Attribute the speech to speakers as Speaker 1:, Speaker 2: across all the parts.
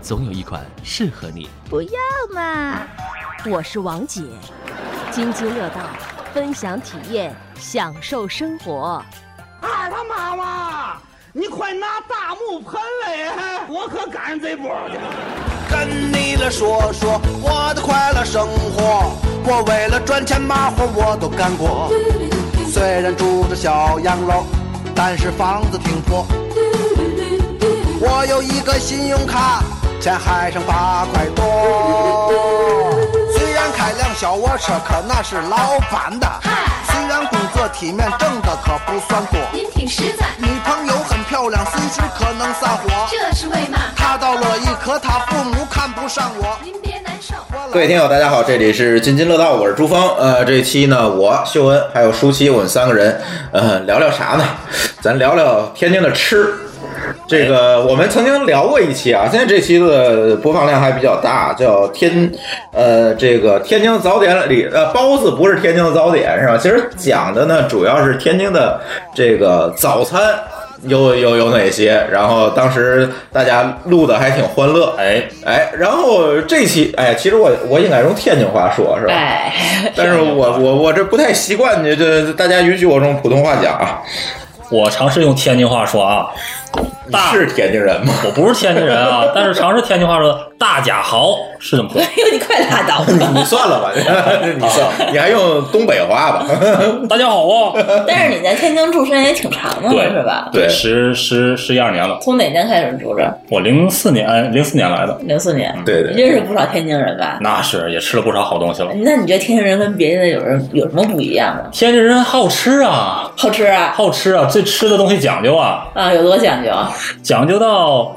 Speaker 1: 总有一款适合你。
Speaker 2: 不要嘛！我是王姐，津津乐道，分享体验，享受生活。
Speaker 3: 二他妈妈，你快拿大木盆来，我可赶上这波去了。
Speaker 4: 跟你来说说我的快乐生活，我为了赚钱嘛活我都干过。虽然住着小洋楼，但是房子挺破。我有一个信用卡，钱还剩八块多。虽然开辆小卧车，可那是老板的。虽然工作体面，挣的可不算多。
Speaker 5: 您挺实在，
Speaker 4: 女朋友很漂亮，随时可能撒谎。
Speaker 5: 这是为嘛？
Speaker 4: 她到乐意，可她父母看不上我。
Speaker 5: 您别难受。
Speaker 6: 各位听友，大家好，这里是津津乐道，我是朱峰。呃，这一期呢，我秀恩还有舒淇，我们三个人，呃，聊聊啥呢？ 咱聊聊天津的吃。这个我们曾经聊过一期啊，现在这期的播放量还比较大，叫天，呃，这个天津早点里，呃，包子不是天津的早点是吧？其实讲的呢，主要是天津的这个早餐有有有哪些，然后当时大家录的还挺欢乐，哎哎，然后这期哎，其实我我应该用天津话说是吧？
Speaker 7: 哎，
Speaker 6: 但是我我我这不太习惯，这这大家允许我用普通话讲啊。
Speaker 7: 我尝试用天津话说啊，大
Speaker 6: 是天津人吗？
Speaker 7: 我不是天津人啊，但是尝试天津话说大家好是这 么说
Speaker 8: 哎。呦，你快拉倒吧！
Speaker 6: 你算 了吧，啊你算了，你还用东北话 吧？
Speaker 7: 大家好啊，
Speaker 8: 但是你在天津住时间也挺长的
Speaker 7: 对
Speaker 8: 了，是吧？
Speaker 6: 对
Speaker 7: 十十十一二年了，
Speaker 8: 从哪年开始住着？
Speaker 7: 我零四年哎零四年来的，嗯
Speaker 8: 零四年。
Speaker 6: 对对
Speaker 8: 你认识不少天津人吧？哎
Speaker 7: 那是也吃了不少好东西了。
Speaker 8: 那你觉得天津人跟别的有人有什么不一样吗？
Speaker 7: 天津人好吃啊，
Speaker 8: 好吃啊？
Speaker 7: 好吃啊，这吃的东西讲究啊，
Speaker 8: 啊，有多讲究啊？
Speaker 7: 讲究到，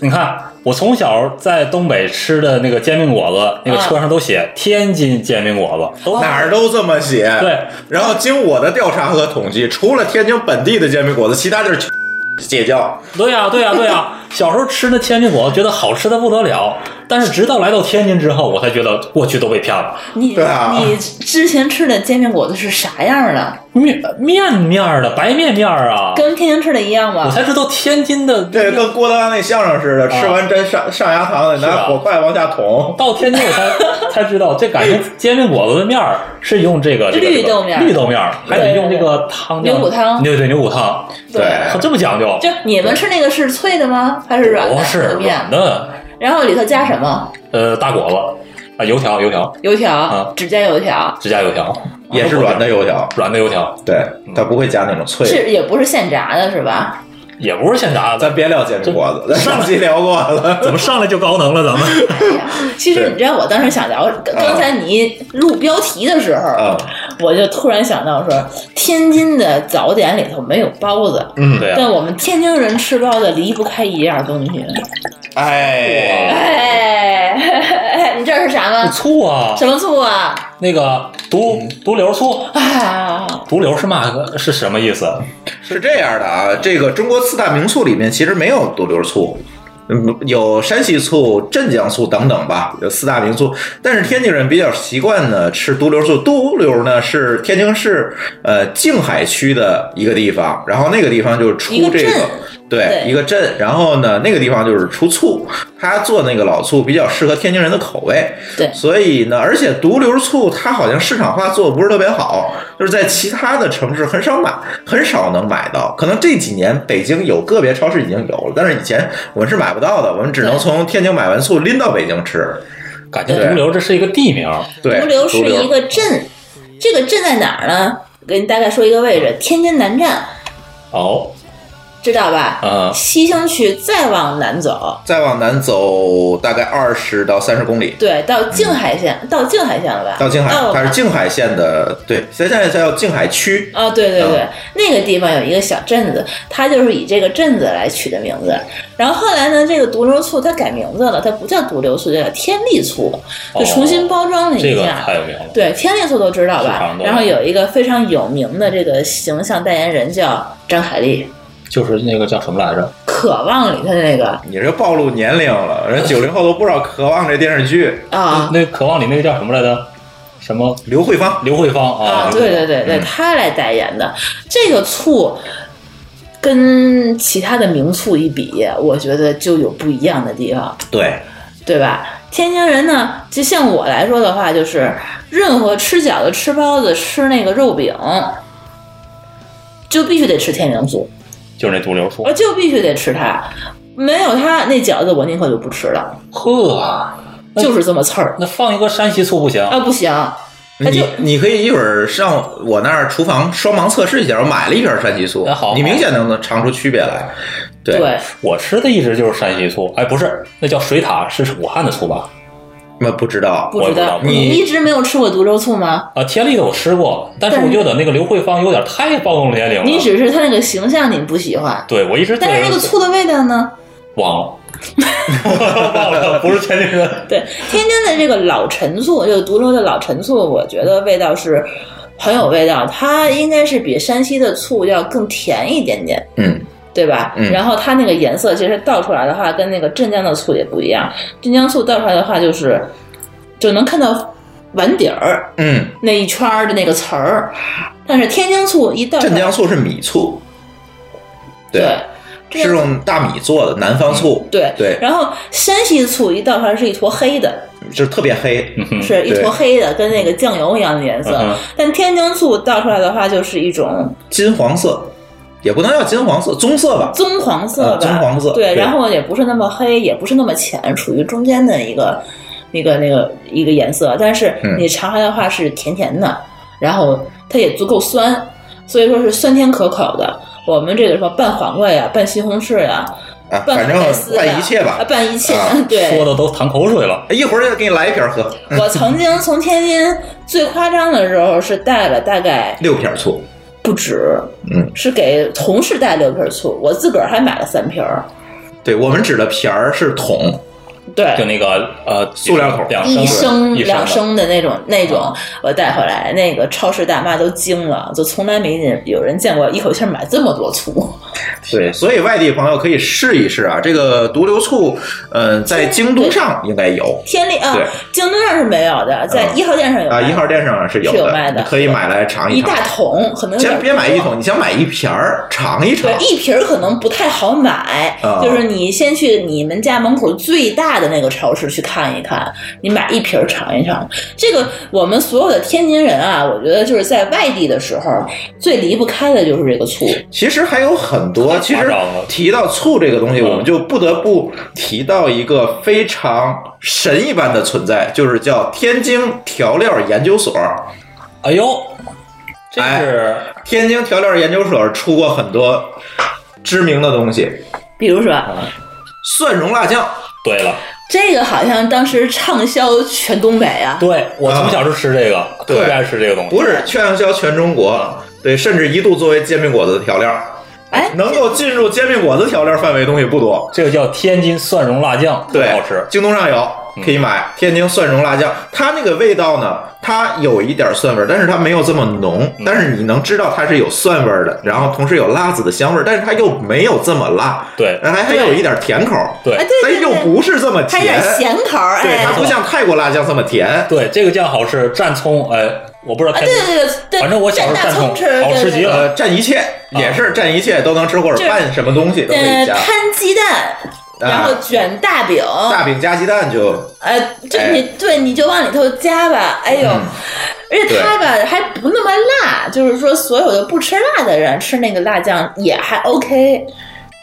Speaker 7: 你看我从小在东北吃的那个煎饼果子，那个
Speaker 8: 嗯
Speaker 7: 车上都写天津煎饼果子，都
Speaker 6: 哪儿都这么写。
Speaker 7: 对，
Speaker 6: 然后经我的调查和统计，除了天津本地的煎饼果子，其他就是 借教。
Speaker 7: 对呀、对呀、对呀、小时候吃那煎饼果子，觉得好吃的不得了。但是直到来到天津之后，我才觉得过去都被骗了。
Speaker 8: 你、
Speaker 6: 对啊
Speaker 8: 你之前吃的煎饼果子是啥样的？
Speaker 7: 面面面儿的白面面儿啊，
Speaker 8: 跟天津吃的一样
Speaker 7: 我
Speaker 8: 吗？
Speaker 7: 才知道天津的
Speaker 6: 这跟郭德纲那相声似的，吃完真上上牙膛得
Speaker 7: 是
Speaker 6: 拿
Speaker 7: 啊
Speaker 6: 火筷往下捅。
Speaker 7: 到天津我才才知道，这感情煎饼果子的面儿是用这个这个
Speaker 8: 绿豆面儿
Speaker 7: 绿豆面儿，还得用这个汤料
Speaker 8: 牛骨汤
Speaker 7: 对对牛骨汤，
Speaker 6: 对
Speaker 7: 它这么讲究，
Speaker 8: 就你们吃那个是脆的吗？还是软的？
Speaker 7: 不哦是
Speaker 8: 和面
Speaker 7: 软的，
Speaker 8: 然后里头加什么？
Speaker 7: 呃，大果子啊，油条油条，
Speaker 8: 油条，
Speaker 7: 啊
Speaker 8: 只加油条，
Speaker 7: 指甲油条，
Speaker 6: 也是软的油条，
Speaker 7: 软的油条，
Speaker 6: 对，它不会加那种脆的。
Speaker 8: 是也不是现炸的，是 吧？
Speaker 7: 也不是现炸的，
Speaker 6: 咱别聊煎饼果子，咱上期聊过了。
Speaker 7: 怎么上来就高能了？咱 们
Speaker 8: 其实你知道，我当时想聊，刚刚才你一录标题的时候，
Speaker 6: 啊，
Speaker 8: 我就突然想到说，天津的早点里头没有包子，
Speaker 6: 嗯，
Speaker 7: 对啊
Speaker 8: 但
Speaker 7: 呀，
Speaker 8: 我们天津人吃包子离不开一样东西。
Speaker 6: 哎，
Speaker 8: 哎， 你知道是啥吗？
Speaker 7: 醋啊，
Speaker 8: 什么醋啊？
Speaker 7: 那个毒毒瘤醋，
Speaker 8: 啊，
Speaker 7: 毒瘤是嘛个是什么意思？
Speaker 6: 是这样的啊，这个中国四大名醋里面其实没有独流醋。嗯有山西醋、镇江醋等等吧，有四大名醋。但是天津人比较习惯呢吃独流醋，独流呢是天津市呃静海区的一个地方，然后那个地方就出
Speaker 8: 一个
Speaker 6: 这个
Speaker 8: 镇。
Speaker 6: 对，
Speaker 8: 对
Speaker 6: 一个镇，然后呢，那个地方就是出醋，他做那个老醋比较适合天津人的口味，
Speaker 8: 对
Speaker 6: 所以呢，而且独流醋它好像市场化做的不是特别好，就是在其他的城市很少买，很少能买到。可能这几年北京有个别超市已经有了，但是以前我们是买不到的，我们只能
Speaker 8: 对
Speaker 6: 从天津买完醋拎到北京吃。
Speaker 7: 感觉
Speaker 6: 对
Speaker 7: 毒瘤这是一个地名，
Speaker 6: 对，
Speaker 8: 独
Speaker 6: 独
Speaker 8: 流是一个镇，这个镇在哪儿呢？给你大概说一个位置，天津南站。
Speaker 7: 哦，
Speaker 8: 知道吧？
Speaker 6: 啊
Speaker 8: 西兴区再往南走，
Speaker 6: 再往南走大概二十到三十公里，
Speaker 8: 对，到静海县，到静海县了吧？
Speaker 6: 到静海，
Speaker 8: 哦
Speaker 6: 它是静海县的，对，现在叫静海区。
Speaker 8: 啊、对对对，
Speaker 7: 嗯
Speaker 8: 那个地方有一个小镇子，它就是以这个镇子来取的名字。然后后来呢，这个独流醋它改名字了，它不叫独流醋，叫天利醋，就重新包装了一下。
Speaker 7: 哦这个太有名了。
Speaker 8: 对，天利醋都知道
Speaker 7: 市
Speaker 8: 吧
Speaker 7: 场？都有
Speaker 8: 然后有一个非常有名的这个形象代言人叫张海丽，
Speaker 7: 就是那个叫什么来着？
Speaker 8: 渴望里头那个
Speaker 6: 你这暴露年龄了，人九零后都不知道《渴望》这电视剧。
Speaker 8: 啊，
Speaker 7: 那《渴望》里那个叫什么来着？什么？
Speaker 6: 刘慧芳。
Speaker 7: 刘慧芳啊
Speaker 8: 啊，对对对对，他来代言的这个醋，跟其他的名醋一比，我觉得就有不一样的地方，
Speaker 6: 对，
Speaker 8: 对吧？天津人呢，就像我来说的话，就是任何吃饺子、吃包子、吃那个肉饼，就必须得吃天津醋，
Speaker 7: 就是那毒瘤树
Speaker 8: 我。就必须得吃它，没有它那饺子我宁可就不吃了，
Speaker 7: 呵，那
Speaker 8: 就是这么刺儿
Speaker 7: 那放一个山西醋不行？
Speaker 8: 啊，不行。它就
Speaker 6: 你你可以一会儿上我那儿厨房双盲测试一下，我买了一瓶山西醋
Speaker 7: 哎好，
Speaker 6: 你
Speaker 7: 好
Speaker 6: 明显能能尝出区别来。呃对，
Speaker 8: 对，
Speaker 7: 我吃的一直就是山西醋，哎，不是，那叫水塔，是武汉的醋吧？
Speaker 6: 那不知道，
Speaker 8: 不知道
Speaker 7: 我不知道
Speaker 8: 你一直没有吃过独州醋吗？
Speaker 7: 啊，天利的我吃过，但是我觉得那个刘慧芳有点太暴露年龄了。
Speaker 8: 你只是它那个形象你不喜欢，
Speaker 7: 对我一直
Speaker 8: 但是那个醋的味道呢？
Speaker 7: 忘了，忘了，不是天津人。
Speaker 8: 对，天津的这个老陈醋，这个独流的老陈醋，我觉得味道是很有味道，它应该是比山西的醋要更甜一点点，
Speaker 6: 嗯，
Speaker 8: 对吧？
Speaker 6: 嗯
Speaker 8: 然后它那个颜色其实倒出来的话，跟那个镇江的醋也不一样，镇江醋倒出来的话就是就能看到碗底儿
Speaker 6: 嗯，
Speaker 8: 那一圈儿的那个词儿，但是天津醋一倒出来
Speaker 6: 镇江醋是米醋，
Speaker 8: 对。
Speaker 6: 是用大米做的南方醋，
Speaker 8: 对
Speaker 6: 嗯对
Speaker 8: 然后山西醋一倒出来是一坨黑的，
Speaker 6: 就是特别黑，
Speaker 8: 是一
Speaker 6: 嗯对
Speaker 8: 坨黑的，跟那个酱油一样的颜色。
Speaker 7: 嗯哼
Speaker 8: 但天津醋倒出来的话，就是一种
Speaker 6: 金黄色，也不能叫金黄色，棕色吧，
Speaker 8: 棕黄色吧，
Speaker 6: 啊棕黄色
Speaker 8: 对，
Speaker 6: 对
Speaker 8: 然后也不是那么黑，也不是那么浅，处于中间的一个、一个、那个一个颜色。但是
Speaker 6: 嗯
Speaker 8: 你尝下来的话是甜甜的，然后它也足够酸，所以说是酸甜可口的。我们这个什么拌黄瓜呀，拌西红柿呀，
Speaker 6: 啊，呃
Speaker 8: 拌
Speaker 6: 反正
Speaker 8: 海带丝呀
Speaker 6: 拌一切
Speaker 8: 啊
Speaker 6: 吧。
Speaker 8: 拌一切，
Speaker 6: 啊
Speaker 8: 对，
Speaker 7: 说的都淌口水了。
Speaker 6: 一会儿就给你来一瓶喝，
Speaker 8: 我曾经从天津最夸张的时候是带了大概
Speaker 6: 六瓶醋，
Speaker 8: 不止，
Speaker 6: 嗯，
Speaker 8: 是给同事带六瓶醋，我自个儿还买了三瓶儿。
Speaker 6: 对我们指的瓶儿是桶，
Speaker 7: 就
Speaker 8: 对，
Speaker 7: 那个呃，
Speaker 6: 塑料桶
Speaker 7: 两
Speaker 8: 一升
Speaker 7: 升的
Speaker 8: 两，升的那种
Speaker 6: 嗯
Speaker 8: 那种，我带回来，那个超市大妈都惊了，就从来没见有人见过一口气儿买这么多醋。
Speaker 6: 对，所以外地朋友可以试一试啊，这个独流醋，嗯、在京东上应该有
Speaker 8: 天利啊
Speaker 6: 对，
Speaker 8: 京东上是没有的，在
Speaker 6: 嗯
Speaker 8: 一号店上有
Speaker 6: 啊，
Speaker 8: 卖
Speaker 6: 一号店上是有
Speaker 8: 是有卖的
Speaker 6: 你可以买来尝
Speaker 8: 一
Speaker 6: 尝。
Speaker 8: 大桶，可能有点
Speaker 6: 先别买一
Speaker 8: 多
Speaker 6: 桶，你想买一瓶儿尝一尝
Speaker 7: 啊
Speaker 8: 对，。一瓶儿可能不太好买，
Speaker 6: 啊
Speaker 8: 就是你先去你们家门口最大的那个超市去看一看，你买一瓶儿尝一尝。这个我们所有的天津人啊，我觉得就是在外地的时候最离不开的就是这个 醋。
Speaker 6: 其实还有很多，其
Speaker 7: 夸
Speaker 6: 实
Speaker 7: 张
Speaker 8: 啊
Speaker 7: 了
Speaker 6: 提到醋这个东西，
Speaker 7: 嗯
Speaker 6: 我们就不得不提到一个非常神一般的存在，就是叫天津调料研究所。
Speaker 7: 哎呦，这
Speaker 6: 哎
Speaker 7: 是
Speaker 6: 天津调料研究所出过很多知名的东西，
Speaker 8: 比如说，
Speaker 6: 蒜蓉辣酱，
Speaker 7: 对了，
Speaker 8: 这个好像当时畅销全东北啊，
Speaker 7: 对我从小就吃这个，
Speaker 6: 啊对
Speaker 7: 特别爱吃这个东西。
Speaker 6: 不
Speaker 8: 哎
Speaker 6: 是畅销全中国，对，甚至一度作为煎饼果子的调料。
Speaker 8: 哎
Speaker 6: 能够进入煎饼果子调料范围的东西不多，
Speaker 7: 这个叫天津蒜蓉辣酱，特
Speaker 6: 对，
Speaker 7: 别好吃。
Speaker 6: 京东上
Speaker 8: 嗯
Speaker 6: 有可以买天津蒜蓉辣酱，它那个味道呢，它有一点蒜味儿，但是它没有这么浓，
Speaker 8: 嗯
Speaker 6: 但是你能知道它是有蒜味儿的，然后同时有辣子的香味儿，但是它又没有这么辣，
Speaker 7: 对
Speaker 6: 还还有一点甜口，
Speaker 7: 对
Speaker 8: 哎，对
Speaker 6: 但
Speaker 8: 对
Speaker 6: 又
Speaker 8: 对，
Speaker 6: 不是这么
Speaker 8: 它有
Speaker 6: 甜
Speaker 8: 点，咸口儿，
Speaker 6: 对，
Speaker 8: 哎
Speaker 6: 它，不像泰国辣酱这么甜，
Speaker 7: 对，这个酱好吃，蘸葱，哎，我不知道
Speaker 8: 啊，
Speaker 7: 天
Speaker 8: 对
Speaker 7: 津，
Speaker 8: 对对对，
Speaker 7: 反正我小时候
Speaker 8: 蘸大
Speaker 7: 蘸
Speaker 8: 葱
Speaker 7: 葱
Speaker 8: 吃，
Speaker 7: 好吃
Speaker 8: 对
Speaker 7: 极。了。
Speaker 6: 呃，蘸一切也是蘸一切都能吃，或
Speaker 8: 就
Speaker 6: 者
Speaker 8: 是
Speaker 6: 拌什么东西都
Speaker 8: 对
Speaker 6: 可以
Speaker 8: 呃，
Speaker 6: 加，
Speaker 8: 摊鸡蛋，
Speaker 7: 啊
Speaker 8: 然后卷大饼，
Speaker 6: 大饼加鸡蛋就
Speaker 8: 呃，这
Speaker 6: 哎
Speaker 8: 你对你就往里头加吧，哎呦，
Speaker 6: 嗯
Speaker 8: 而且它吧还不那么辣，就是说所有的不吃辣的人吃那个辣酱也还 OK，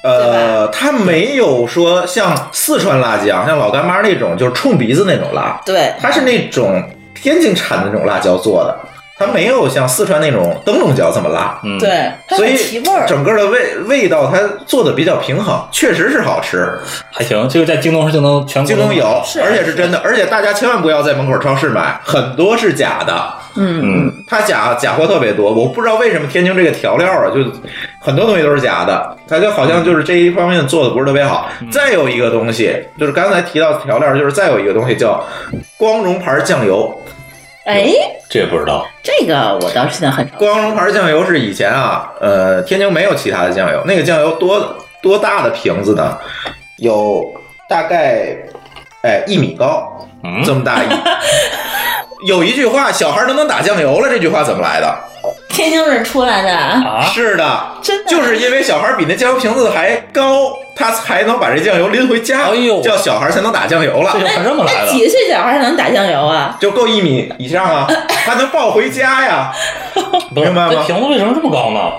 Speaker 6: 呃，它没有说像四川辣酱，像老干妈那种，就是冲鼻子那种辣，
Speaker 8: 对，
Speaker 6: 它是那种天津产的那种辣椒做的。它没有像四川那种灯笼饺这么辣，
Speaker 7: 嗯
Speaker 8: 对，它
Speaker 6: 所
Speaker 8: 很
Speaker 6: 以
Speaker 8: 提味儿。
Speaker 6: 整个的味味道它做的比较平衡，确实是好吃。
Speaker 7: 还行，这个在京东上就能全国
Speaker 6: 京东有，
Speaker 8: 是
Speaker 6: 而且是真的，而且大家千万不要在门口超市买，很多是假的。
Speaker 8: 嗯，
Speaker 7: 嗯，
Speaker 6: 它假假货特别多，我不知道为什么天津这个调料啊，就很多东西都是假的，它就好像就是这一方面做的不是特别好。
Speaker 7: 嗯
Speaker 6: 再有一个东西，就是刚才提到调料，就是再有一个东西叫光荣牌酱油。
Speaker 8: 哎，
Speaker 7: 这也不知道。
Speaker 8: 这个我倒是现在很少。
Speaker 6: 光荣牌酱油是以前啊，呃，天津没有其他的酱油，那个酱油多多大的瓶子呢？有大概哎一米高，
Speaker 7: 嗯
Speaker 6: 这么大一。 有一句话，小孩都能打酱油了，这句话怎么来的？
Speaker 8: 天津人出来的，
Speaker 7: 啊？
Speaker 6: 是的，
Speaker 8: 真的
Speaker 6: 就是因为小孩比那酱油瓶子还高，他才能把这酱油拎回家。
Speaker 7: 哎呦
Speaker 6: 叫小孩才能打酱油了
Speaker 7: 这，就看这么来
Speaker 8: 那
Speaker 7: 的。
Speaker 8: 几岁小孩还能打酱油啊？
Speaker 6: 就够一米以上啊，他能抱回家呀。
Speaker 7: 不是，
Speaker 6: 明白吗
Speaker 7: 这瓶子为什么这么高呢？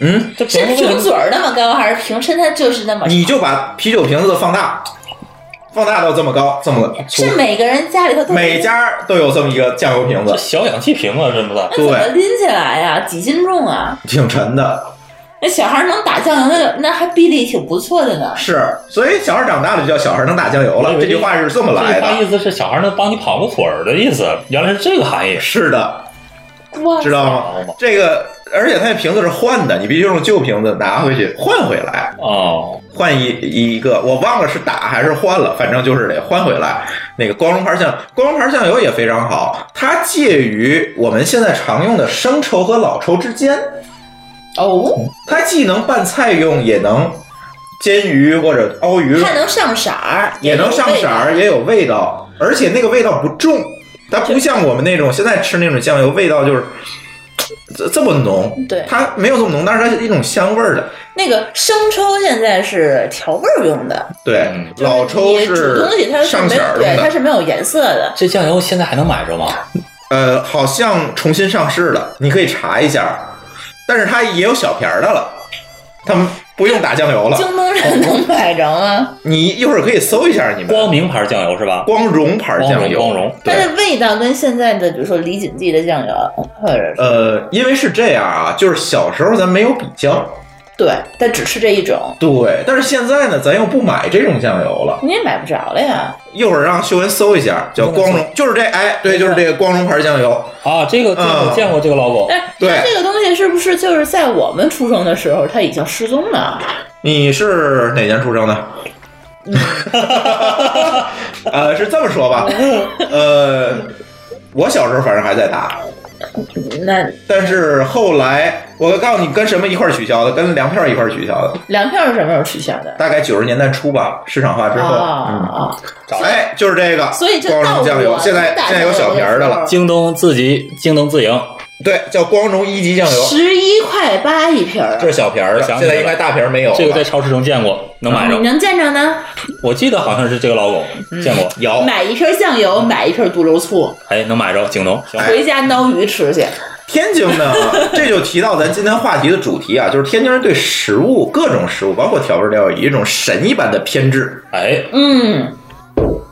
Speaker 6: 嗯，
Speaker 7: 这
Speaker 8: 是
Speaker 7: 瓶子为
Speaker 8: 瓶
Speaker 7: 什
Speaker 8: 嘴
Speaker 7: 么？
Speaker 8: 儿那么高，还是瓶身它就是
Speaker 7: 啊
Speaker 8: 那么？
Speaker 6: 你就把啤酒瓶子放大，放大到这么高，这么粗
Speaker 8: 是，每个人家里头都
Speaker 6: 每家都有这么一个酱油瓶
Speaker 7: 这
Speaker 6: 子，
Speaker 7: 小氧气瓶啊，这么大
Speaker 8: 那怎么
Speaker 6: 对
Speaker 8: 拎起来呀、几斤重啊？
Speaker 6: 挺沉的。
Speaker 8: 那小孩能打酱油，那那还臂力挺不错的呢。
Speaker 6: 是，所以小孩长大了就叫小孩能打酱油
Speaker 7: 我以
Speaker 6: 了，
Speaker 7: 为
Speaker 6: 这句话是这么来
Speaker 7: 这句话
Speaker 6: 的。
Speaker 7: 意思是小孩能帮你跑个腿儿的意思，原来是这个含义。
Speaker 6: 是的，
Speaker 8: 哇，
Speaker 6: 知道吗？这个，而且它那瓶子是换的，你必须用旧瓶子拿回去换回来，
Speaker 7: 哦，
Speaker 6: 换一一个，我忘了是打还是换了，反正就是得换回来。那个光荣牌酱，光荣牌酱油也非常好，它介于我们现在常用的生抽和老抽之间，
Speaker 8: 哦，
Speaker 6: 它既能拌菜用，也能煎鱼或者熬鱼，
Speaker 8: 它能上色儿，
Speaker 6: 也能上色儿，也有味道，而且那个味道不重，它不像我们那种现在吃那种酱油，味道就是这这么浓。
Speaker 8: 对
Speaker 6: 它没有这么浓，但是它是一种香味儿的。
Speaker 8: 那个生抽现在是调味儿用的，
Speaker 6: 对
Speaker 7: 嗯，
Speaker 6: 老抽
Speaker 8: 你煮东西它是
Speaker 6: 上
Speaker 8: 没
Speaker 6: 色儿
Speaker 8: 有
Speaker 6: 用
Speaker 8: 对，它
Speaker 6: 的，
Speaker 8: 是没有颜色的。
Speaker 7: 这酱油现在还能买着吗？
Speaker 6: 呃，好像重新上市了，你可以查一下。但是它也有小瓶儿的了，他们不用打酱油了。
Speaker 8: 京东上能买着吗？
Speaker 6: 你一会儿可以搜一下，你们
Speaker 7: 光明牌酱油是吧？
Speaker 6: 光荣牌酱油，
Speaker 7: 光荣光荣
Speaker 8: 它
Speaker 6: 对。
Speaker 8: 的味道跟现在的，比如说李锦记的酱油，或者是
Speaker 6: 呃，因为是这样啊，就是小时候咱没有比较，
Speaker 8: 对，它只吃这一种，
Speaker 6: 对，但是现在呢，咱又不买这种酱油了。
Speaker 8: 你也买不着了呀。
Speaker 6: 一会儿让秀文搜一下，叫光荣，就是这，哎，对，就是这个光荣牌酱油。
Speaker 7: 啊，这个这个
Speaker 6: 嗯
Speaker 7: 我见过这个 logo，
Speaker 8: 但
Speaker 6: 对
Speaker 8: 哎它这个东西是不是就是在我们出生的时候它已经失踪了？
Speaker 6: 你是哪年出生的？
Speaker 8: 嗯
Speaker 6: 呃，是这么说吧，呃，我小时候反正还在打，
Speaker 8: 那
Speaker 6: 但是后来我告诉你跟什么一块儿取消的，跟粮票一块儿取消的，
Speaker 8: 粮票是什么时候取消的？
Speaker 6: 大概九十年代初吧，市场化之
Speaker 8: 啊
Speaker 6: 后，
Speaker 8: 啊！
Speaker 6: 嗯，哎，就是这个，
Speaker 8: 所以就
Speaker 6: 光荣
Speaker 8: 到
Speaker 6: 酱油
Speaker 8: 我
Speaker 6: 现在
Speaker 8: 打
Speaker 6: 现在有小瓶儿的了，
Speaker 7: 京东自己京东自营，
Speaker 6: 对，叫光荣一级酱油，
Speaker 8: 十一块八一瓶儿
Speaker 6: 哎这，是小瓶儿的，
Speaker 7: 我想
Speaker 6: 现
Speaker 7: 起来
Speaker 6: 在应该大瓶儿没有了。
Speaker 7: 这个在超市中见过，能买着
Speaker 8: 你。能见着呢？
Speaker 7: 我记得好像是这个 logo，见过。
Speaker 6: 有
Speaker 8: 买一瓶酱油，买一瓶独流醋，
Speaker 7: 哎，能买着京东。行
Speaker 6: 哎
Speaker 8: 回家捞鱼吃去。
Speaker 6: 天津呢，这就提到咱今天话题的主题啊，就是天津人对食物各种食物，包括调味料，有一种神一般的偏执，
Speaker 7: 哎，
Speaker 8: 嗯，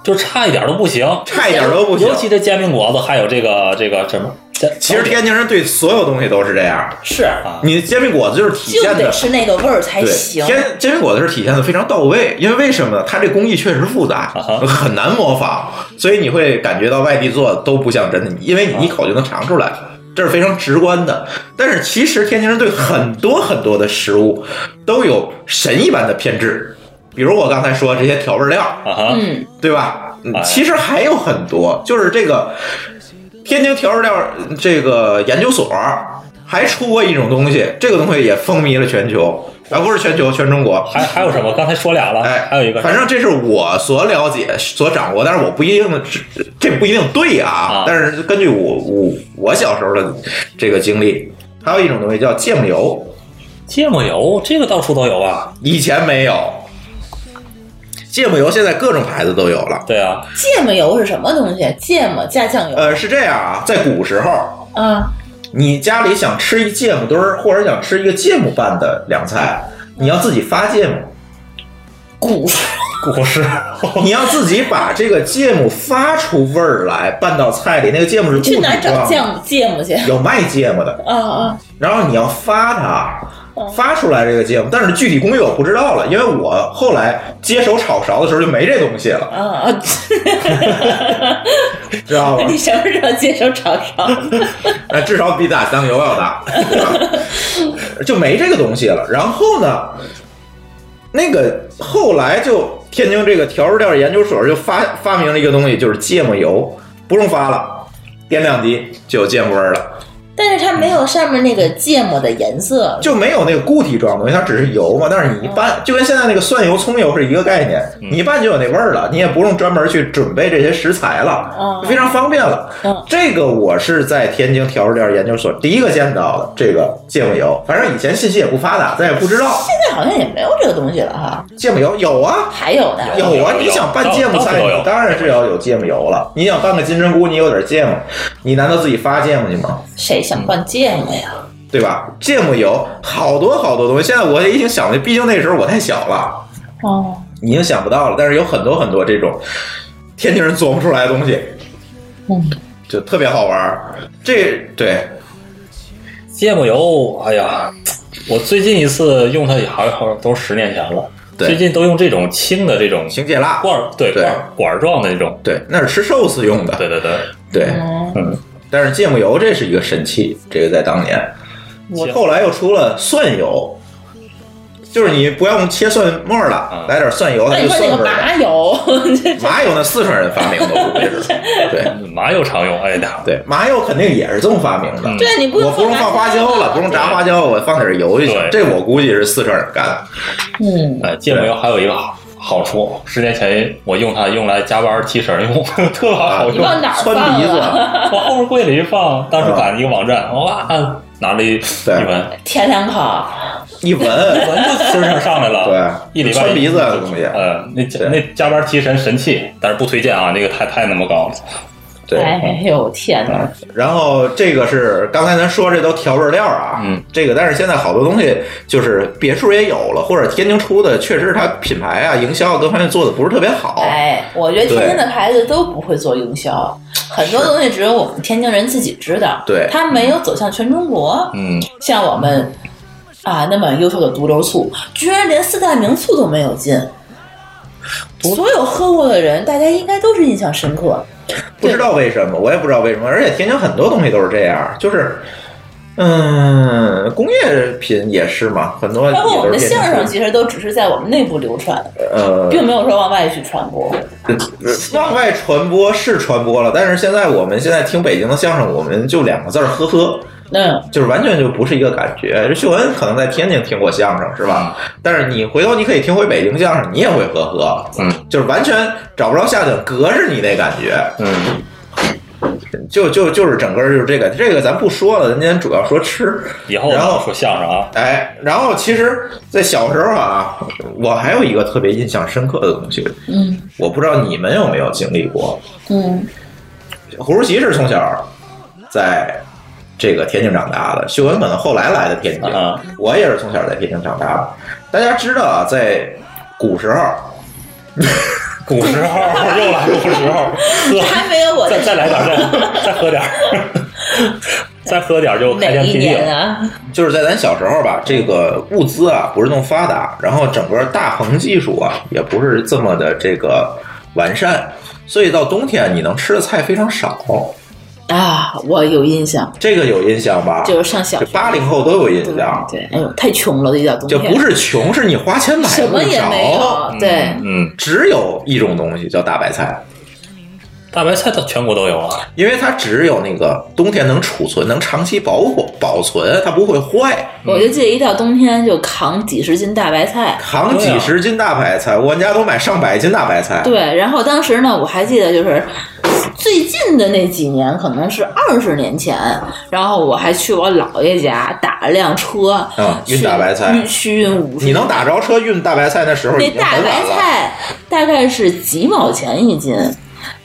Speaker 7: 就差一点都不行，
Speaker 6: 差一点都不行
Speaker 7: 尤。其这煎饼果子，还有这个这个什么，这
Speaker 6: 其实天津人对所有东西都是这样，
Speaker 8: 是，
Speaker 6: 啊你的煎饼果子就是体
Speaker 8: 就
Speaker 6: 现
Speaker 8: 得
Speaker 6: 的。
Speaker 8: 是那个味儿才
Speaker 6: 对，
Speaker 8: 行。
Speaker 6: 煎煎饼果子是体现的非常到位，因为为什么呢？它这工艺确实复杂
Speaker 7: 啊哈，
Speaker 6: 很难模仿，所以你会感觉到外地做的都不像真的，因为你一口就能尝出来，这是非常直观的。但是其实天津人对很多很多的食物都有神一般的偏执，比如我刚才说这些调味料，
Speaker 7: 啊哈，
Speaker 8: 嗯，
Speaker 6: 对吧？嗯
Speaker 7: 哎
Speaker 6: 其实还有很多，就是这个天津调味料呃这个研究所还出过一种东西，这个东西也风靡了全球，啊，不是全球，全中国。
Speaker 7: 还还有什么？刚才说俩了，
Speaker 6: 哎，
Speaker 7: 还有一个，
Speaker 6: 反正这是我所了解、所掌握，但是我不一定是，这不一定对啊。
Speaker 7: 啊
Speaker 6: 但是根据我我我小时候的这个经历，还有一种东西叫芥末油，
Speaker 7: 芥末油，这个到处都有啊。
Speaker 6: 以前没有，芥末油现在各种牌子都有了。
Speaker 7: 对啊，
Speaker 8: 芥末油是什么东西？芥末加酱油
Speaker 6: 呃，是这样啊，在古时候，
Speaker 8: 啊？
Speaker 6: 你家里想吃一芥末墩儿，或者想吃一个芥末拌的凉菜，你要自己发芥末。
Speaker 8: 古
Speaker 7: 果实，
Speaker 6: 你要自己把这个芥末发出味儿来，拌到菜里。那个芥末是固体
Speaker 8: 去哪儿找芥
Speaker 6: 状
Speaker 8: 末芥末去？
Speaker 6: 的，有卖芥末的。
Speaker 8: 啊啊！
Speaker 6: 然后你要发
Speaker 8: 哦
Speaker 6: 它，发出来这个芥末，但是具体工艺我不知道了，因为我后来接手炒勺的时候就没这东西 了，
Speaker 8: 啊啊！
Speaker 6: 知道吗
Speaker 8: 你？什么时候接手炒勺？
Speaker 6: 那呃至少比打香油要大，就没这个东西了。然后呢，那个后来就天津这个调味料研究所就发发明了一个东西，就是芥末油，不用发了，点两滴就有芥末味儿了，
Speaker 8: 但是它没有上面那个芥末的颜色，
Speaker 6: 就没有那个固体状的东西，它只是油嘛。但是你一拌，就跟现在那个蒜油、葱油是一个概念，你一拌就有那味儿了，你也不用专门去准备这些食材了，
Speaker 8: 嗯
Speaker 6: 非常方便了。
Speaker 8: 嗯
Speaker 6: 这个我是在天津调味料研究所第一个见到的这个芥末油，反正以前信息也不发达，咱也不知道
Speaker 8: 现在好像也没有这个东西了哈。
Speaker 6: 芥末油有啊。
Speaker 8: 还有呢，
Speaker 7: 有
Speaker 6: 有啊，
Speaker 7: 有
Speaker 6: 你想拌
Speaker 7: 到
Speaker 6: 芥末
Speaker 7: 到处
Speaker 6: 菜，
Speaker 7: 都有
Speaker 6: 你当然是要有芥末油了。你想拌个金针菇，你有点芥末，你难道自己发芥末去吗？
Speaker 8: 谁想拌芥末呀？
Speaker 6: 对吧？芥末油好多好多东西，现在我已经想不，毕竟那时候我太小了，
Speaker 8: 哦，
Speaker 6: 已经想不到了。但是有很多很多这种天津人琢磨出来的东西，
Speaker 8: 嗯，
Speaker 6: 就特别好玩儿。这对
Speaker 7: 芥末油，哎呀，我最近一次用它也好像好像都十年前了，
Speaker 6: 对
Speaker 7: 最近都用这种轻的这种
Speaker 6: 行芥辣，
Speaker 7: 罐儿，对
Speaker 6: 对
Speaker 7: 罐儿管儿状的那种，
Speaker 6: 对，那是吃寿司用的，
Speaker 7: 对对对，
Speaker 6: 对
Speaker 8: 嗯
Speaker 7: 嗯，
Speaker 6: 但是芥末油这是一个神器，这个在当年，我后来又出了蒜油，就是你不要用切蒜末了
Speaker 7: 嗯，
Speaker 6: 来点蒜油，
Speaker 8: 那
Speaker 6: 它
Speaker 8: 你
Speaker 6: 就
Speaker 8: 说那
Speaker 6: 蒜
Speaker 8: 个
Speaker 6: 味儿了。
Speaker 8: 麻油，
Speaker 6: 麻油那四川人发明的，我估计是。对
Speaker 7: 麻油常用，哎呀，
Speaker 6: 对，啊麻油肯定也是这么发明的。
Speaker 7: 嗯
Speaker 8: 对你不
Speaker 6: 我不用放花椒了，不用炸花椒，我放点油就行
Speaker 7: 对。
Speaker 6: 这我估计是四川人干的。
Speaker 8: 嗯，
Speaker 7: 呃，芥末油还有一个好好处，十年前我用它用来加班儿提神用， 特
Speaker 6: 啊
Speaker 7: 好
Speaker 8: 你
Speaker 7: 用。
Speaker 8: 往哪儿放
Speaker 6: 窜鼻子
Speaker 8: 啊？
Speaker 7: 往后面柜里一放，当时赶一个网站，哇，拿了一
Speaker 6: 啊对
Speaker 7: 一闻，
Speaker 8: 舔两口，
Speaker 6: 一闻，
Speaker 7: 闻就身上上来了。
Speaker 6: 对，
Speaker 7: 一礼拜
Speaker 6: 窜鼻子的东西，
Speaker 7: 呃，那
Speaker 6: 对
Speaker 7: 加那加班提神神器，但是不推荐啊，那个太太那么高了。
Speaker 6: 对。
Speaker 8: 哎呦天哪！
Speaker 6: 然后这个是刚才咱说这都调味料啊，
Speaker 7: 嗯，
Speaker 6: 这个但是现在好多东西就是别处也有了，或者天津出的，确实它品牌啊、营销啊各方面做的不是特别好。
Speaker 8: 哎，我觉得天津的牌子都不会做营销，很多东西只有我们天津人自己知道，
Speaker 6: 对
Speaker 8: 它没有走向全中国。
Speaker 7: 嗯，
Speaker 8: 像我们啊那么优秀的独流醋，居然连四大名醋都没有进。所有喝过的人，大家应该都是印象深刻。
Speaker 6: 不知道为什么，我也不知道为什么，而且天津很多东西都是这样，就是。嗯，工业品也是嘛，很嗯多也
Speaker 8: 包括我们
Speaker 6: 都
Speaker 8: 的
Speaker 6: 是天津
Speaker 8: 相声，
Speaker 6: 出
Speaker 8: 其实都只是在我们内部流传，
Speaker 6: 呃，
Speaker 8: 并没有说往外去传播。
Speaker 6: 往外传播是传播了，但是现在我们现在听北京的相声，我们就两个字儿呵呵，
Speaker 8: 嗯，
Speaker 6: 就是完全就不是一个感觉。这秀恩可能在天津听过相声是吧？但是你回头你可以听回北京相声，你也会呵呵，
Speaker 7: 嗯，
Speaker 6: 就是完全找不着下脚，隔着你那感觉，
Speaker 7: 嗯，
Speaker 6: 就就就是整个就是这个这个咱不说了，咱今天主要说吃，
Speaker 7: 以后
Speaker 6: 然
Speaker 7: 呢
Speaker 6: 后
Speaker 7: 说相声啊，
Speaker 6: 哎，然后其实，在小时候啊，我还有一个特别印象深刻的东西，
Speaker 8: 嗯
Speaker 6: 我不知道你们有没有经历过，
Speaker 8: 嗯，
Speaker 6: 胡主席是从小在这个天津长大的，秀恩可能后来来的天津
Speaker 7: 啊，
Speaker 6: 我也是从小在天津长大的。大家知道啊，在古时候，
Speaker 7: 古时候又来古时候，
Speaker 8: 还没有我
Speaker 7: 再
Speaker 8: 的
Speaker 7: 再来点儿，再再喝点儿，再喝点儿就开
Speaker 8: 哪
Speaker 7: 天
Speaker 8: 一
Speaker 7: 辟地
Speaker 8: 年
Speaker 7: 了。
Speaker 8: 啊？
Speaker 6: 就是在咱小时候吧，这个物资啊不是那么发达，然后整个大棚技术啊也不是这么的这个完善，所以到冬天你能吃的菜非常少，
Speaker 8: 啊，我有印象，
Speaker 6: 这个有印象吧？
Speaker 8: 就是上小
Speaker 6: 这
Speaker 8: 学
Speaker 6: 八零后都有印
Speaker 8: 对
Speaker 6: 象，
Speaker 8: 对，哎呦，太穷了，一到冬
Speaker 6: 就
Speaker 8: 天
Speaker 6: 不是穷，是你花钱买
Speaker 8: 什
Speaker 6: 不
Speaker 8: 么也没
Speaker 6: 着。
Speaker 8: 有，对，
Speaker 7: 嗯，
Speaker 6: 只有一种东西叫大白菜，
Speaker 7: 大白菜到全国都有啊。
Speaker 6: 因为它只有那个冬天能储存、能长期保护保存，它不会坏。
Speaker 8: 我就记得一到冬天就扛几十斤大白菜。
Speaker 6: 扛几十斤大白菜，我们家都买上百斤大白菜。
Speaker 8: 对，然后当时呢，我还记得就是最近的那几年，可能是二十年前，然后我还去我姥爷家打了辆车，
Speaker 6: 啊
Speaker 8: 去
Speaker 6: 运大白菜
Speaker 8: 运去运五十，
Speaker 6: 你能打着车运大白菜那时候已
Speaker 8: 那
Speaker 6: 经
Speaker 8: 大
Speaker 6: 很晚
Speaker 8: 白
Speaker 6: 了。
Speaker 8: 菜大概是几毛钱一斤，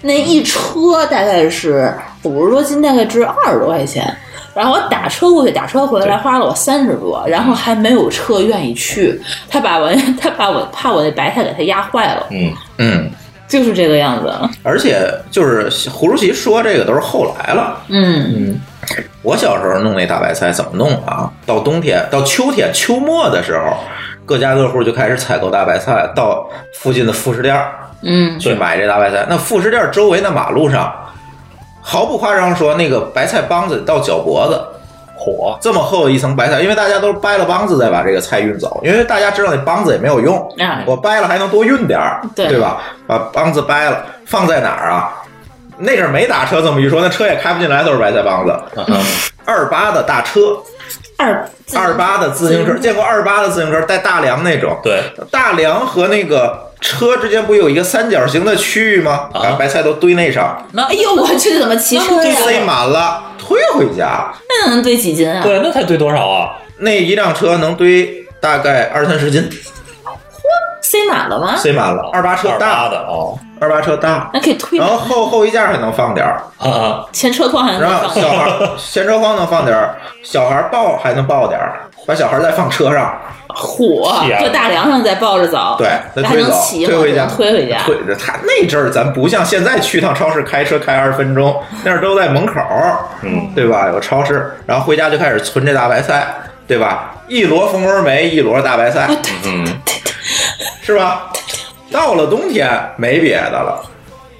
Speaker 8: 那一车大概是五十多斤，大概值二十多块钱。然后我打车过去，打车回来
Speaker 7: 对
Speaker 8: 花了我三十多，然后还没有车愿意去，他把我 他把我怕我那白菜给他压坏了，
Speaker 7: 嗯，
Speaker 6: 嗯，
Speaker 8: 就是这个样子。
Speaker 6: 而且就是胡主席说这个都是后来了。
Speaker 8: 嗯，
Speaker 6: 我小时候弄那大白菜怎么弄啊？到冬天，到秋天，秋末的时候，各家各户就开始采购大白菜，到附近的副食店儿
Speaker 8: 嗯，
Speaker 6: 去买这大白菜。那副食店儿周围那马路上，毫不夸张说，那个白菜帮子到脚脖子，
Speaker 7: 火，
Speaker 6: 这么厚的一层白菜，因为大家都掰了帮子再把这个菜运走，因为大家知道那帮子也没有用，
Speaker 8: 啊
Speaker 6: 我掰了还能多运点儿，
Speaker 8: 对
Speaker 6: 吧？把帮子掰了，放在哪儿啊？那阵儿没打车这么一说，那车也开不进来，都是白菜帮子。
Speaker 7: 嗯
Speaker 6: 二八的大车，
Speaker 8: 二自
Speaker 6: 二八的自行车，见过二八的自行车带大梁那种？
Speaker 7: 对，
Speaker 6: 大梁和那个车之间不有一个三角形的区域吗？把白菜都堆那上，
Speaker 8: 哎呦，我去怎么骑车
Speaker 6: 堆
Speaker 8: 呀？
Speaker 6: 塞满了，推回家。
Speaker 8: 那能堆几斤啊？
Speaker 7: 对，那才堆多少啊？
Speaker 6: 那一辆车能堆大概二三十斤，
Speaker 8: 塞满了吗？
Speaker 6: 塞满了。二八车
Speaker 7: 二
Speaker 6: 大
Speaker 7: 八，的哦，
Speaker 6: 二八车大，
Speaker 8: 那可以推
Speaker 6: 然后后后衣架还能放点儿，
Speaker 7: 啊，
Speaker 8: 前车筐还能
Speaker 6: 然
Speaker 8: 嗯
Speaker 6: 后
Speaker 8: 放。
Speaker 6: 小孩儿前车筐能放点儿，小孩儿抱还能抱点儿，把小孩儿再放车上，
Speaker 8: 火
Speaker 7: 天，
Speaker 8: 搁大梁上再抱着走，
Speaker 6: 啊对，再
Speaker 8: 还
Speaker 6: 推
Speaker 8: 能
Speaker 6: 走，
Speaker 8: 骑
Speaker 6: 推
Speaker 8: 吗
Speaker 6: 回家，
Speaker 8: 推回家。
Speaker 6: 推着他那阵儿，咱不像现在去趟超市开车开二十分钟，那阵儿都在门口儿，
Speaker 7: 嗯，
Speaker 6: 对吧？有超市，然后回家就开始存这大白菜，对吧？一摞蜂窝煤，一摞大白菜，
Speaker 7: 嗯，
Speaker 6: 是吧？到了冬天没别的了，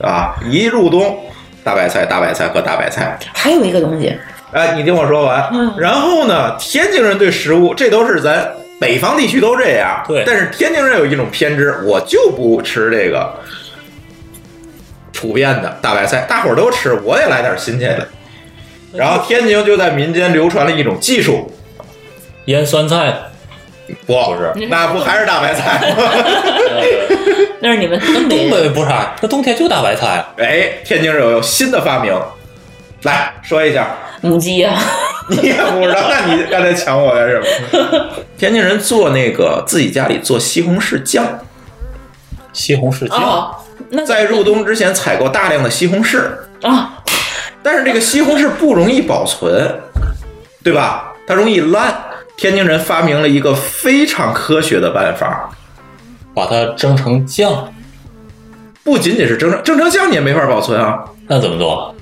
Speaker 6: 啊，一入冬，大白菜，大白菜和大白菜。
Speaker 8: 还有一个东西，
Speaker 6: 哎，你听我说完。
Speaker 7: 嗯
Speaker 6: 然后呢，天津人对食物，这都是咱北方地区都这样。
Speaker 7: 对
Speaker 6: 但是天津人有一种偏执，我就不吃这个普遍的大白菜，大伙儿都吃，我也来点新鲜的。
Speaker 7: 嗯
Speaker 6: 然后天津就在民间流传了一种技术，
Speaker 7: 腌酸菜，
Speaker 6: 不
Speaker 7: 不是
Speaker 6: 那不还是大白菜吗？
Speaker 8: 那是你们东北
Speaker 7: 东
Speaker 8: 人
Speaker 7: 北不是啊，那冬天就大白菜啊，
Speaker 6: 哎，天津人有新的发明，来说一下。
Speaker 8: 母鸡啊，
Speaker 6: 你也不知道，那你刚才抢我干什么？ 天津人做那个自己家里做西红柿酱，
Speaker 7: 西红柿酱，
Speaker 8: 哦，那
Speaker 6: 在入冬之前采购大量的西红柿，
Speaker 8: 啊，
Speaker 6: 但是这个西红柿不容易保存，对吧？它容易烂。天津人发明了一个非常科学的办法，
Speaker 7: 把它蒸成酱，
Speaker 6: 不仅仅是蒸成蒸成酱你也没法保存啊，
Speaker 7: 那怎么做？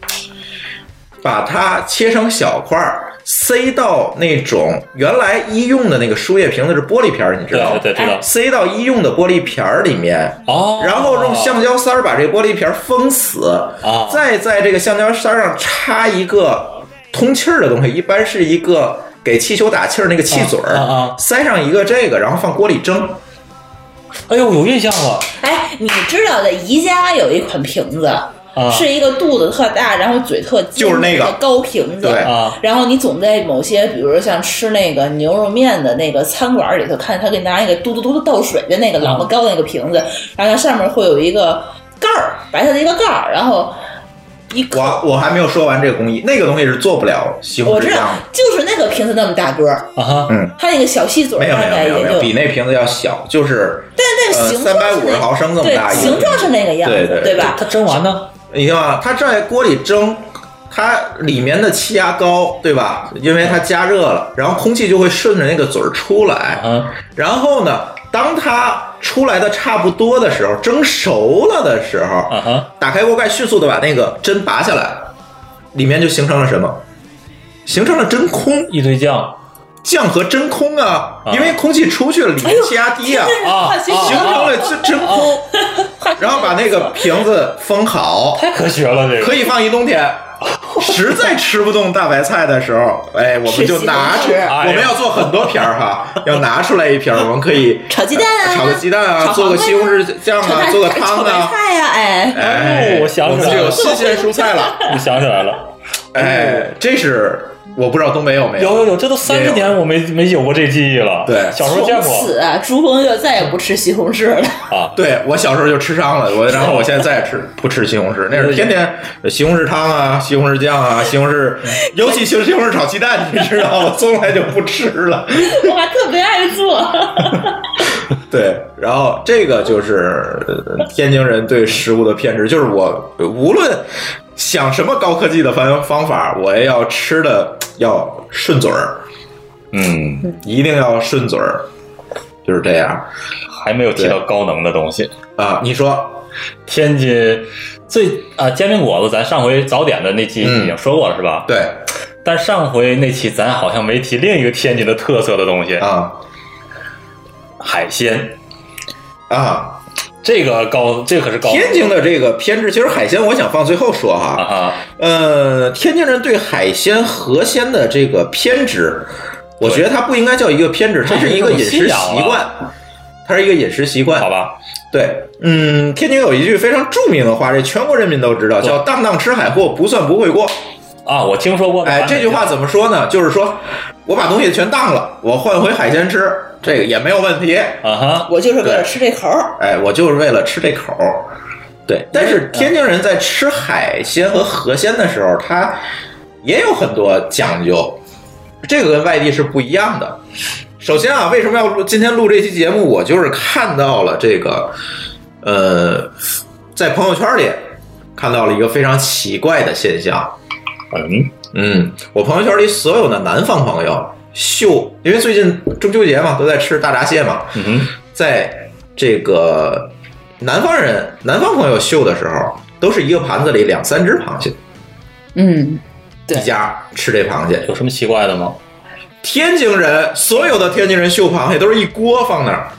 Speaker 6: 把它切成小块儿，塞到那种原来医用的那个输液瓶子是玻璃瓶儿，你知
Speaker 7: 对
Speaker 6: 道吗？
Speaker 7: 对对，知道
Speaker 6: 塞到医用的玻璃瓶儿里面，
Speaker 7: 哦，
Speaker 6: 然后用橡胶塞儿把这玻璃瓶儿封死，
Speaker 7: 啊，
Speaker 6: 再在这个橡胶塞儿上插一个通气儿的东西，一般是一个给气球打气儿那个气嘴儿，
Speaker 7: 啊啊啊
Speaker 6: 塞上一个这个，然后放锅里蒸。
Speaker 7: 哎呦，有印象了
Speaker 8: 哎，你知道的，宜家有一款瓶子。
Speaker 7: 啊，
Speaker 8: 是一个肚子特大，然后嘴特尖，
Speaker 6: 就是那个
Speaker 8: 高瓶子。
Speaker 6: 对
Speaker 7: 啊
Speaker 8: 然后你总在某些，比如说像吃那个牛肉面的那个餐馆里头，看他给你拿一个嘟嘟嘟的倒水的那个
Speaker 6: 嗯
Speaker 8: 老么高的那个瓶子，然后它上面会有一个盖儿，白色的一个盖儿，然后一扣。
Speaker 6: 我我还没有说完这个工艺，那个东西是做不了西红
Speaker 8: 我知
Speaker 6: 柿
Speaker 8: 道
Speaker 6: 酱，
Speaker 8: 就是那个瓶子那么大个儿，
Speaker 7: 啊哈，
Speaker 8: 它那个小细嘴
Speaker 6: 的，
Speaker 8: 儿
Speaker 6: 嗯没有
Speaker 8: 大
Speaker 6: 没有
Speaker 8: 概
Speaker 6: 没有
Speaker 8: 也
Speaker 6: 没
Speaker 8: 就
Speaker 6: 有，，比那瓶子要小，就是
Speaker 8: 但
Speaker 6: 呃
Speaker 8: 是形
Speaker 6: 三
Speaker 8: 状
Speaker 6: 百
Speaker 8: 是
Speaker 6: 五十
Speaker 8: 那
Speaker 6: 毫升这么大
Speaker 8: 对，
Speaker 6: 一个，
Speaker 8: 形状是那个样
Speaker 6: 对
Speaker 8: 子
Speaker 6: 对，
Speaker 8: 对吧
Speaker 7: 它？蒸完呢？
Speaker 6: 你看吧，它在锅里蒸，它里面的气压高，对吧？因为它加热了，然后空气就会顺着那个嘴儿出来。
Speaker 7: 啊，
Speaker 6: 然后呢，当它出来的差不多的时候，蒸熟了的时候，
Speaker 7: 啊哈，
Speaker 6: 打开锅盖，迅速的把那个针拔下来，里面就形成了什么？形成了真空
Speaker 7: 一堆酱
Speaker 6: 酱和真空啊，
Speaker 7: 啊
Speaker 6: 因为空气出去了，里面气压低啊，
Speaker 7: 啊
Speaker 8: 化学
Speaker 7: 啊
Speaker 6: 形成了真真空，
Speaker 8: 化学
Speaker 6: 然后把那个瓶子封好，
Speaker 7: 太科学了，这个
Speaker 6: 可以放一冬天。实在吃不动大白菜的时候，哎，我们就拿出，
Speaker 8: 吃西红柿
Speaker 6: 我们要做很多瓶儿 哈，要拿出来一瓶儿，我们可以
Speaker 8: 炒鸡蛋啊
Speaker 6: 炒个鸡蛋啊，
Speaker 8: 炒
Speaker 6: 做个
Speaker 8: 黄瓜呀
Speaker 6: 西红柿酱
Speaker 8: 炒
Speaker 6: 啊
Speaker 8: 白，
Speaker 6: 做个汤
Speaker 8: 炒白
Speaker 6: 啊，
Speaker 8: 菜呀，哎，
Speaker 6: 哎
Speaker 7: 哦，我想起来了
Speaker 6: 们就有新鲜蔬菜 了，
Speaker 7: 我想起来了，
Speaker 6: 哎，这是我不知道东北有没
Speaker 7: 有有有，这都三
Speaker 6: 也
Speaker 7: 十
Speaker 6: 有
Speaker 7: 年我没没有过这记忆了。
Speaker 6: 对
Speaker 7: 小时候见
Speaker 8: 从
Speaker 7: 过
Speaker 8: 此啊，朱峰就再也不吃西红柿了。
Speaker 7: 啊，
Speaker 6: 对我小时候就吃伤了，我然后我现在再也吃不吃西红柿，那是天天西红柿汤啊、西红柿酱啊、西 红柿，尤其是西红柿炒鸡蛋，你知道吗？从来就不吃了。
Speaker 8: 我还特别爱做，
Speaker 6: 对，然后这个就是呃天津人对食物的偏执，就是我无论想什么高科技的方方法，我也要吃的要顺嘴儿，
Speaker 7: 嗯，
Speaker 6: 一定要顺嘴儿，就是这样
Speaker 7: 还没有提到高能的东西
Speaker 6: 啊。你说，
Speaker 7: 天津最啊煎饼果子，咱上回早点的那期已经说过了、是吧？
Speaker 6: 嗯对
Speaker 7: 但上回那期咱好像没提另一个天津的特色的东西，
Speaker 6: 啊
Speaker 7: 海鲜。
Speaker 6: 啊，
Speaker 7: 这个高，这可是高
Speaker 6: 天津的这个偏执，其实海鲜我想放最后说哈。
Speaker 7: 啊哈，
Speaker 6: 呃，天津人对海鲜、河鲜的这个偏执，我觉得它不应该叫一个偏执，它是一个饮食习惯，它是一个饮食习惯，
Speaker 7: 啊好？吧，
Speaker 6: 对，嗯，天津有一句非常著名的话，这全国人民都知道，叫“当当吃海货，不算不会过”。
Speaker 7: 啊，我听说过。
Speaker 6: 哎，这句话怎么说呢？就是说我把东西全当了，我换回海鲜吃，这个也没有问题。
Speaker 7: 啊哈，
Speaker 8: 我就是为了吃这口儿，
Speaker 6: 哎，我就是为了吃这口儿。对，但是天津人在吃海鲜和河鲜的时候，他也有很多讲究，这个跟外地是不一样的。首先啊，为什么要录今天录这期节目？我就是看到了这个，呃，在朋友圈里看到了一个非常奇怪的现象。
Speaker 7: 嗯，
Speaker 6: 嗯，我朋友圈里所有的南方朋友秀，因为最近中秋节嘛，都在吃大闸蟹嘛，
Speaker 7: 嗯哼，
Speaker 6: 在这个南方人、南方朋友秀的时候，都是一个盘子里两三只螃蟹，
Speaker 8: 嗯，对
Speaker 6: 一家吃这螃蟹。
Speaker 7: 有什么奇怪的吗？
Speaker 6: 天津人所有的天津人秀螃蟹都是一锅放那儿，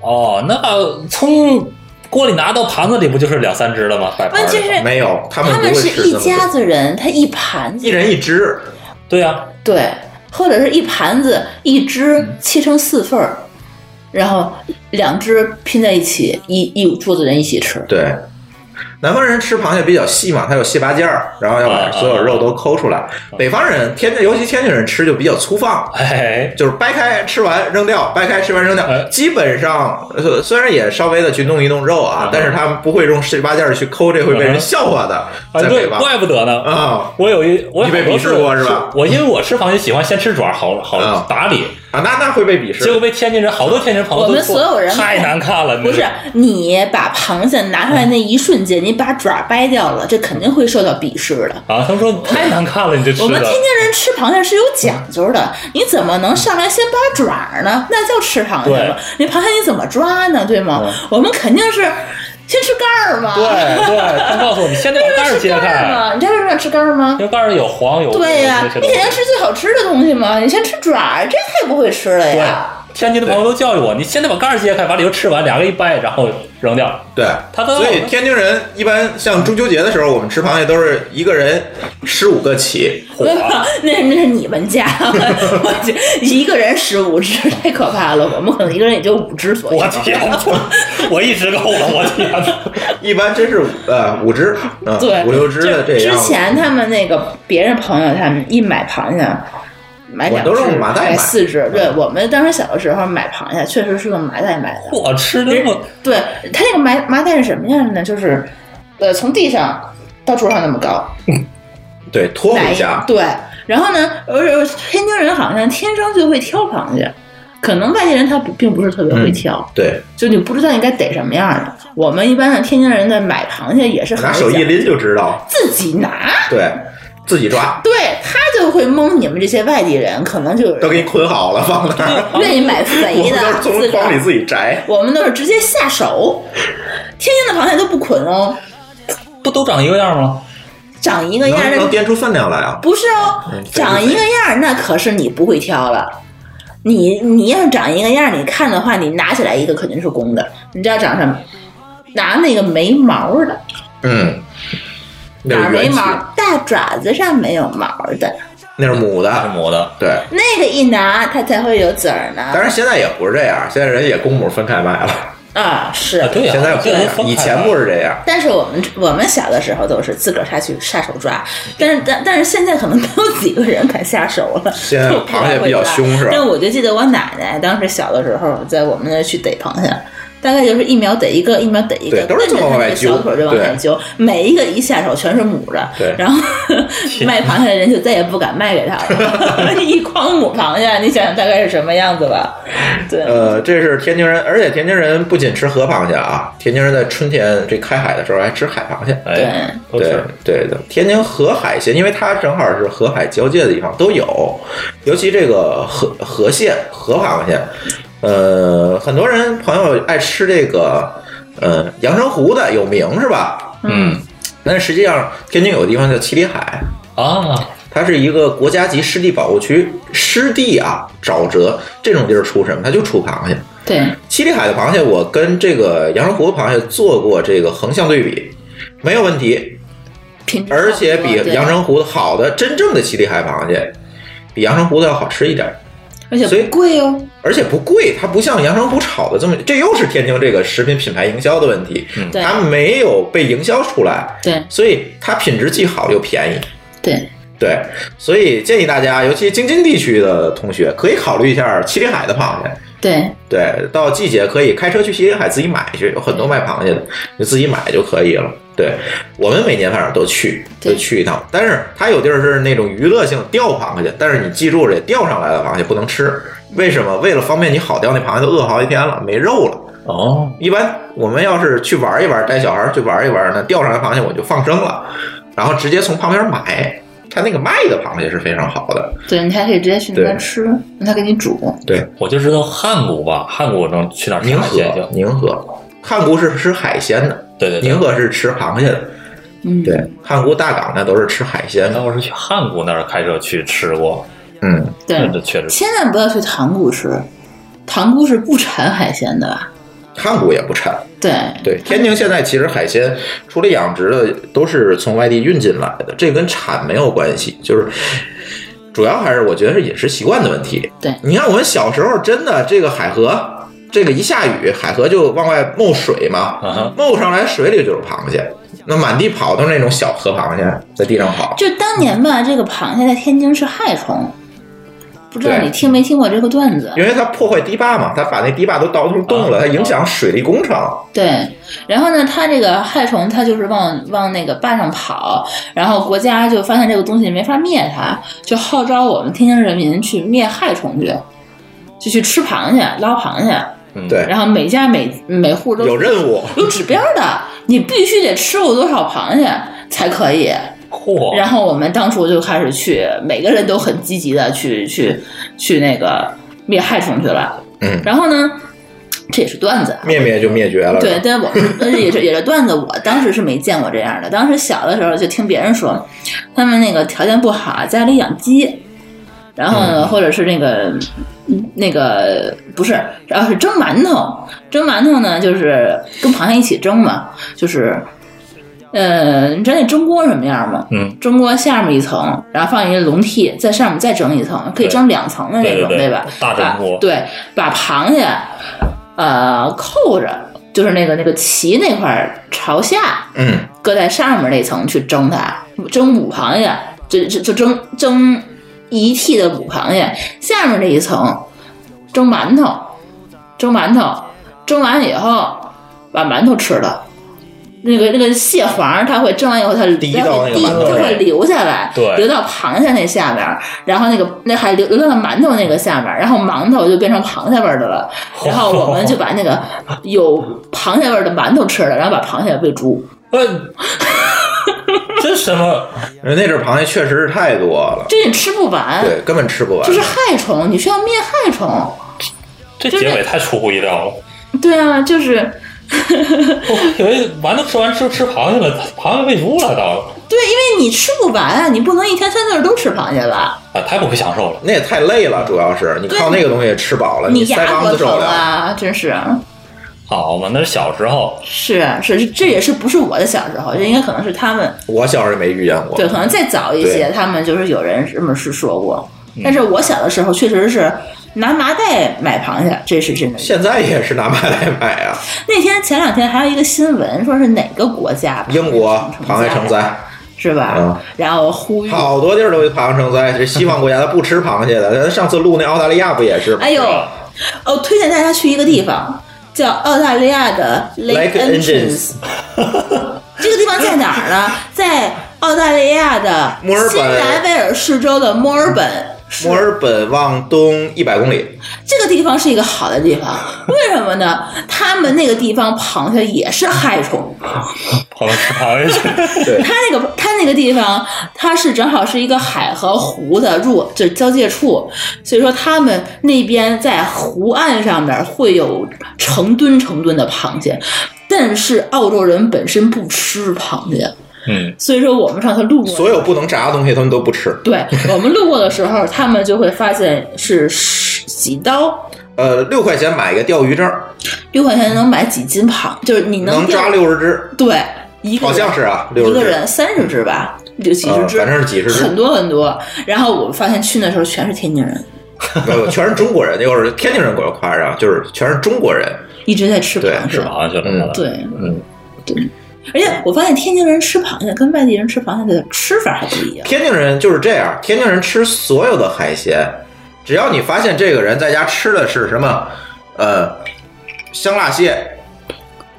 Speaker 7: 哦，那从锅里拿到盘子里不就是两三只了吗？摆盘
Speaker 8: 问
Speaker 7: 儿
Speaker 8: 题
Speaker 7: 里
Speaker 8: 是
Speaker 6: 没有，他们
Speaker 8: 哎他
Speaker 6: 不
Speaker 8: 们
Speaker 6: 会吃
Speaker 8: 是一
Speaker 6: 这么多
Speaker 8: 家子人，他一盘子，
Speaker 6: 一人一只，
Speaker 7: 对呀、
Speaker 8: 对，或者是一盘子一只
Speaker 7: 嗯
Speaker 8: 切成四份儿，然后两只拼在一起，一一桌子人一起吃。
Speaker 6: 对，南方人吃螃蟹比较细嘛，它有蟹拔尖儿，然后要
Speaker 8: 啊
Speaker 6: 把所有肉都抠出来。北方人天津，尤其天津人吃就比较粗放，
Speaker 7: 哎，
Speaker 6: 就是掰开吃完扔掉，掰开吃完扔
Speaker 7: 哎
Speaker 6: 掉。基本上呃虽然也稍微的去弄一弄肉啊
Speaker 7: 嗯，
Speaker 6: 但是他们不会用蟹拔尖儿去抠，这会被人笑话的。
Speaker 7: 啊
Speaker 6: 在
Speaker 7: 对
Speaker 6: 北，方
Speaker 7: 怪不得呢。
Speaker 6: 啊
Speaker 7: 我有一我
Speaker 6: 你
Speaker 7: 有
Speaker 6: 被
Speaker 7: 好多
Speaker 6: 鄙视
Speaker 7: 次
Speaker 6: 过是吧
Speaker 7: 我因为我吃螃蟹喜欢先吃爪，好好
Speaker 6: 啊
Speaker 7: 打理，
Speaker 6: 啊，那那会被鄙
Speaker 7: 结果
Speaker 6: 视。
Speaker 7: 被天津人好多天津朋友都
Speaker 8: 我们
Speaker 7: 说
Speaker 8: 所有人
Speaker 7: 太难看了，你啊
Speaker 8: 不是你把螃蟹拿上来那一瞬间，你把爪掰掉了，这肯定会受到鄙视的。
Speaker 7: 啊？他们说太难看了，你这吃
Speaker 8: 我们
Speaker 7: 的
Speaker 8: 天津人吃螃蟹是有讲究的，你怎么
Speaker 7: 嗯
Speaker 8: 能上来先扒爪呢？那叫吃螃蟹吗？你螃蟹你怎么抓呢？对吗？我们肯定是先吃盖儿嘛。
Speaker 7: 嗯对对，他告诉我你先得把盖儿
Speaker 8: 吃
Speaker 7: 揭
Speaker 8: 盖儿
Speaker 7: 开，
Speaker 8: 嘛，你知道为什么要吃盖儿吗
Speaker 7: 因？为盖儿有黄有
Speaker 8: 对呀、
Speaker 7: 有这些
Speaker 8: 你
Speaker 7: 东
Speaker 8: 肯
Speaker 7: 西
Speaker 8: 定吃最好吃的东西嘛，你先吃爪，这太不会吃了
Speaker 7: 对
Speaker 8: 呀。。
Speaker 7: 天津的朋友都教育我，你先得把盖儿揭开，把里头吃完，两个一掰，然后扔掉。
Speaker 6: 对，
Speaker 7: 他都
Speaker 6: 所以天津人一般像中秋节的时候，我们吃螃蟹都是一个人十五个起，
Speaker 8: 没 有，
Speaker 6: 啊
Speaker 8: 那那是你们家，我我觉一个人十五只太可怕了，我们可能一个人也就五只左右。
Speaker 7: 我天哪，我一直够了，我天哪！
Speaker 6: 一般真是呃五只，嗯
Speaker 8: 对，
Speaker 6: 五六只的这
Speaker 8: 之
Speaker 6: 样。
Speaker 8: 前他们那个别人朋友他们一买螃蟹，买两
Speaker 6: 我都
Speaker 8: 只
Speaker 6: 是用麻袋买嗯
Speaker 8: 四只。对我们当时小的时候买螃蟹，确实是用麻袋买的。
Speaker 7: 我吃那么
Speaker 8: 对，它那个麻麻袋是什么样的呢？就是，呃，从地上到桌上那么高，
Speaker 6: 对，拖
Speaker 8: 买
Speaker 6: 回
Speaker 8: 一
Speaker 6: 家。
Speaker 8: 对，然后呢，呃，天津人好像天生就会挑螃蟹，可能外地人他不并不是特别会挑，
Speaker 6: 对，
Speaker 8: 就你不知道应该逮什么样的。我们一般的天津人的买螃蟹也是很
Speaker 6: 拿手一拎就知道，
Speaker 8: 自己拿，
Speaker 6: 对自己抓，
Speaker 8: 对他就会蒙你们这些外地人，可能就
Speaker 6: 都给你捆好了放那儿。
Speaker 8: 愿意买
Speaker 6: 我
Speaker 8: 肥
Speaker 6: 们都
Speaker 8: 的
Speaker 6: 是从
Speaker 8: 自
Speaker 6: 筐里
Speaker 8: 个。
Speaker 6: 自己摘。
Speaker 8: 我们都是直接下手，天津的螃蟹都不捆哦，
Speaker 7: 不都长一个样吗？
Speaker 8: 长一个
Speaker 6: 能
Speaker 8: 样儿
Speaker 6: 能
Speaker 8: 的
Speaker 6: 掂出分量来啊！
Speaker 8: 不是哦，长一个样儿，那可是你不会挑了。你你要长一个样儿，你看的话，你拿起来一个肯定是公的。你知道长什么？拿那个没毛儿的，
Speaker 6: 嗯，那
Speaker 8: 哪儿
Speaker 6: 是
Speaker 8: 没
Speaker 6: 圆
Speaker 8: 毛
Speaker 6: 鳍，
Speaker 8: 儿？大爪子上没有毛儿的，
Speaker 6: 那是母
Speaker 7: 按
Speaker 6: 的。
Speaker 7: 摩的，
Speaker 6: 对，
Speaker 8: 那个一拿它才会有籽儿呢。
Speaker 6: 但是现在也不是这样，现在人也公母分开卖了。
Speaker 8: 啊，是。
Speaker 7: 啊对呀，
Speaker 6: 现在不
Speaker 7: 这
Speaker 6: 是这
Speaker 7: 人
Speaker 6: 样，
Speaker 7: 分开
Speaker 6: 以前
Speaker 7: 了
Speaker 6: 不是这样。
Speaker 8: 但是我们我们小的时候都是自个儿下去下手抓，但是但但是现在可能没有几个人敢下手了。
Speaker 6: 现在
Speaker 8: 都不太
Speaker 6: 螃蟹比较
Speaker 8: 会抓
Speaker 6: 凶是吧
Speaker 8: 但我就记得我奶奶当时小的时候，在我们那儿去逮螃蟹，大概就是一秒逮一个，一秒逮一个，
Speaker 6: 对都是这么往外揪
Speaker 8: 小腿就往外揪，每一个一下手全是母的，
Speaker 6: 对
Speaker 8: 然后卖螃蟹的人就再也不敢卖给他了， 一筐母螃蟹，你想想大概是什么样子吧？对，
Speaker 6: 呃，这是天津人，而且天津人不仅吃河螃蟹啊，天津人在春天这开海的时候还吃海螃蟹。
Speaker 7: 哎，都
Speaker 6: 对
Speaker 7: 是
Speaker 6: 对的，天津河海鲜，因为它正好是河海交界的地方都有，尤其这个河河蟹、河螃蟹，呃，很多人朋友爱吃这个，呃，阳澄湖的有名是吧？
Speaker 7: 嗯
Speaker 6: 但实际上，天津有个地方叫七里海，
Speaker 7: 啊，
Speaker 6: 它是一个国家级湿地保护区，湿地啊，沼泽这种地儿出什么？它就出螃蟹。
Speaker 8: 对，
Speaker 6: 七里海的螃蟹，我跟这个阳澄湖的螃蟹做过这个横向对比，没有问题，
Speaker 8: 品质
Speaker 6: 而
Speaker 8: 差
Speaker 6: 且
Speaker 8: 不多
Speaker 6: 比
Speaker 8: 对
Speaker 6: 阳澄湖的好的真正的七里海螃蟹，比阳澄湖的要好吃一点，
Speaker 8: 而且
Speaker 6: 所以
Speaker 8: 不贵哦，
Speaker 6: 而且不贵，它不像阳澄湖炒的这么，这又是天津这个食品品牌营销的问题，
Speaker 8: 对
Speaker 6: 它没有被营销出来，
Speaker 8: 对
Speaker 6: 所以它品质既好又便宜。
Speaker 8: 对，
Speaker 6: 对，所以建议大家，尤其京津地区的同学，可以考虑一下七里海的螃蟹。
Speaker 8: 对，
Speaker 6: 对，到季节可以开车去西林海自己买去，有很多卖螃蟹
Speaker 7: 嗯
Speaker 6: 的，你自己买就可以了。对，我们每年反正都去，
Speaker 8: 对
Speaker 6: 都去一趟。但是它有地儿是那种娱乐性钓螃蟹，但是你记住，这钓上来的螃蟹不能吃，为什么？为了方便你好钓，那螃蟹都饿好几天了，没肉了。
Speaker 7: 哦，
Speaker 6: 一般我们要是去玩一玩，带小孩儿去玩一玩呢，钓上来螃蟹我就放生了，然后直接从旁边买。它那个卖的螃蟹是非常好的，
Speaker 8: 对你还可以直接去那边
Speaker 6: 对
Speaker 8: 吃，让他给你煮。
Speaker 6: 对，
Speaker 7: 我就知道汉谷吧，汉谷能去哪儿吃
Speaker 6: 宁
Speaker 7: 海鲜
Speaker 6: 河，
Speaker 7: 去？
Speaker 6: 宁河，汉沽是吃海鲜的，
Speaker 7: 对对对，
Speaker 6: 宁河是吃螃蟹的，
Speaker 8: 嗯，
Speaker 6: 对，汉沽大港那都是吃海鲜
Speaker 7: 那
Speaker 6: 的。
Speaker 7: 我是去汉谷那儿开车去吃过，
Speaker 6: 嗯，
Speaker 7: 那
Speaker 8: 对，
Speaker 7: 这确实
Speaker 8: 千万不要去塘沽吃，塘沽是不产海鲜的吧？
Speaker 6: 汉沽也不差。
Speaker 8: 对，
Speaker 6: 对，天津现在其实海鲜除了养殖的，都是从外地运进来的，这跟产没有关系，就是。主要还是我觉得是饮食习惯的问题。
Speaker 8: 对
Speaker 6: 你看我们小时候真的这个海河，这个一下雨，海河就往外冒水嘛，
Speaker 7: 啊哈
Speaker 6: 冒上来水里就是螃蟹，那满地跑都是那种小河螃蟹在地上跑。
Speaker 8: 就当年吧，这个螃蟹在天津是害虫，不知道
Speaker 6: 对
Speaker 8: 你听没听过这个段子？
Speaker 6: 因为它破坏堤坝嘛，它把那堤坝都倒腾动了，
Speaker 7: 啊
Speaker 6: 它影响水利工程。
Speaker 8: 对，然后呢，它这个害虫，它就是往往那个坝上跑，然后国家就发现这个东西没法灭它，就号召我们天津人民去灭害虫去，就去吃螃蟹、捞螃蟹，
Speaker 7: 嗯
Speaker 6: 对，
Speaker 8: 然后每家每每户 都
Speaker 6: 有任务。
Speaker 8: 有指标的，你必须得吃过多少螃蟹才可以。
Speaker 7: 哦嚯，
Speaker 8: 然后我们当初就开始去，每个人都很积极的去去去那个灭害虫去了。
Speaker 6: 嗯
Speaker 8: 然后呢，这也是段子啊。
Speaker 6: 灭灭就灭绝了。
Speaker 8: 对，但我是但是也是也是段子，我当时是没见过这样的。当时小的时候就听别人说，他们那个条件不好，啊家里养鸡，然后呢，或者是那个嗯那个不是，然后是蒸馒头，蒸馒头呢就是跟螃蟹一起蒸嘛，就是。呃，你知道那蒸锅什么样吗？
Speaker 7: 嗯，
Speaker 8: 蒸锅下面一层，然后放一个笼屉，在上面再蒸一层，可以
Speaker 7: 对
Speaker 8: 蒸两层的那种，
Speaker 7: 对对对
Speaker 8: 吧？
Speaker 7: 大蒸
Speaker 8: 把
Speaker 7: 锅
Speaker 8: 对，把螃蟹呃扣着，就是那个那个鳍那块儿朝下，
Speaker 6: 嗯，
Speaker 8: 搁在上面那层去蒸它，蒸母螃蟹，就就就蒸蒸一屉的母螃蟹，下面那一层蒸馒头，蒸馒头，蒸完以后把馒头吃了。那个那个蟹黄，它会蒸完以后，它
Speaker 6: 滴
Speaker 8: 它
Speaker 6: 到
Speaker 8: 会
Speaker 6: 那个
Speaker 8: 滴
Speaker 6: 馒头
Speaker 8: 它
Speaker 6: 上
Speaker 8: 会流下来，
Speaker 7: 对
Speaker 8: 流到螃蟹那下边儿，然后那个那还流流到馒头那个下边儿，然后馒头就变成螃蟹味儿的了，然后我们就把那个有螃蟹味儿的馒头吃了，然后把螃蟹喂猪。
Speaker 7: 嗯，这什么？
Speaker 6: 因为那阵儿螃蟹确实是太多了，
Speaker 8: 这也吃不完，
Speaker 6: 对，根本吃不完
Speaker 8: 嗯就。是害虫，你需要灭害虫。
Speaker 7: 这结尾太出乎意料了。
Speaker 8: 对啊，就是
Speaker 7: 我以为完了吃完吃吃螃蟹了，螃蟹喂猪了，都
Speaker 8: 对，因为你吃不完，你不能一天三顿都吃螃蟹吧？
Speaker 7: 啊，太不会享受了。
Speaker 6: 那也太累了，主要是你靠那个东西吃饱了，呃腮
Speaker 8: 牙
Speaker 6: 帮
Speaker 8: 多
Speaker 6: 子受
Speaker 8: 疼
Speaker 6: 不了。
Speaker 8: 啊！真是，
Speaker 7: 好啊嘛，那是小时候，
Speaker 8: 是啊是是，这也是不是我的小时候，这应该可能是他们
Speaker 6: 我小时候也没遇见过
Speaker 8: 对，，可能再早一些，
Speaker 6: 对嗯
Speaker 8: 他们就是有人这么是说过。但是我小的时候确实是拿麻袋买螃蟹，这是真的。
Speaker 6: 现在也是拿买来买啊。
Speaker 8: 那天前两天还有一个新闻，说是哪个国家吧
Speaker 6: 英国螃蟹 成灾，
Speaker 8: 是吧？
Speaker 6: 嗯
Speaker 8: 然后呼吁
Speaker 6: 好多地儿都有螃蟹成灾，这西方国家它不 吃
Speaker 8: 哎
Speaker 6: 螃蟹的。咱上次录那澳大利亚不也是？
Speaker 8: 哎呦，哦，推荐大家去一个地方，叫澳大利亚的 Lake
Speaker 6: Lake
Speaker 8: Entrance，这个地方在哪儿呢？在澳大利亚的
Speaker 6: 墨尔本
Speaker 8: 新南威尔士州的墨尔本。
Speaker 6: 墨尔本往东一百 公里，
Speaker 8: 这个地方是一个好的地方，为什么呢？他们那个地方螃蟹也是害虫，
Speaker 7: 跑到吃螃蟹去。
Speaker 6: 对
Speaker 8: 它那个它那个地方，它是正好是一个海和湖的入就是交界处，所以说他们那边在湖岸上面会有成吨成吨的螃蟹，但是澳洲人本身不吃螃蟹，
Speaker 7: 嗯，
Speaker 8: 所以说我们上次路过的时候
Speaker 6: 所有不能炸的东西他们都不吃。
Speaker 8: 对我们路过的时候，他们就会发现是十几刀，
Speaker 6: 呃，六块钱买一个钓鱼证，
Speaker 8: 六块钱能买几斤螃，就是你
Speaker 6: 能
Speaker 8: 钓
Speaker 6: 抓六十只，
Speaker 8: 对一个
Speaker 6: 好
Speaker 8: 人
Speaker 6: 像是啊，六
Speaker 8: 一
Speaker 6: 十
Speaker 8: 个
Speaker 6: 只，
Speaker 8: 人三十只吧，有几十
Speaker 6: 呃
Speaker 8: 只，
Speaker 6: 反正是几十只
Speaker 8: 很 多很多。然后我发现去那时候全是天津人，
Speaker 6: 呃全是中国人，又是天津人给我夸张，就是全是中国人。
Speaker 8: 一直在吃螃蟹
Speaker 7: 吃。螃蟹了。
Speaker 8: 对，
Speaker 7: 嗯，
Speaker 8: 而且我发现天津人吃螃蟹跟外地人吃螃蟹的吃法还不一样。
Speaker 6: 天津人就是这样，天津人吃所有的海鲜，只要你发现这个人在家吃的是什么，呃，香辣蟹、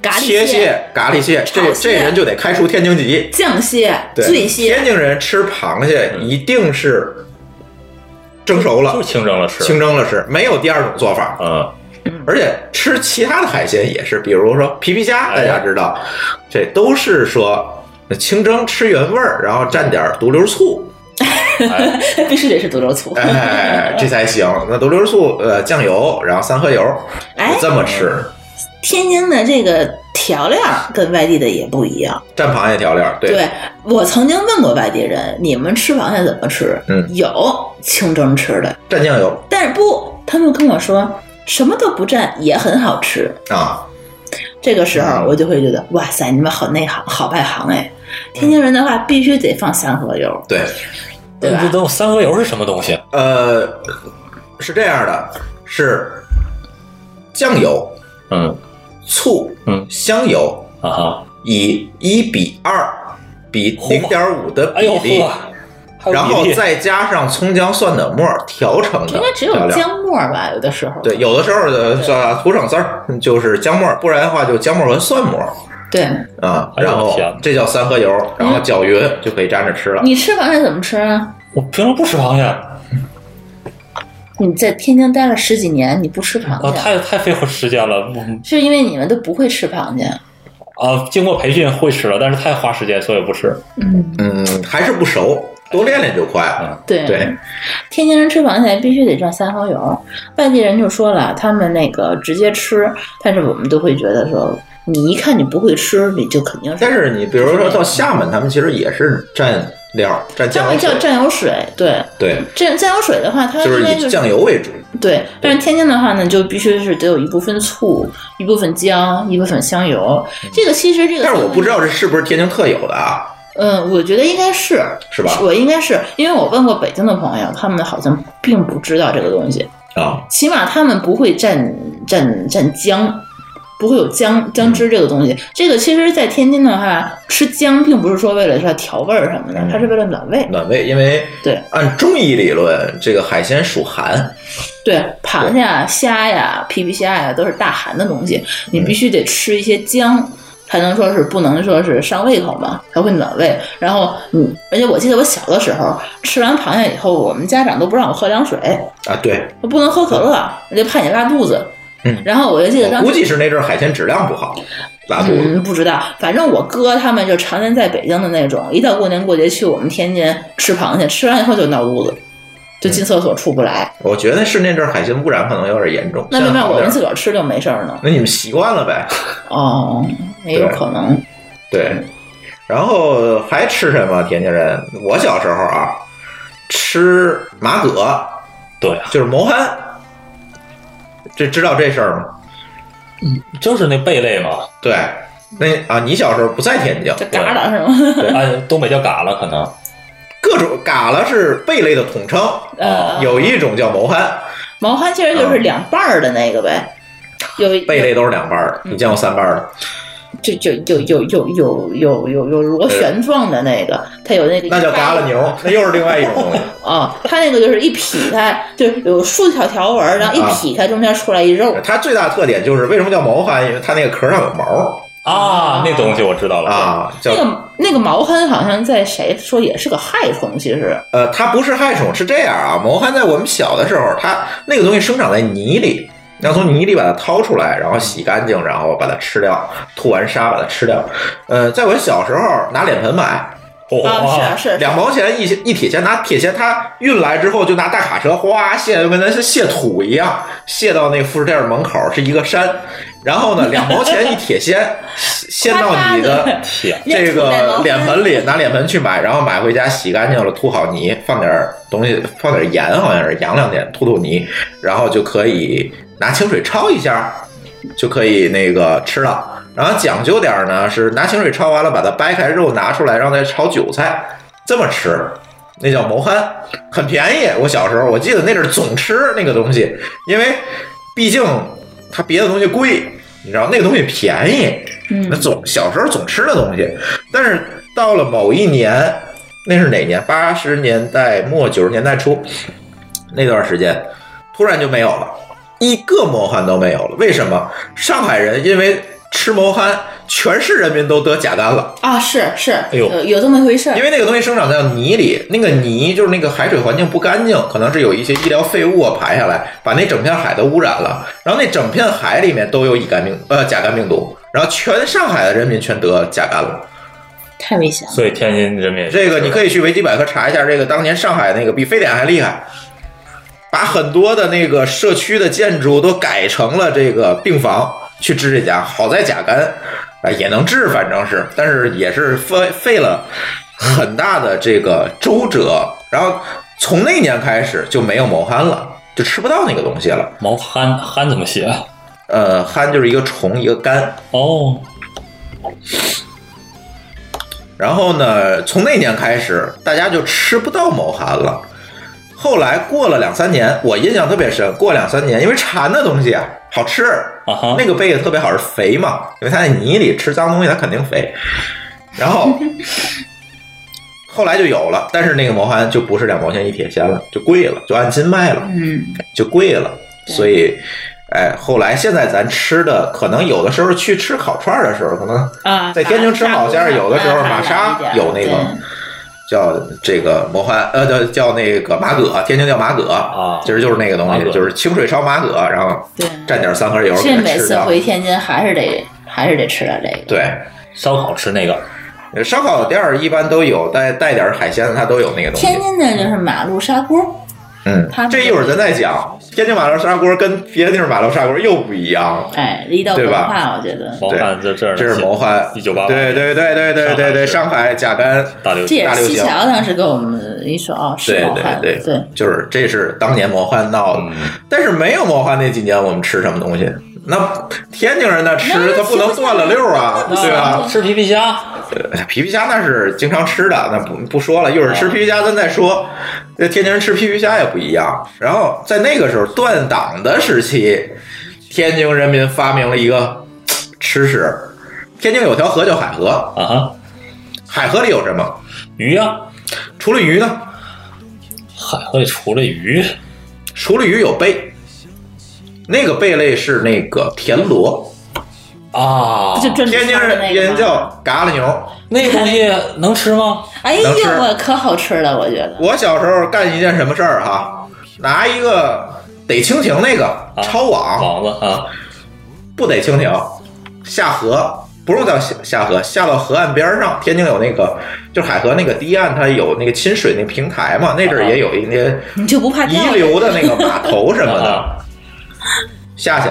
Speaker 8: 咖喱
Speaker 6: 切
Speaker 8: 蟹、
Speaker 6: 蟹、咖喱蟹，这
Speaker 8: 炒蟹
Speaker 6: 这人就得开除天津籍。
Speaker 8: 酱蟹、
Speaker 6: 对，
Speaker 8: 醉蟹
Speaker 6: 天，津人吃螃蟹一定是蒸熟了
Speaker 7: 就、是清蒸了吃。
Speaker 6: 清蒸了吃，没有第二种做法。
Speaker 7: 嗯，
Speaker 6: 而且吃其他的海鲜也是，比如说皮皮虾，大
Speaker 7: 哎
Speaker 6: 家知道，这都是说清蒸吃原味儿，然后蘸点儿独流醋，
Speaker 7: 哎，
Speaker 8: 必须得是德州醋。
Speaker 6: 哎，这才行。那独流醋，呃，酱油，然后三合油，
Speaker 8: 哎
Speaker 6: 这么吃，
Speaker 8: 天津的这个调料跟外地的也不一样。
Speaker 6: 蘸螃蟹调料，对，
Speaker 8: 对我曾经问过外地人，你们吃螃蟹怎么吃？
Speaker 6: 嗯
Speaker 8: 有清蒸吃的，
Speaker 6: 蘸酱油
Speaker 8: 但是不，他们跟我说什么都不蘸也很好吃。
Speaker 6: 啊，
Speaker 8: 这个时
Speaker 6: 嗯
Speaker 8: 候我就会觉得，哇塞，你们好内行，好外行哎！天津人的
Speaker 6: 嗯
Speaker 8: 话必须得放三合油，
Speaker 6: 对，
Speaker 8: 对
Speaker 7: 这
Speaker 8: 吧？
Speaker 6: 嗯
Speaker 7: 都三合油是什么东西？
Speaker 6: 呃，是这样的，是酱油、
Speaker 7: 嗯
Speaker 6: 醋、
Speaker 7: 嗯
Speaker 6: 香油
Speaker 7: 啊哈，
Speaker 6: 以一比二比零点五的
Speaker 7: 哎
Speaker 6: 比
Speaker 7: 呦
Speaker 6: 例。
Speaker 7: 呵，还有
Speaker 6: 然后
Speaker 7: 比例
Speaker 6: 再加上葱姜蒜的末儿调成的
Speaker 8: 应该只
Speaker 6: 调
Speaker 8: 有
Speaker 6: 料。
Speaker 8: 姜末吧，有的时候。
Speaker 6: 对，有的时候呃，涂省丝儿就是姜末儿，不然的话就姜末儿和蒜末儿
Speaker 8: 对，
Speaker 6: 啊。
Speaker 7: 哎呦
Speaker 6: 然
Speaker 7: 我
Speaker 6: 后
Speaker 7: 天
Speaker 6: 这叫三合油，然后搅匀就可以蘸着吃了。
Speaker 8: 你吃螃蟹怎么吃啊？
Speaker 7: 我平常不吃螃蟹啊，
Speaker 8: 你在天津待了十几年，你不吃螃
Speaker 6: 啊
Speaker 8: 蟹，
Speaker 7: 太太费时间了。嗯
Speaker 8: 是因为你们都不会吃螃蟹。
Speaker 7: 啊，经过培训会吃了，但是太花时间，所以不吃。
Speaker 8: 嗯，
Speaker 6: 嗯，还是不熟，多练练就快。
Speaker 7: 嗯
Speaker 8: 对
Speaker 6: 对，
Speaker 8: 天津人吃螃蟹必须得蘸三合油，外地人就说了，他们那个直接吃，但是我们都会觉得说，你一看你不会吃，你就肯定是。
Speaker 6: 但是你比如说到厦门，他们其实也是蘸料蘸
Speaker 8: 他
Speaker 6: 酱
Speaker 8: 们
Speaker 6: 油
Speaker 8: 叫
Speaker 6: 水，
Speaker 8: 蘸油水，对，
Speaker 6: 对，
Speaker 8: 蘸酱油水的话，它应
Speaker 6: 就是
Speaker 8: 该
Speaker 6: 以酱油为主。
Speaker 8: 对，但是天津的话呢，就必须是得有一部分醋，一部分姜，一部分香油。这个其实这个，
Speaker 6: 但是我不知，道这是不是天津特有的啊？
Speaker 8: 嗯，我觉得应该是
Speaker 6: 是吧
Speaker 8: 我应该是因为我问过北京的朋友，他们好像并不知道这个东西，
Speaker 6: 啊，
Speaker 8: 起码他们不会蘸蘸蘸姜。不会有姜
Speaker 6: 嗯
Speaker 8: 姜汁这个东西，这个其实，在天津的话，吃姜并不是说为了说调味儿什么的，它是为了暖胃。
Speaker 6: 暖胃，因为
Speaker 8: 对
Speaker 6: 按中医理论，这个海鲜属寒。
Speaker 8: 对，螃蟹啊、虾呀、皮皮虾呀，都是大寒的东西，
Speaker 6: 嗯
Speaker 8: 你必须得吃一些姜，才能说是不能说是伤胃口嘛，才会暖胃。然后，嗯，而且我记得我小的时候吃完螃蟹以后，我们家长都不让我喝凉水，
Speaker 6: 啊，对，
Speaker 8: 说不能喝可乐，就怕你拉肚子。
Speaker 6: 嗯
Speaker 8: 然后我就记得
Speaker 6: 我
Speaker 8: 当
Speaker 6: 估
Speaker 8: 时。
Speaker 6: 计是那阵儿海鲜质量不好，拉肚子。
Speaker 8: 嗯，不知道，反正我哥他们就常年在北京的那种，一到过年过节去我们天津吃螃蟹，吃完以后就闹肚子，就进厕所出不来。
Speaker 6: 我觉得是那阵儿海鲜污染可能有点严重。
Speaker 8: 那
Speaker 6: 现
Speaker 8: 为
Speaker 6: 在
Speaker 8: 嘛
Speaker 6: 好
Speaker 8: 我
Speaker 6: 点
Speaker 8: 们
Speaker 6: 儿
Speaker 8: 自个儿吃就没事儿呢？
Speaker 6: 那你们习惯了呗？
Speaker 8: 哦，也有
Speaker 6: 对
Speaker 8: 可能。
Speaker 6: 对。然后还吃什么？天津人，我小时候啊，吃麻葛，
Speaker 7: 对，啊
Speaker 6: 就是毛蚶。这知道这事儿吗？
Speaker 7: 就是那贝类嘛，
Speaker 6: 对，那啊，你小时候不在天津，
Speaker 8: 嗯这嘎达是吗？
Speaker 7: 对，啊，东北叫嘎了，可能
Speaker 6: 各种嘎啦是贝类的统称，
Speaker 8: 呃，
Speaker 6: 有一种叫毛蚶，
Speaker 8: 毛蚶
Speaker 6: 嗯
Speaker 8: 其实就是两半儿的那个呗，有一嗯
Speaker 6: 贝类都是两瓣儿的，你见过三瓣儿的？
Speaker 8: 就就有有有有有有有螺旋状的那个，它有那个
Speaker 6: 那叫嘎啦牛，那又是另外一种东西。
Speaker 8: 啊，它那个就是一劈开，就是有竖条条
Speaker 6: 啊
Speaker 8: 纹儿，然后一劈开中间出来一肉，
Speaker 6: 它最大特点就是为什么叫毛蚶？因为它那个壳上有毛
Speaker 7: 啊，那东西我知道了
Speaker 6: 啊，叫
Speaker 8: 那个那个毛蚶好像在谁说也是个害虫，其实
Speaker 6: 呃，它不是害虫，是这样啊。毛蚶在我们小的时候，它那个东西生长在泥里，要从泥里把它掏出来，然后洗干净，然后把它吃掉，吐完沙把它吃掉。呃，在我小时候拿脸盆买，
Speaker 8: 啊是是
Speaker 6: 两毛钱一一铁锨，拿铁锨它运来之后就拿大卡车哗卸，就跟咱是卸土一样，卸到那副食店门口是一个山。然后呢，两毛钱一铁锨， 先到你的
Speaker 7: 天，
Speaker 6: 这个脸盆里，拿脸盆去买，然后买回家洗干净了，吐好泥，放点东西，放点盐，好像是扬两点，吐吐泥，然后就可以拿清水焯一下，就可以那个吃了。然后讲究点儿呢，是拿清水焯完了，把它掰开，肉拿出来，然后再炒韭菜，这么吃。那叫毛蚶，很便宜。我小时候我记得那阵儿总吃那个东西，因为毕竟它别的东西贵，你知道那个东西便宜，那总小时候总吃的东西。但是到了某一年，那是哪年？八十年代末九十年代初那段时间，突然就没有了，一个毛蚶都没有了。为什么？上海人因为吃毛蚶，全市人民都得甲肝了。
Speaker 8: 啊是是，
Speaker 6: 哎呦
Speaker 8: 有有这么一回事儿，
Speaker 6: 因为那个东西生长在泥里，那个泥就是那个海水环境不干净，可能是有一些医疗废物啊排下来，把那整片海都污染了。然后那整片海里面都有乙肝病呃甲肝病毒，然后全上海的人民全得甲肝了。
Speaker 8: 太危险了。
Speaker 7: 所以天津人民也是
Speaker 6: 这个你可以去维基百科查一下，这个当年上海那个比非典还厉害，把很多的那个社区的建筑都改成了这个病房去治这甲，好在甲肝啊也能治，反正是，但是也是费费了很大的这个周折，然后从那年开始就没有毛蚶了，就吃不到那个东西了。
Speaker 7: 毛蚶蚶怎么写啊？
Speaker 6: 呃，蚶就是一个虫，一个肝，
Speaker 7: 哦，
Speaker 6: 然后呢，从那年开始，大家就吃不到毛蚶了。后来过了两三年，我印象特别深。过两三年，因为馋的东西啊，好吃，
Speaker 7: 啊哈
Speaker 6: 那个贝特别好是肥嘛，因为它在泥里吃脏东西，它肯定肥。然后后来就有了，但是那个毛蚶就不是两毛钱一铁锨了，就贵了，就按斤卖了。
Speaker 8: 嗯，
Speaker 6: 就贵了，所以，哎，后来现在咱吃的，可能有的时候去吃烤串儿的时候，可能
Speaker 8: 啊
Speaker 6: 在天津吃好像
Speaker 8: 马
Speaker 6: 是有的时候
Speaker 8: 马
Speaker 6: 玛莎
Speaker 8: 马
Speaker 6: 有那个叫这个魔幻，呃，叫叫那个马葛，天津叫马葛
Speaker 7: 啊
Speaker 6: 其实就是那个东
Speaker 7: 马葛
Speaker 6: 西，就是清水烧马葛，然后
Speaker 8: 对
Speaker 6: 蘸点三合油
Speaker 8: 对，
Speaker 6: 给
Speaker 8: 这
Speaker 6: 它
Speaker 8: 每
Speaker 6: 吃
Speaker 8: 次
Speaker 6: 掉。
Speaker 8: 回天津还是得还是得吃点这个。
Speaker 6: 对，
Speaker 7: 烧烤吃那个
Speaker 6: 烧烤店儿一般都有带带点海鲜的，它都有那个东西
Speaker 8: 天。津的就是马路砂锅，
Speaker 6: 嗯
Speaker 8: 它，
Speaker 6: 这一会儿咱再讲。天津马路砂锅跟别的地方马路砂锅又不一样了。
Speaker 8: 哎，一道
Speaker 6: 嗯对
Speaker 8: 文
Speaker 6: 吧嗯
Speaker 8: 化，我觉得
Speaker 7: 毛蚶在这儿呢，
Speaker 6: 这是谋害
Speaker 7: 一九八八，
Speaker 6: 对对对对对对对，上海甲肝，
Speaker 7: 大流
Speaker 8: 这
Speaker 7: 行
Speaker 8: 也
Speaker 6: 大
Speaker 8: 是
Speaker 6: 流
Speaker 8: 西
Speaker 6: 行
Speaker 8: 桥当时跟我们一说哦，是
Speaker 6: 对
Speaker 8: 毛
Speaker 6: 对
Speaker 8: 蚶，
Speaker 6: 对
Speaker 8: 对，
Speaker 6: 就是这是当年谋害闹
Speaker 7: 嗯
Speaker 6: 的，但是没有谋害那几年，我们吃什么东西？那天津人那吃
Speaker 8: 那，
Speaker 6: 他不能断了溜儿啊，
Speaker 8: 那不行
Speaker 6: 对吧？
Speaker 7: 吃皮皮虾，
Speaker 6: 呃皮皮虾那是经常吃的，那不不说了。一会儿
Speaker 7: 啊
Speaker 6: 吃皮皮虾咱再说。这天津人吃皮皮虾也不一样。然后在那个时候断档的时期，天津人民发明了一个吃食。天津有条河叫海河，
Speaker 7: 啊哈，
Speaker 6: 海河里有什么？
Speaker 7: 鱼呀，
Speaker 6: 除了鱼呢？
Speaker 7: 海会除了鱼，
Speaker 6: 除了鱼有贝，那个贝类是那个田螺，
Speaker 7: 啊，
Speaker 8: 就这
Speaker 6: 哦天津人人叫嘎啦牛。
Speaker 7: 那东西能吃吗？
Speaker 8: 哎呦
Speaker 6: 能吃，
Speaker 8: 我可好吃了，我觉得。
Speaker 6: 我小时候干一件什么事儿哈？拿一个逮蜻蜓那个
Speaker 7: 啊
Speaker 6: 抄网，
Speaker 7: 网子啊，
Speaker 6: 不逮蜻蜓，下河。不用到下下河，下到河岸边儿上。天津有那个，就是海河那个堤岸，它有那个侵水那平台嘛，那阵儿也有一些
Speaker 8: 你就不怕掉
Speaker 6: 遗留的那个码头什么的，
Speaker 7: 啊
Speaker 6: 下去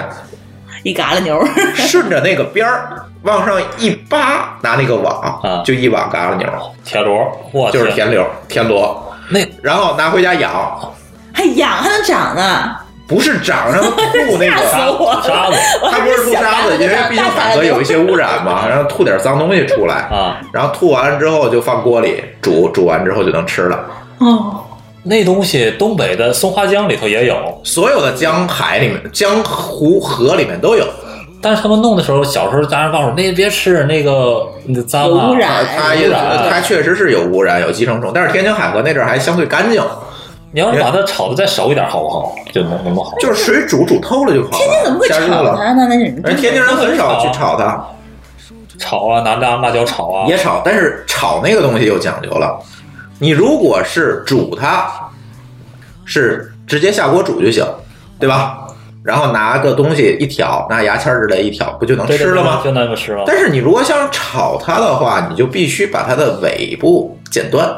Speaker 8: 一嘎啦牛儿？
Speaker 6: 顺着那个边儿往上一扒，拿那个网，
Speaker 7: 啊
Speaker 6: 就一网嘎啦
Speaker 8: 啊
Speaker 6: 牛，
Speaker 7: 田螺，我
Speaker 6: 就是
Speaker 7: 天
Speaker 6: 田螺，田螺，
Speaker 7: 那
Speaker 6: 然后拿回家养，
Speaker 8: 还养哎还能长呢？
Speaker 6: 不是长上吐 那
Speaker 8: 吓死
Speaker 6: 个，
Speaker 8: 我了！
Speaker 7: 沙子
Speaker 6: 它不是吐沙子，因为毕竟海河有一些污染 嘛，然后吐点脏东西出来，
Speaker 7: 啊，
Speaker 6: 然后吐完了之后就放锅里煮，煮完之后就能吃了。
Speaker 8: 哦，
Speaker 7: 那东西东北的松花江里头也有
Speaker 6: 所有的江海里面、江湖河里面都有，
Speaker 7: 但是他们弄的时候，小时候当然告诉我那别吃那个那脏啊，
Speaker 8: 有污染哎
Speaker 6: 它也它确实是有污染，有寄生虫，但是天津海河那阵儿还相对干净，
Speaker 7: 你要是把它炒的再熟一点，好不好？就能能不好？
Speaker 6: 就是水煮煮透了就好了。天
Speaker 8: 那怎么会
Speaker 6: 加热
Speaker 8: 炒它
Speaker 6: 了？
Speaker 8: 呢？那你们
Speaker 6: 而天津人很少去炒它，
Speaker 7: 炒啊，拿辣辣椒炒啊，
Speaker 6: 也炒，但是炒那个东西有讲究了。你如果是煮它，是直接下锅煮就行，对吧？然后拿个东西一挑，拿牙签儿之类一挑，不就能
Speaker 7: 对对
Speaker 6: 吃了吗？
Speaker 7: 对就那么吃了。
Speaker 6: 但是你如果想炒它的话，你就必须把它的尾部剪断，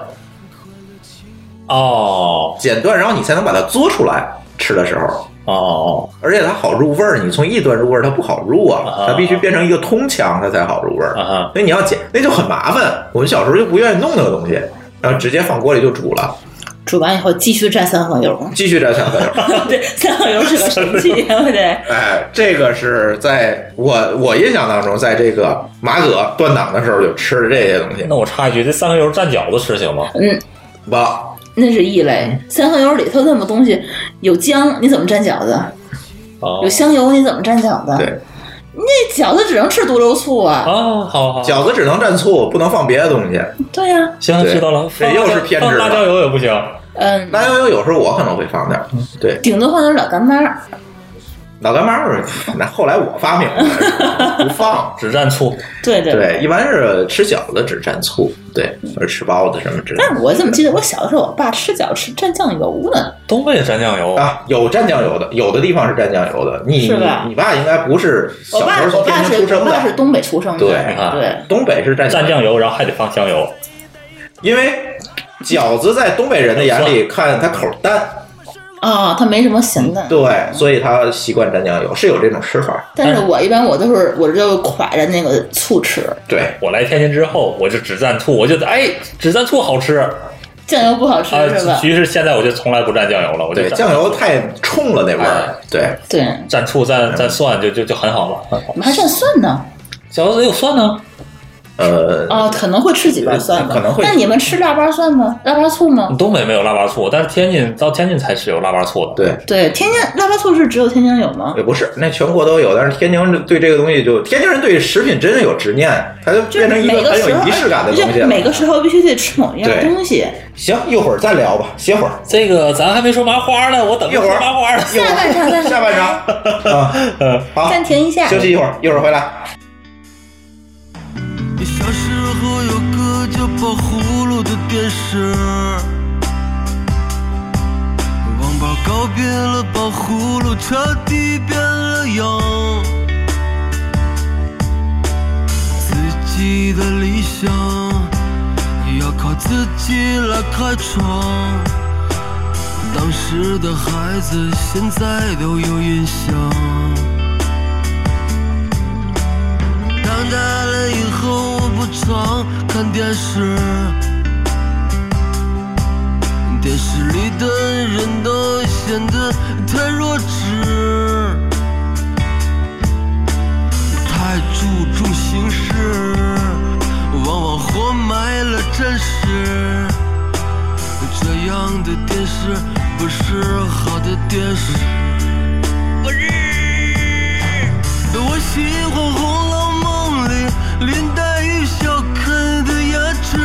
Speaker 7: 哦
Speaker 6: 剪断，然后你才能把它嘬出来吃的时候。
Speaker 7: 哦哦，
Speaker 6: 而且它好入味儿，你从一端入味儿它不好入啊
Speaker 7: 啊，
Speaker 6: 它必须变成一个通腔，它才好入味儿
Speaker 7: 啊。哈，
Speaker 6: 所以你要剪，那就很麻烦。我们小时候就不愿意弄那个东西，然后直接放锅里就煮了，
Speaker 8: 煮完以后继续蘸三合油。
Speaker 6: 继续蘸香 油。
Speaker 8: 对，三合油是个 神器，对不对？
Speaker 6: 哎，这个是在我我印象当中，在这个马革断档的时候就吃的这些东西。
Speaker 7: 那我插一句，这三合油蘸饺子吃行吗？
Speaker 8: 嗯，
Speaker 6: 吧，
Speaker 8: 那是异类。
Speaker 6: 嗯
Speaker 8: 三合油里头那么东西，有姜，你怎么蘸饺子？
Speaker 7: 哦
Speaker 8: 有香油，你怎么蘸饺子？
Speaker 6: 对，哦
Speaker 8: 那饺子只能吃独流醋啊。
Speaker 7: 啊，好好，
Speaker 6: 饺子只能蘸醋，不能放别的东西。
Speaker 8: 对呀、
Speaker 7: 行，
Speaker 6: 对
Speaker 7: 知道了。
Speaker 6: 这
Speaker 7: 放
Speaker 6: 又是偏执了
Speaker 7: 放辣椒油也不行。
Speaker 8: 嗯，
Speaker 6: 辣椒油有时候我可能会放点儿，
Speaker 7: 嗯
Speaker 6: 对，
Speaker 8: 顶多放点老干妈。
Speaker 6: 老干妈儿那后来我发明 的，不放。
Speaker 7: 只蘸醋，
Speaker 8: 对对。
Speaker 6: 对，一般是吃饺子只蘸醋，对，而吃包子什么之类
Speaker 8: 但是我怎么记得我小的时候，我爸吃饺子吃蘸酱油呢？
Speaker 7: 东北也蘸酱油
Speaker 6: 的。啊，有蘸酱油的，有的地方是蘸酱油的。你
Speaker 8: 是吧
Speaker 6: 你爸应该不是
Speaker 8: 我
Speaker 6: 小
Speaker 8: 爸
Speaker 6: 时候
Speaker 8: 我
Speaker 6: 从天
Speaker 8: 爸
Speaker 6: 津
Speaker 8: 是
Speaker 6: 出
Speaker 8: 我
Speaker 6: 生
Speaker 8: 爸是
Speaker 6: 的，
Speaker 8: 东北出生的，
Speaker 6: 对
Speaker 7: 啊
Speaker 8: 对
Speaker 6: 东北是蘸
Speaker 7: 蘸
Speaker 6: 油，
Speaker 7: 酱油，然后还得放香油。
Speaker 6: 因为饺子在东北人的眼里看它口淡，
Speaker 8: 啊，他没什么咸的。
Speaker 6: 对，所以他习惯蘸酱油，是有这种吃法。
Speaker 8: 但是我一般我都是我就蒯着那个醋吃，
Speaker 6: 对，
Speaker 7: 我来天津之后，我就只蘸醋，我就哎，只蘸醋好吃啊。
Speaker 8: 酱油不好
Speaker 6: 啊
Speaker 8: 吃是吧？
Speaker 7: 于是现在我就从来不蘸酱油了，我就
Speaker 6: 对，
Speaker 7: 蘸
Speaker 6: 酱油太冲了那味儿
Speaker 7: 哎，
Speaker 6: 对，
Speaker 8: 对，
Speaker 7: 蘸醋
Speaker 9: 嗯
Speaker 7: 蘸蘸蒜就就就很好了，很好
Speaker 8: 我。们还蘸蒜呢。
Speaker 7: 饺子有蒜呢，
Speaker 6: 呃，
Speaker 8: 哦，可能会吃几瓣蒜吧，
Speaker 6: 可能会
Speaker 8: 那你们吃腊八蒜吗？腊八醋吗？
Speaker 7: 东北没有腊八醋，但是天津到天津才是有腊八醋的。
Speaker 6: 对。
Speaker 8: 对，天津腊八醋是只有天津有吗？
Speaker 6: 也不是，那全国都有，但是天津人对这个东西就天津人对食品真的有执念，它就
Speaker 8: 就是
Speaker 6: 变成一
Speaker 8: 每
Speaker 6: 个很
Speaker 8: 时候
Speaker 6: 有仪式感的
Speaker 8: 就
Speaker 6: 东西
Speaker 8: 是
Speaker 6: 了。
Speaker 8: 每个时候必须得吃某一样
Speaker 6: 对
Speaker 8: 东西。
Speaker 6: 行，一会儿再聊吧，歇会儿，
Speaker 7: 这个咱还没说麻花呢，我等
Speaker 6: 一
Speaker 7: 着
Speaker 6: 会
Speaker 7: 说
Speaker 6: 儿
Speaker 7: 麻花呢。
Speaker 6: 一会
Speaker 8: 下半场
Speaker 6: 儿
Speaker 8: 再
Speaker 6: 下半场 啊，好，
Speaker 8: 暂停一下，
Speaker 6: 休息一会儿，一会儿回来。
Speaker 9: 小时候有个叫宝葫芦的电视，王八告别了宝葫芦，彻底变了样。自己的理想也要靠自己来开创。当时的孩子现在都有印象。长大了以后，我不常看电视，电视里的人都显得太弱智，太注重形式，往往活埋了真实。这样的电视不是好的电视。不是。我喜欢《红楼梦》里林黛玉小啃的牙齿，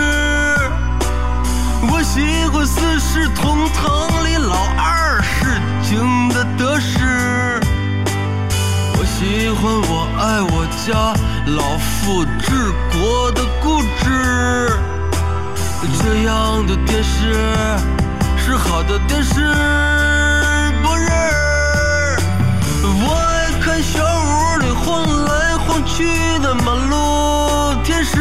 Speaker 9: 我喜欢《四世同堂》里老二市井的得失，我喜欢《我爱我家》老父治国的固执。这样的电视是好的电视，不是？我爱看小屋里晃来晃去的马路天使，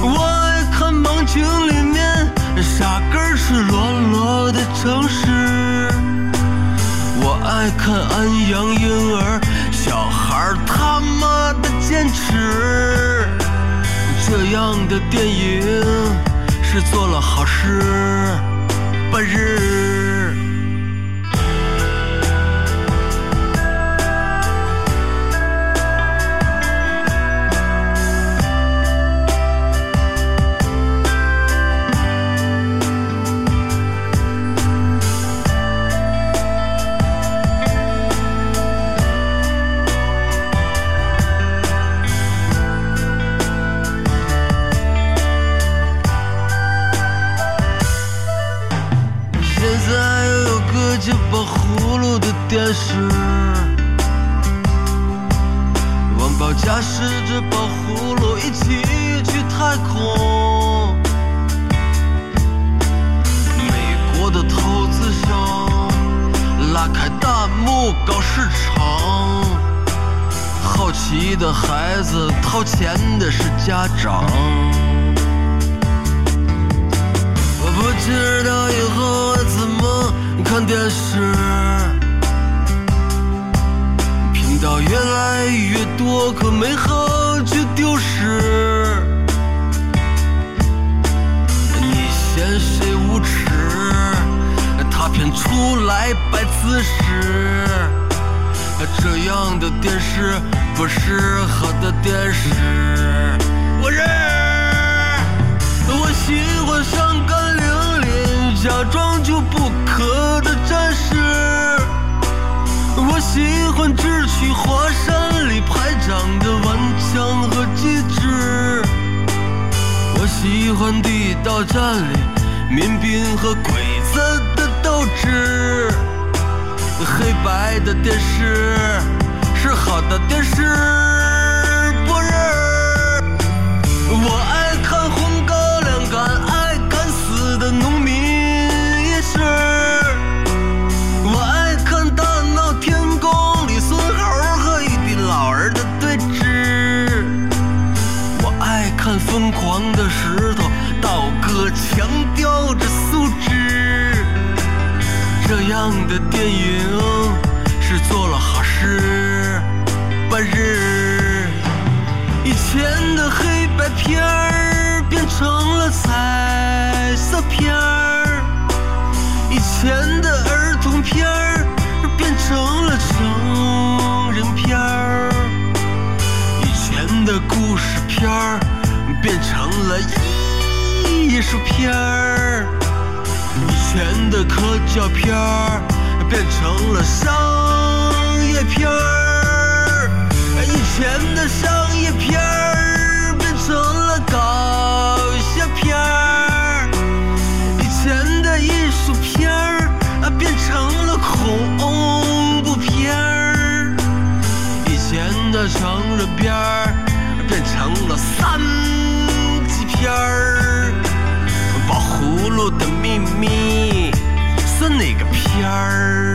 Speaker 9: 我爱看盲情里面傻根儿赤裸裸的城市，我爱看安阳婴儿小孩儿他妈的坚持，这样的电影是做了好事，不是？巴葫芦的电视，王宝强试着抱葫芦一起去太空。美国的投资商拉开大幕搞市场，好奇的孩子掏钱的是家长。我不知道以后我怎么看电视，频道越来越多，可美好却丢失。你嫌谁无耻？他偏出来摆姿势。这样的电视不是好的电视。我认。我喜欢上甘零零，假装就不可的战士。我喜欢智取华山里排长的顽强和机智。我喜欢地道战里民兵和鬼子的斗志。黑白的电视是好的电视，不是。我爱看红高粱杆，爱干死的农民也是。我爱看大闹天宫里孙猴和一比老儿的对峙。我爱看疯狂的石头，道哥强调着素质。这样的电影是做了好事，半日。以前的黑白片儿变成了彩色片儿，以前的儿童片儿变成了成人片儿，以前的故事片儿变成了艺术片儿，以前的科教片儿变成了商业片儿。以前的商业片儿变成了搞笑片儿，以前的艺术片儿啊变成了恐怖片儿，以前的成人片儿变成了三级片儿，宝葫芦的秘密算哪个片儿？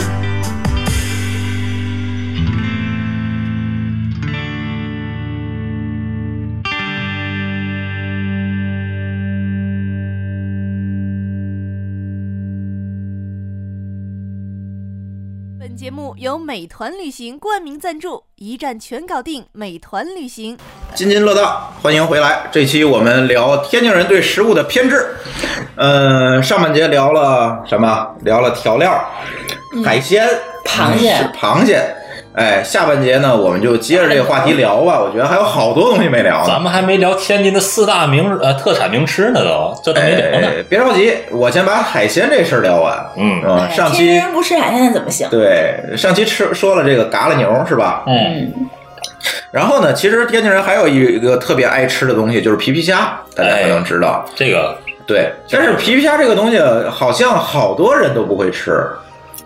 Speaker 10: 本节目由美团旅行冠名赞助，一站全搞定。美团旅行，
Speaker 6: 津津乐道，欢迎回来。这期我们聊天津人对食物的偏执。呃，上半节聊了什么？聊了调料、海鲜、
Speaker 8: 嗯螃蟹
Speaker 6: 嗯螃蟹。哎，下半节呢，我们就接着这个话题聊吧。我觉得还有好多东西没聊呢。
Speaker 7: 咱们还没聊天津的四大名呃特产名吃呢都，这都没聊呢。
Speaker 6: 哎别着急，我先把海鲜这事儿聊完。嗯啊，上
Speaker 8: 天津
Speaker 6: 期
Speaker 8: 人不吃海鲜怎么行？
Speaker 6: 对上期吃说了这个嘎啦牛是吧？
Speaker 7: 嗯。
Speaker 6: 然后呢，其实天津人还有一个特别爱吃的东西，就是皮皮虾，大家可能知道、
Speaker 7: 这个。
Speaker 6: 对，但是皮皮虾这个东西好像好多人都不会吃，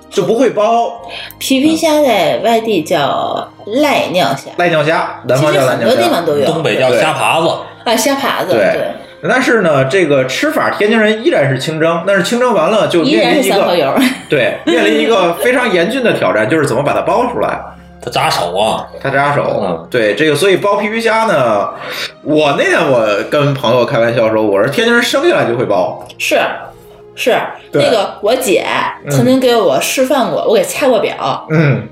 Speaker 6: 就不会包
Speaker 8: 皮皮虾在外地叫赖尿虾，
Speaker 6: 赖尿虾，南方叫赖尿
Speaker 8: 其实很
Speaker 6: 虾，
Speaker 8: 多地方都有东北叫虾
Speaker 6: 爬子。
Speaker 8: 啊，虾爬子，
Speaker 6: 对，但是呢，这个吃法天津人依然是清蒸，但是清蒸完了就
Speaker 8: 依然
Speaker 6: 面临
Speaker 8: 是
Speaker 6: 一
Speaker 8: 三合
Speaker 6: 个
Speaker 8: 油
Speaker 6: 对面临一个非常严峻的挑战，就是怎么把它包出来。
Speaker 7: 它扎手啊，
Speaker 6: 它扎手。对这个，所以包皮皮虾呢，我那天我跟朋友开玩笑说，我说天津人生下来就会包，
Speaker 8: 是是
Speaker 6: 对
Speaker 8: 那个我姐
Speaker 6: 嗯
Speaker 8: 曾经给我示范过，我给掐过表，
Speaker 6: 嗯，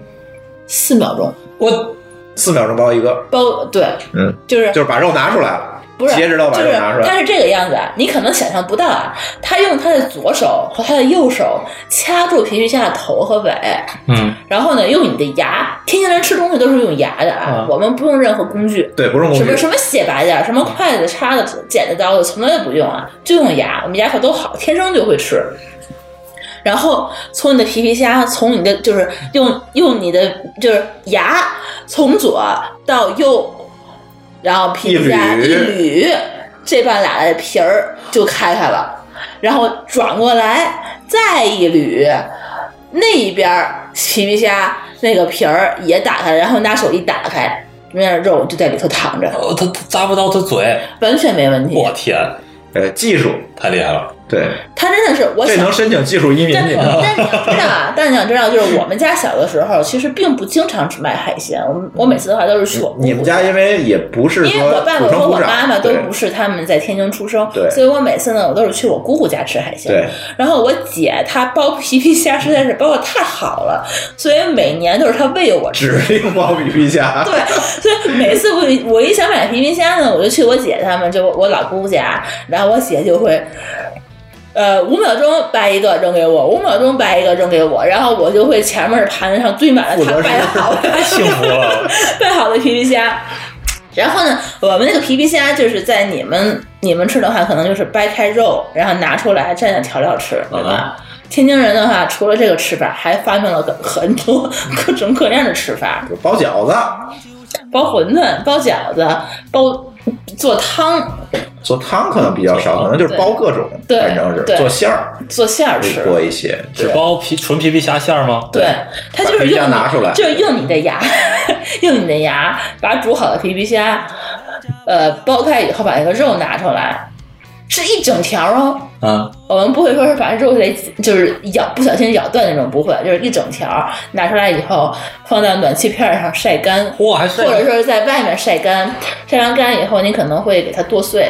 Speaker 8: 四秒钟
Speaker 7: 我
Speaker 6: 四秒钟包一个，
Speaker 8: 包对，
Speaker 6: 嗯，
Speaker 8: 就是
Speaker 6: 就是把肉拿出来了，
Speaker 8: 不是
Speaker 6: 截止到把
Speaker 8: 就
Speaker 6: 肉
Speaker 8: 是
Speaker 6: 拿出来，
Speaker 8: 它是这个样子啊，你可能想象不到啊，她用她的左手和她的右手掐住皮皮虾的头和尾，
Speaker 7: 嗯，
Speaker 8: 然后呢，用你的牙，天津人吃东西都是用牙的啊，我们不用任何工具，
Speaker 6: 对，不用工具
Speaker 8: 什么什么写白的，什么筷子、叉子、剪子、刀子，从来不用啊，就用牙，我们牙口都好，天生就会吃。然后从你的皮皮虾，从你的就是用用你的就是牙，从左到右，然后皮皮虾
Speaker 6: 一捋
Speaker 8: 一捋，这半拉的皮儿就开开了，然后转过来再一捋，那一边儿皮皮虾那个皮儿也打开，然后拿手一打开，那样肉就在里头躺着，
Speaker 7: 哦，他扎不到他嘴，
Speaker 8: 完全没问题。
Speaker 7: 我天，
Speaker 6: 呃，技术
Speaker 7: 太厉害了，
Speaker 6: 对，
Speaker 8: 他真的是我
Speaker 6: 这
Speaker 8: 小
Speaker 6: 能申请技术移民，你知道吗？
Speaker 8: 但你要知道啊，但你要知道，就是我们家小的时候，其实并不经常只买海鲜，我们我每次的话都是说，
Speaker 6: 嗯你们家因为也不是
Speaker 8: 因
Speaker 6: 说
Speaker 8: 为我爸
Speaker 6: 土
Speaker 8: 爸和
Speaker 6: 生
Speaker 8: 我
Speaker 6: 土
Speaker 8: 妈
Speaker 6: 长，
Speaker 8: 妈都
Speaker 6: 对
Speaker 8: 不是他们在天津出生
Speaker 6: 对，
Speaker 8: 所以我每次呢，我都是去我姑姑家吃海鲜。
Speaker 6: 对，
Speaker 8: 然后我姐她剥皮皮虾实在是 剥的太好了，所以每年都是她喂我吃。
Speaker 6: 指定包皮皮 虾。
Speaker 8: 对，所以每次我一我一想买皮皮虾呢，我就去我姐他们，就我老姑姑家，然后我姐就会。呃，五秒钟掰一个扔给我，五秒钟掰一个扔给我，然后我就会前面的盘子上堆满了她掰好的
Speaker 7: 幸福 了，
Speaker 8: 掰好的皮皮虾。然后呢，我们那个皮皮虾就是在你们你们吃的话，可能就是掰开肉，然后拿出来蘸点调料吃，对
Speaker 6: 嗯
Speaker 8: 吧？天津人的话，除了这个吃法，还发明了很很多各种各样的吃法，
Speaker 6: 包饺子、
Speaker 8: 包馄饨、包饺子、包做汤、
Speaker 6: 做汤可能比较少，可能就是包各种，
Speaker 8: 对
Speaker 6: 反正是
Speaker 8: 对
Speaker 6: 做馅儿
Speaker 8: 做馅儿吃
Speaker 6: 会。多一些。
Speaker 7: 只包皮纯皮皮虾馅儿吗？
Speaker 8: 对，它就
Speaker 6: 把
Speaker 8: 是
Speaker 6: 皮
Speaker 8: 用
Speaker 6: 虾
Speaker 8: 你
Speaker 6: 拿出来
Speaker 8: 就是用你的牙， 用你的牙把煮好的皮皮虾，呃，剥开以后把那个肉拿出来，是一整条哦。
Speaker 7: 啊，
Speaker 8: 我们不会说是把肉给就是咬不小心咬断那种，不会，就是一整条拿出来以后放到暖气片上晒干，
Speaker 7: 哇，还是
Speaker 8: 或者说是在外面晒干，晒完干以后你可能会给它剁碎，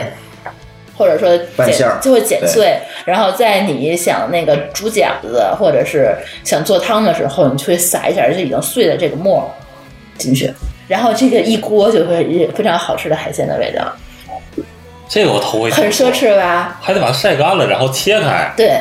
Speaker 8: 或者说
Speaker 6: 拌馅儿
Speaker 8: 剪就会剪
Speaker 6: 对
Speaker 8: 碎，然后在你想那个煮饺子或者是想做汤的时候，你去撒一下这已经碎的这个沫儿进去，然后这个一锅就会是非常好吃的海鲜的味道，
Speaker 7: 这个我头回
Speaker 8: 很
Speaker 7: 听
Speaker 8: 奢
Speaker 7: 说，
Speaker 8: 侈吧？
Speaker 7: 还得把它晒干了，然后切开，
Speaker 8: 对。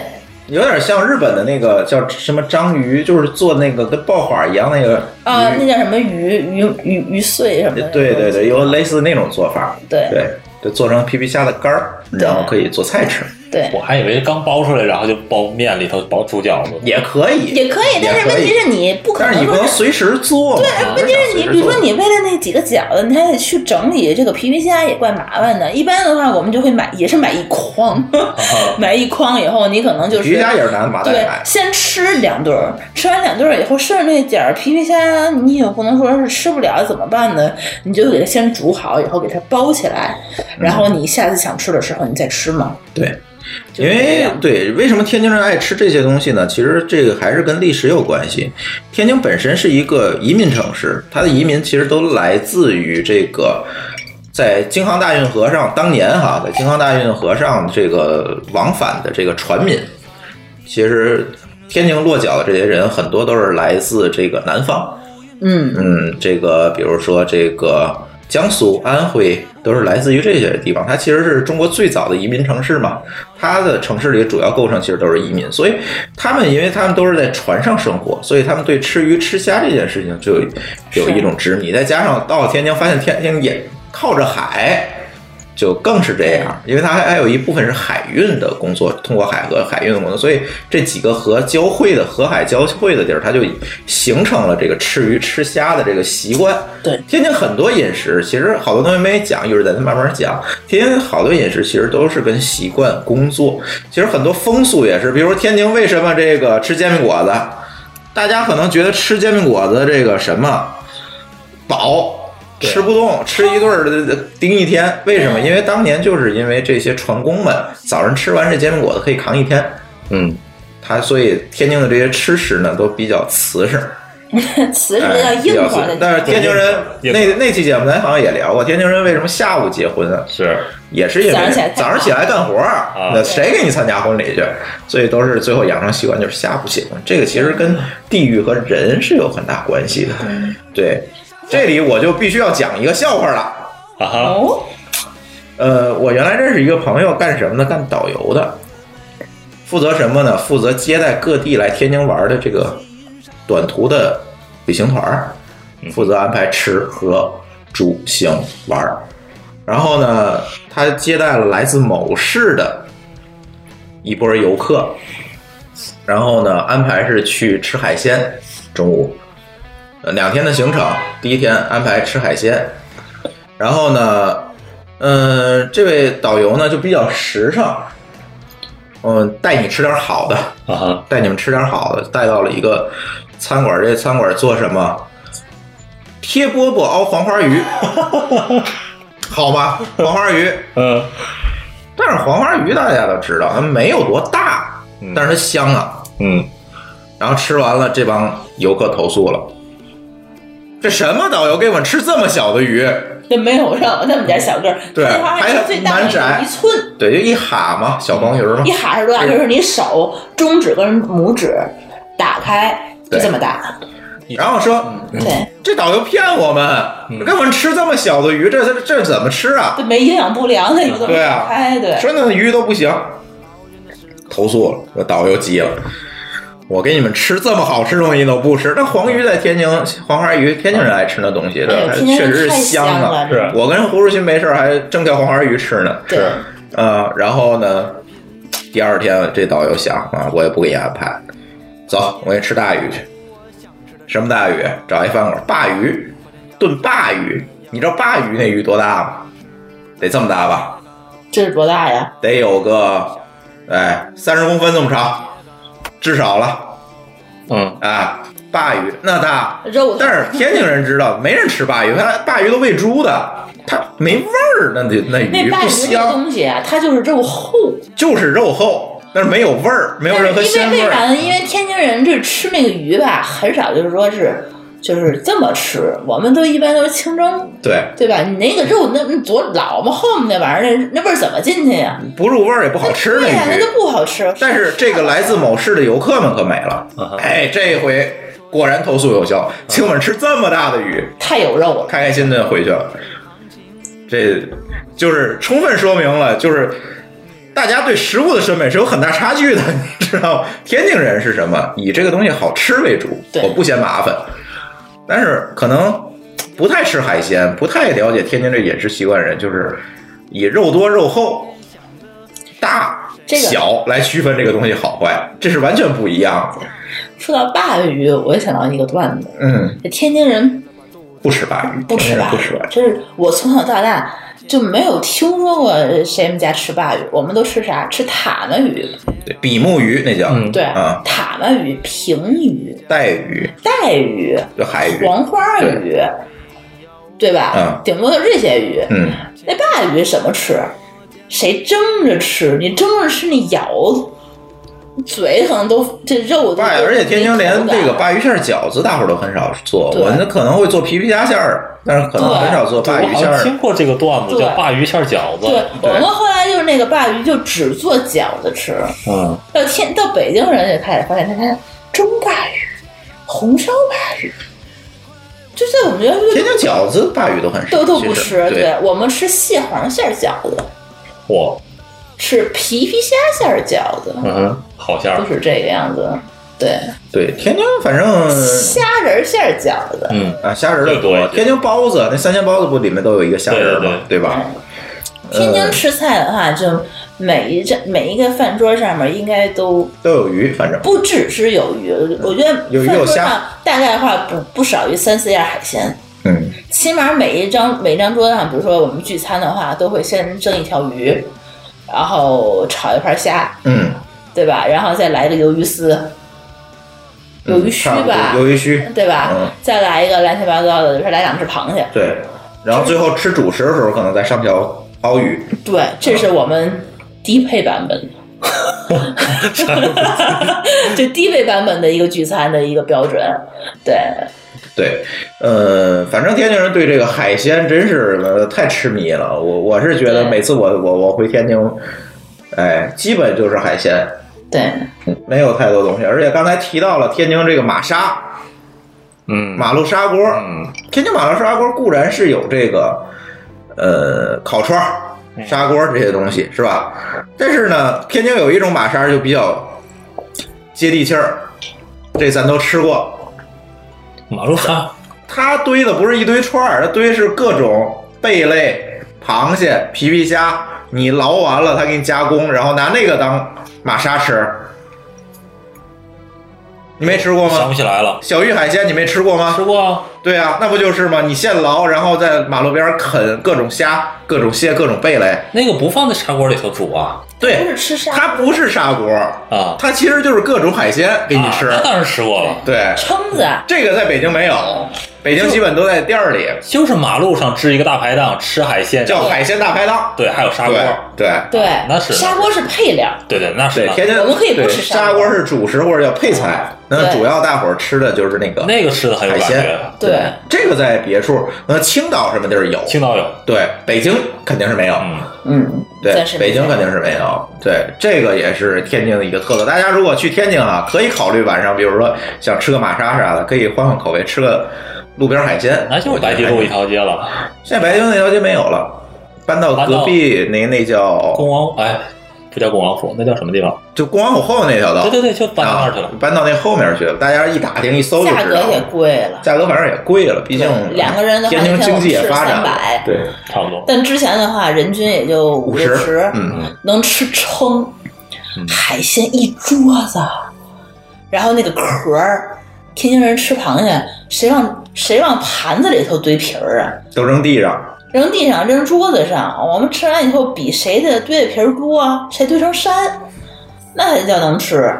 Speaker 6: 有点像日本的那个叫什么章鱼，就是做那个跟爆花一样那个
Speaker 8: 啊，那叫什么鱼鱼鱼鱼碎什么的？
Speaker 6: 对对对，有类似那种做法，
Speaker 8: 对
Speaker 6: 对，就做成皮皮虾的干儿，然后可以做菜吃，
Speaker 8: 对，
Speaker 7: 我还以为刚包出来，然后就包面里头包猪饺子，
Speaker 6: 也可以，
Speaker 8: 也可以，但是问题是你不可
Speaker 6: 但是
Speaker 8: 能
Speaker 6: 你不能啊
Speaker 8: 说是。
Speaker 6: 随时做嘛，
Speaker 8: 对，问
Speaker 6: 问
Speaker 8: 题是你，比如说你为了那几个饺子，你还得去整理这个皮皮虾，也怪麻烦的。一般的话，我们就会买，也是买一筐，买一筐以后，你可能就
Speaker 6: 啊皮皮
Speaker 8: 是
Speaker 6: 虾也是拿麻袋
Speaker 8: 对，
Speaker 6: 买，
Speaker 8: 先吃两顿儿，吃完两顿儿以后，剩下那点儿皮皮虾，你也不能说是吃不了怎么办呢？你就给它先煮好，以后给它包起来，
Speaker 6: 嗯
Speaker 8: 然后你下次想吃的时候你再吃嘛。
Speaker 6: 对。因为对，为什么天津人爱吃这些东西呢？其实这个还是跟历史有关系。天津本身是一个移民城市，它的移民其实都来自于这个，在京杭大运河上，当年哈，在京杭大运河上这个往返的这个船民，其实天津落脚的这些人很多都是来自这个南方，
Speaker 8: 嗯
Speaker 6: 嗯，这个比如说这个江苏、安徽都是来自于这些地方，它其实是中国最早的移民城市嘛。它的城市里主要构成其实都是移民，所以他们因为他们都是在船上生活，所以他们对吃鱼吃虾这件事情就有有一种执迷。再加上到了天津，发现天津也靠着海。就更是这样，因为它还还有一部分是海运的工作，通过海和海运的工作，所以这几个河交汇的河海交汇的地儿，它就形成了这个吃鱼吃虾的这个习惯。
Speaker 8: 对，
Speaker 6: 天津很多饮食，其实好多东西没讲，一会儿咱慢慢讲。天津好多饮食其实都是跟习惯、工作，其实很多风俗也是，比如说天津为什么这个吃煎饼果子，大家可能觉得吃煎饼果子这个什么饱。吃不动，吃一顿儿呃顶一天，为什么？
Speaker 7: 嗯
Speaker 6: 因为当年就是因为这些船工们早上吃完这煎饼果子可以扛一天，
Speaker 7: 嗯，
Speaker 6: 他所以天津的这些吃食呢都比较瓷实，
Speaker 8: 词是
Speaker 6: 哎
Speaker 8: 要
Speaker 6: 比较
Speaker 8: 硬
Speaker 6: 瓷
Speaker 8: 化
Speaker 6: 实
Speaker 8: 的。。
Speaker 6: 但是天津人
Speaker 7: 硬核
Speaker 6: 那那期节目咱好像也聊过，天津人为什么下午结婚啊？
Speaker 7: 是
Speaker 6: 也是因为
Speaker 8: 早上起来干活
Speaker 6: 早上起来干活儿
Speaker 7: 啊
Speaker 6: 那谁给你参加婚礼去？所以都是最后养成习惯就是下不结婚，这个其实跟地域和人是有很大关系的。对，这里我就必须要讲一个笑话了。
Speaker 7: 啊哈，
Speaker 8: 哦，
Speaker 6: 呃，我原来认识一个朋友，干什么呢？干导游的，负责什么呢？负责接待各地来天津玩的这个短途的旅行团儿，负责安排吃喝住行玩儿。然后呢，他接待了来自某市的一波游客，然后呢，安排是去吃海鲜，中午，呃，两天的行程，第一天安排吃海鲜，然后呃呢，嗯，这位导游呢就比较时尚，嗯，带你吃点好的
Speaker 7: 啊，
Speaker 6: 带你们吃点好的，带到了一个餐馆，这餐馆做什么？贴饽饽熬黄花鱼， 好吧，黄花鱼，
Speaker 7: 嗯，
Speaker 6: 但是黄花鱼大家都知道，它没有多大，但是它香啊，
Speaker 7: 嗯，
Speaker 6: 然后吃完了，这帮游客投诉了，这什么导游给我们吃这么小的鱼？
Speaker 8: 这没有让那么点小个儿，
Speaker 6: 对
Speaker 8: 那花
Speaker 6: 还
Speaker 8: 儿最大
Speaker 6: 蛮窄
Speaker 8: 的一寸，
Speaker 6: 对，就一哈嘛，小黄鱼嘛，
Speaker 8: 一哈是多大？
Speaker 6: 对
Speaker 8: 就是你手中指跟拇指打开就这么大。
Speaker 6: 然后说，
Speaker 8: 对，
Speaker 6: 这导游骗我们，给我们吃这么小的鱼，这这这怎么吃啊
Speaker 8: 这？没营养不良的鱼都
Speaker 6: 对啊
Speaker 8: 打开，对，
Speaker 6: 说那鱼都不行，投诉了，我导游急了。我给你们吃这么好吃东西都不吃，那黄鱼在天津，黄花鱼，天津人爱吃那东西，
Speaker 8: 哎
Speaker 6: 这
Speaker 8: 呦
Speaker 6: 还
Speaker 8: 天津
Speaker 6: 确
Speaker 8: 人
Speaker 6: 实是
Speaker 8: 太
Speaker 6: 香
Speaker 8: 香
Speaker 6: 啊
Speaker 8: 了是
Speaker 6: 我跟胡志新没事儿还蒸条黄花鱼吃呢。
Speaker 8: 对，
Speaker 6: 啊，然后呢，第二天这导游想啊，我也不给你安排，走，我给你吃大鱼去。什么大鱼？找一饭馆，鲅鱼，炖鲅鱼。你知道鲅鱼那鱼多大吗？得这么大吧？
Speaker 8: 这是多大呀？
Speaker 6: 得有个，哎，三十公分这么长，至少了。
Speaker 7: 嗯，
Speaker 6: 啊，鲅鱼那大，
Speaker 8: 肉
Speaker 6: 但是天津人知道，没人吃鲅鱼，他鲅鱼都喂猪的，它没味儿，那得那
Speaker 8: 那
Speaker 6: 鱼
Speaker 8: 鲅鱼这
Speaker 6: 不
Speaker 8: 个
Speaker 6: 香，
Speaker 8: 东西啊，它就是肉厚，
Speaker 6: 就是肉厚，但是没有味儿，没有任何
Speaker 8: 因为
Speaker 6: 鲜味
Speaker 8: 为啥
Speaker 6: 儿。
Speaker 8: 呢？因为天津人这吃那个鱼吧，很少就是说是就是这么吃，我们都一般都是清蒸，
Speaker 6: 对，
Speaker 8: 对吧？你那个肉那那多老么厚嘛，那玩意儿那那味儿怎么进去呀？
Speaker 6: 不入味儿也不好吃那
Speaker 8: 对呀，那
Speaker 6: 鱼
Speaker 8: 都。不好吃。
Speaker 6: 但是这个来自某市的游客们可美了，哎，这回果然投诉有效，请我们吃这么大的鱼。
Speaker 8: 太有肉了，
Speaker 6: 开开心心地回去了。这就是充分说明了，就是大家对食物的审美是有很大差距的， 你知道吗？天津人是什么？以这个东西好吃为主，我不嫌麻烦。但是可能不太吃海鲜、不太了解天津这饮食习惯的人，就是以肉多肉厚、大、
Speaker 8: 这个
Speaker 6: 小来区分这个东西好坏，这是完全不一样的。
Speaker 8: 说到鲅鱼，我又想到一个段子，
Speaker 6: 嗯，
Speaker 8: 这天津人
Speaker 6: 不吃鲅鱼，
Speaker 8: 不吃鲅
Speaker 6: 哎不吃鲅鱼。
Speaker 8: 鱼，真是我从小到大就没有听说过谁们家吃鲅鱼，我们都吃啥？吃塔嘛鱼，
Speaker 6: 对，比目鱼那叫，
Speaker 8: 嗯对，
Speaker 6: 啊，
Speaker 8: 塔嘛鱼、平鱼、
Speaker 6: 带鱼，
Speaker 8: 带鱼、
Speaker 6: 就海鱼，
Speaker 8: 黄花鱼，对吧
Speaker 6: 嗯？
Speaker 8: 顶多就这些鱼。
Speaker 6: 嗯，
Speaker 8: 那鲅鱼怎么吃？啊谁蒸着吃？你蒸着吃，你咬嘴可能都这肉都。
Speaker 6: 鲅哎鱼，而且天津连这个
Speaker 8: 鲅。
Speaker 6: 鲅鱼馅儿饺子，大伙儿都很少做。
Speaker 8: 对
Speaker 6: 我们可能会做皮皮虾馅儿，但是可能很少做鲅
Speaker 7: 我
Speaker 6: 鱼
Speaker 7: 好
Speaker 6: 馅
Speaker 7: 像
Speaker 6: 儿。
Speaker 7: 听过这个段子，
Speaker 8: 对
Speaker 7: 叫鲅鱼馅儿饺子。
Speaker 8: 对，我们后来就是那个鲅鱼，就只做饺子吃。
Speaker 7: 嗯，
Speaker 8: 到天到北京人也开始发现，他看中鲅鱼、红烧鲅鱼，就在我们觉得
Speaker 6: 天津饺子鲅鱼都很少，
Speaker 8: 都都不
Speaker 6: 其实
Speaker 8: 吃。对
Speaker 6: 对，
Speaker 8: 我们吃蟹黄馅儿饺子，
Speaker 7: 嚯，
Speaker 8: 吃皮皮虾馅儿饺子，
Speaker 7: 嗯，好馅
Speaker 8: 都
Speaker 7: 儿，
Speaker 8: 是这个样子。对，
Speaker 6: 对，天津反正
Speaker 8: 虾仁儿馅儿饺子，
Speaker 7: 嗯
Speaker 6: 啊虾仁儿的
Speaker 7: 最多一
Speaker 6: 多。
Speaker 7: 些
Speaker 6: 天津包子那三鲜包子不里面都有一个虾仁儿吗？对吧？
Speaker 8: 嗯天津吃菜的
Speaker 6: 呃
Speaker 8: 话，就每一站每一个饭桌上面应该都
Speaker 6: 都有鱼，反正
Speaker 8: 不只是有鱼，我觉得
Speaker 6: 有鱼
Speaker 8: 饭
Speaker 6: 有
Speaker 8: 桌
Speaker 6: 虾
Speaker 8: 上大概的话不不少于三四样海鲜。
Speaker 6: 嗯，
Speaker 8: 起码每一张每一张桌子上，比如说我们聚餐的话，都会先蒸一条鱼，然后炒一盘虾，
Speaker 6: 嗯，
Speaker 8: 对吧？然后再来一个鱿鱼丝，鱿鱼须
Speaker 6: 差不多
Speaker 8: 吧，
Speaker 6: 嗯鱿鱼须，
Speaker 8: 对吧？
Speaker 6: 嗯
Speaker 8: 再来一个乱七八糟的，就是来两只螃蟹。
Speaker 6: 对。然后最后吃主食的时候，可能再上条鲍鱼。
Speaker 8: 对，这是我们低配版 本。这低配版本的一个聚餐的一个标准，对，
Speaker 6: 对，呃，反正天津人对这个海鲜真是呃太痴迷了。我我是觉得每次我我我回天津，哎，基本就是海鲜，
Speaker 8: 对，
Speaker 6: 没有太多东西。而且刚才提到了天津这个马沙，
Speaker 7: 嗯，
Speaker 6: 马路砂锅，嗯，天津马路砂锅固然是有这个呃烤串儿、砂锅这些东西，是吧？但是呢，天津有一种马沙就比较接地气儿，这咱都吃过，
Speaker 7: 马路砂，
Speaker 6: 它堆的不是一堆串儿，它堆是各种贝类、螃蟹、皮皮虾，你捞完了，它给你加工，然后拿那个当马沙吃。你没吃过
Speaker 7: 想不
Speaker 6: 吗？
Speaker 7: 起来了。
Speaker 6: 小玉海鲜你没吃过吗
Speaker 7: 吃？过啊，
Speaker 6: 对啊，那不就是吗？你现捞，然后在马路边啃各种虾、各种蟹、各种贝类。
Speaker 7: 那个不放在砂锅里头煮啊，
Speaker 6: 对，
Speaker 8: 不是吃砂锅
Speaker 6: 它不是砂锅
Speaker 7: 啊，
Speaker 6: 它其实就是各种海鲜给哎你吃。
Speaker 7: 啊那当然吃过了。
Speaker 6: 对，
Speaker 8: 蛏子，啊
Speaker 6: 这个在北京没有，北京基本都在店儿里，
Speaker 7: 就是马路上支一个大排档，吃海鲜，
Speaker 6: 叫海鲜大排档。
Speaker 7: 对，还有砂锅，
Speaker 6: 对
Speaker 8: 对，
Speaker 6: 啊
Speaker 7: 那是
Speaker 8: 砂锅是配料，
Speaker 7: 对 对，那是
Speaker 6: 对，天津
Speaker 8: 我们可以不
Speaker 6: 对
Speaker 8: 吃
Speaker 6: 砂
Speaker 8: 砂
Speaker 6: 锅是主食或者叫配菜，那
Speaker 8: 对
Speaker 6: 主要大伙儿吃的就是那个
Speaker 7: 那个吃的很有
Speaker 6: 海
Speaker 7: 感
Speaker 6: 鲜
Speaker 7: 觉。。
Speaker 8: 对，
Speaker 6: 这个在别处，那青岛什么地儿有？
Speaker 7: 青岛有，
Speaker 6: 对，北京肯定是没有。
Speaker 8: 嗯，
Speaker 6: 对
Speaker 8: 暂时，没
Speaker 6: 北京
Speaker 8: 有
Speaker 6: 肯定是没有。对，这个也是天津的一个特色。大家如果去天津啊，可以考虑晚上，比如说想吃个玛莎啥的，可以换换口味，吃个路边海鲜。
Speaker 7: 那就是白堤路一条街了，
Speaker 6: 现在白京那条街没有了，搬到
Speaker 7: 搬到
Speaker 6: 隔壁那那叫
Speaker 7: 恭王哎，不叫恭王府，那叫什么地方？
Speaker 6: 就恭王府后那条道
Speaker 7: 对，对对，就搬到那儿去了
Speaker 6: 啊。搬到那后面去了。大家一打听一搜就
Speaker 8: 价
Speaker 6: 知
Speaker 8: 格
Speaker 6: 道
Speaker 8: 也
Speaker 6: 了，
Speaker 8: 贵了。
Speaker 6: 价格反正也贵了，毕竟
Speaker 8: 对两个人的话
Speaker 6: 天津经济也发
Speaker 8: 一天
Speaker 6: 展了
Speaker 8: 我们吃300，
Speaker 6: 对，
Speaker 7: 差不多。
Speaker 8: 但之前的话，人均也就五
Speaker 6: 十
Speaker 8: 六十，，
Speaker 6: 嗯，
Speaker 8: 能吃撑，海鲜一桌子，然后那个壳儿，天津人吃螃蟹，谁往谁往盘子里头堆皮儿啊？
Speaker 6: 都扔地上，
Speaker 8: 扔地上，扔桌子上，我们吃完以后比谁的堆的皮儿多啊，谁堆成山，那才叫能吃，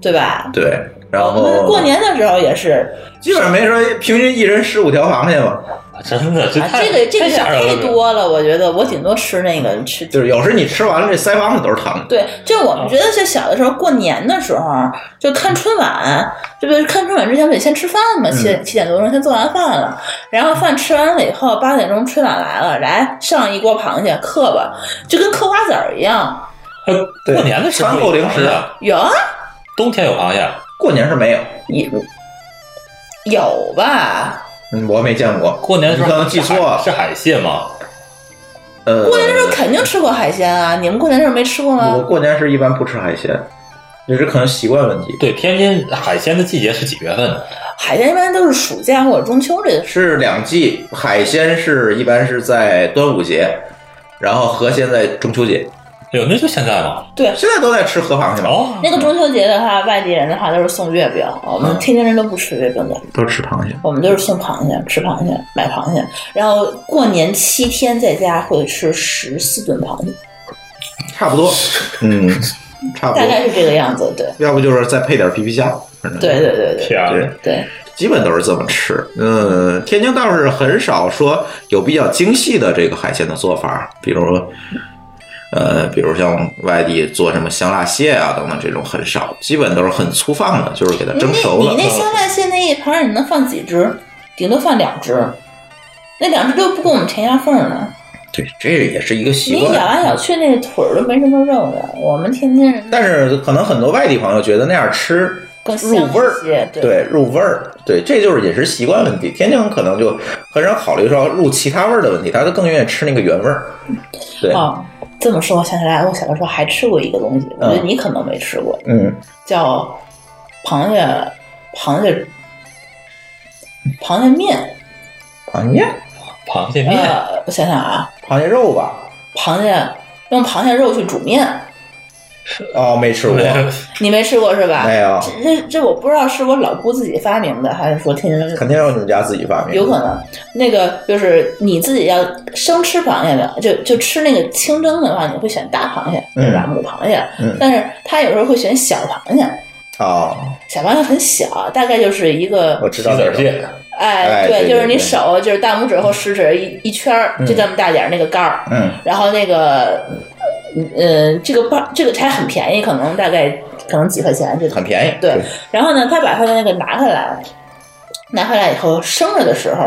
Speaker 8: 对吧？
Speaker 6: 对。然
Speaker 8: 我们
Speaker 6: 后
Speaker 8: 过年的时候也是，
Speaker 6: 基本上没说平均一人十五条螃蟹嘛，
Speaker 7: 真的，这
Speaker 8: 啊，
Speaker 7: 太
Speaker 8: 这个这个
Speaker 7: 太吓人
Speaker 8: 太
Speaker 7: 了。
Speaker 8: 多了，我觉得我顶多吃那个吃
Speaker 6: 就是有时你吃完了这腮帮子都是疼的。
Speaker 8: 对，就我们觉得，就小的时候过年的时候，啊就看春晚，这不是看春晚之前不得先吃饭
Speaker 7: 嗯
Speaker 8: 嘛？七点七点多钟先做完饭了，然后饭吃完了以后，八点钟春晚来了，来上一锅螃蟹，嗑吧，就跟嗑瓜子儿一样。
Speaker 7: 哎
Speaker 6: 对
Speaker 7: 过年的时候
Speaker 6: 餐后零食
Speaker 7: 啊，
Speaker 8: 有啊，
Speaker 7: 冬天有螃蟹，
Speaker 6: 过年是没有，
Speaker 8: 有有吧？
Speaker 6: 嗯，我没见过。
Speaker 7: 过年的时候
Speaker 6: 你可能记错了
Speaker 7: 是海蟹吗？
Speaker 6: 呃，
Speaker 8: 过年的时候肯定吃过海鲜啊，你们过年的时候没吃过
Speaker 6: 我
Speaker 8: 吗？
Speaker 6: 过年是一般不吃海鲜，也是可能习惯问题。
Speaker 7: 对，天津海鲜的季节是几月份呢？
Speaker 8: 海鲜一般都是暑假或者中秋这个时
Speaker 6: 是两季，海鲜是一般是在端午节，然后河鲜在中秋节。
Speaker 7: 有那就现在吗？
Speaker 8: 候，对。
Speaker 6: 现在都在吃河螃蟹吗？
Speaker 7: 哦，
Speaker 8: 那个中秋节的话，外地人的话都是送月饼，我们
Speaker 6: 嗯
Speaker 8: 天津人都不吃月饼的。
Speaker 6: 都吃螃蟹。
Speaker 8: 我们都是送螃蟹、吃螃蟹、买螃蟹，然后过年七天在家会吃十四顿螃蟹，
Speaker 6: 差 不多，嗯，差不
Speaker 8: 大
Speaker 6: 多。嗯
Speaker 8: 概是这个样子。对，
Speaker 6: 要不就是再配点皮皮虾，反正
Speaker 8: 对对对对
Speaker 7: 天啊！
Speaker 6: 对，
Speaker 8: 对，
Speaker 6: 基本都是这么吃。嗯，天津倒是很少说有比较精细的这个海鲜的做法，比如说，呃，比如像外地做什么香辣蟹啊等等这种很少，基本都是很粗放的，就是给它
Speaker 8: 你
Speaker 6: 蒸熟
Speaker 8: 那
Speaker 6: 了嗯
Speaker 8: 你。那香辣蟹那一盘你能放几只？顶多放两只，那两只都不够我们填牙缝呢。
Speaker 6: 对，这也是一个习
Speaker 8: 你
Speaker 6: 惯。嗯
Speaker 8: 咬来咬去，那腿儿都没什么肉了。我们天津人
Speaker 6: 但是可能很多外地朋友觉得那样吃
Speaker 8: 更香
Speaker 6: 入味儿
Speaker 8: 一些，对
Speaker 6: 对，入味儿，对，这就是饮食习惯问题。天津人可能就很少考虑说入其他味儿的问题，他就更愿意吃那个原味儿。对，
Speaker 8: 啊。这么说，我想起来，我小的时候还吃过一个东西，我觉得你可能没吃过，
Speaker 6: 嗯，
Speaker 8: 叫螃蟹螃蟹螃蟹面。
Speaker 6: 螃蟹面，
Speaker 7: 螃蟹
Speaker 6: 哎
Speaker 7: 面，
Speaker 8: 呃，我想想啊，
Speaker 6: 螃蟹肉吧，
Speaker 8: 螃蟹用螃蟹肉去煮面，
Speaker 6: 哦，没吃过，
Speaker 8: 你没吃过是吧？
Speaker 6: 没有
Speaker 8: 这这这我不知道是我老姑自己发明的，还是说天津人
Speaker 6: 肯定要你们家自己发明，
Speaker 8: 有可能那个就是你自己要生吃螃蟹的，就就吃那个清蒸的话，你会选大螃蟹
Speaker 6: 嗯
Speaker 8: 对吧？母螃蟹，
Speaker 6: 嗯
Speaker 8: 但是他有时候会选小螃蟹，
Speaker 6: 哦，
Speaker 8: 小螃蟹很小，大概就是一
Speaker 6: 我
Speaker 8: 个
Speaker 6: 知
Speaker 7: 鸡
Speaker 6: 道那
Speaker 7: 子
Speaker 6: 种
Speaker 7: 蟹，
Speaker 8: 哎
Speaker 6: 哎对
Speaker 8: 就是
Speaker 6: 对嗯
Speaker 8: 你
Speaker 6: 对
Speaker 8: 手就是大拇指和食指一一圈儿，就这么大点儿那个盖儿，
Speaker 6: 嗯，
Speaker 8: 然后那个，呃，这个包这个还很便宜，可能大概可能几块钱这
Speaker 6: 很便宜，
Speaker 8: 对，然后呢，他把他的那个拿回来，拿回来以后生着的时候，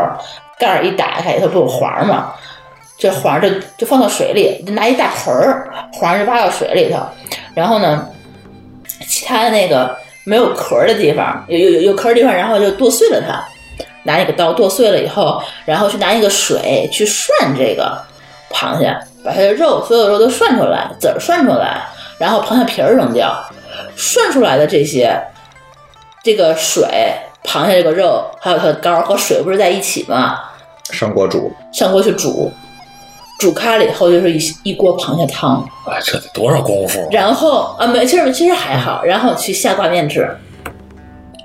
Speaker 8: 盖儿一打开，它不有黄儿吗？这黄儿就就放到水里，就拿一大盆儿，黄儿就挖到水里头，然后呢，其他的那个没有壳儿的地方，有有有有壳儿的地方，然后就剁碎了它，拿那个刀剁碎了以后，然后去拿一个水去涮这个螃蟹，把它的肉所有的肉都涮出来，籽儿涮出来，然后螃蟹皮儿扔掉，涮出来的这些，这个水、螃蟹这个肉，还有它的膏儿和水不是在一起吗？
Speaker 6: 上锅煮，
Speaker 8: 上锅去煮，煮开了以后就是一一锅螃蟹汤，
Speaker 7: 哎，这得多少功夫啊？
Speaker 8: 然后啊没，其实其实还好，然后去下挂面吃。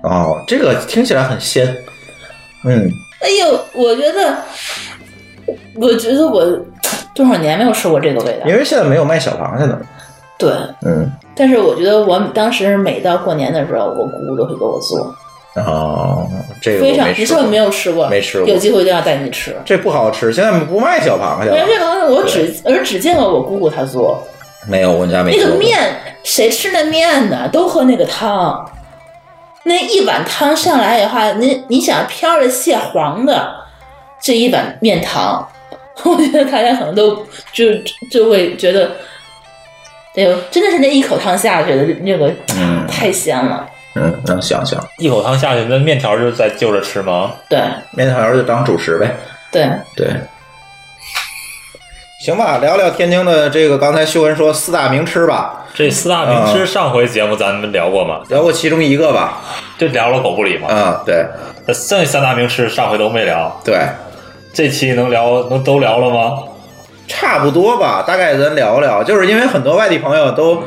Speaker 6: 哦，这个听起来很鲜，嗯，
Speaker 8: 哎呦，我觉得，我觉得我，多少年没有吃过这个味道。
Speaker 6: 因为现在没有卖小螃蟹的。
Speaker 8: 对，
Speaker 6: 嗯，
Speaker 8: 但是我觉得我当时每到过年的时候，我姑姑都会给我做，
Speaker 6: 哦，这个我
Speaker 8: 非常
Speaker 6: 没。
Speaker 8: 你
Speaker 6: 吃
Speaker 8: 说
Speaker 6: 过
Speaker 8: 你没有吃过？
Speaker 6: 没吃过
Speaker 8: 有机会一定要带你吃。
Speaker 6: 这不好吃，现在不卖小螃蟹
Speaker 8: 因为这
Speaker 6: 了。
Speaker 8: 个东西我只我只见过我姑姑她做，
Speaker 6: 没有，我们家没
Speaker 8: 那
Speaker 6: 做
Speaker 8: 个
Speaker 6: 过。
Speaker 8: 面谁吃那面呢？都喝那个汤，那一碗汤上来的话，你你想飘着蟹黄的这一碗面汤， 我觉得大家可能都就就会觉得，哎呦，真的是那一口汤下去的那个
Speaker 6: 嗯
Speaker 8: 太香了，
Speaker 6: 嗯，能想想，
Speaker 7: 一口汤下去，那面条就在就着吃吗？
Speaker 8: 对
Speaker 6: 面条就当主食呗。
Speaker 8: 对，
Speaker 6: 对，行吧，聊聊天津的这个，刚才秀恩说四大名吃吧，
Speaker 7: 这四大名
Speaker 6: 啊
Speaker 7: 吃上回节目咱们聊过吗？
Speaker 6: 聊过其中一个吧。
Speaker 7: 就聊了狗不理嘛。
Speaker 6: 啊，对
Speaker 7: 那剩下三大名吃上回都没聊，
Speaker 6: 对，
Speaker 7: 这期能聊能都聊了吗？
Speaker 6: 差不多吧，大概咱聊聊，就是因为很多外地朋友都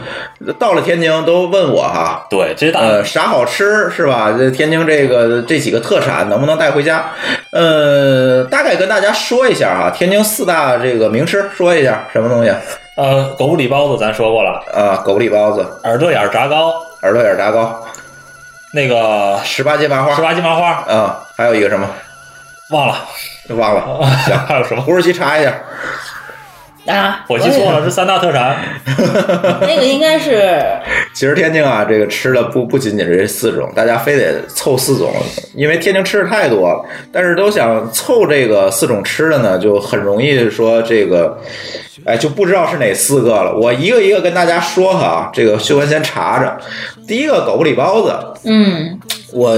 Speaker 6: 到了天津都问我哈，
Speaker 7: 对，这大、
Speaker 6: 呃，啥好吃是吧？这天津这个这几个特产能不能带回家？呃，大概跟大家说一下哈，天津四大这个名吃，说一下什么东西
Speaker 7: 呃狗不理包子咱说过了，
Speaker 6: 啊？狗不理包子、
Speaker 7: 耳朵眼儿炸糕，
Speaker 6: 耳朵眼炸糕、
Speaker 7: 那个
Speaker 6: 十八街麻花
Speaker 7: 十八斤麻花
Speaker 6: 啊，还有一个什么
Speaker 7: 忘了，
Speaker 6: 忘了，
Speaker 7: 还有哦 什么？
Speaker 6: 胡主席查一下。
Speaker 8: 啊，
Speaker 7: 我记错了，这三大特产。
Speaker 8: 我也，那个应该是
Speaker 6: 其实天津啊，这个吃的不不仅仅是这四种，大家非得凑四种，因为天津吃的太多了，但是都想凑这个四种吃的呢，就很容易说这个，哎，就不知道是哪四个了。我一个一个跟大家说哈，啊这个秀文先查着，第一个狗不理包子，
Speaker 8: 嗯
Speaker 6: 我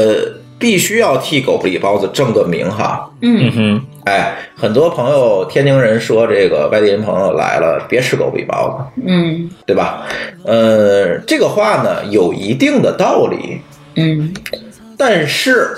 Speaker 6: 必须要替狗不理包子正个名哈。
Speaker 8: 嗯
Speaker 7: 哼，
Speaker 6: 哎，很多朋友天津人说这个外地人朋友来了，别吃狗不理包子。
Speaker 8: 嗯
Speaker 6: 对吧？呃，这个话呢有一定的道理，
Speaker 8: 嗯，
Speaker 6: 但是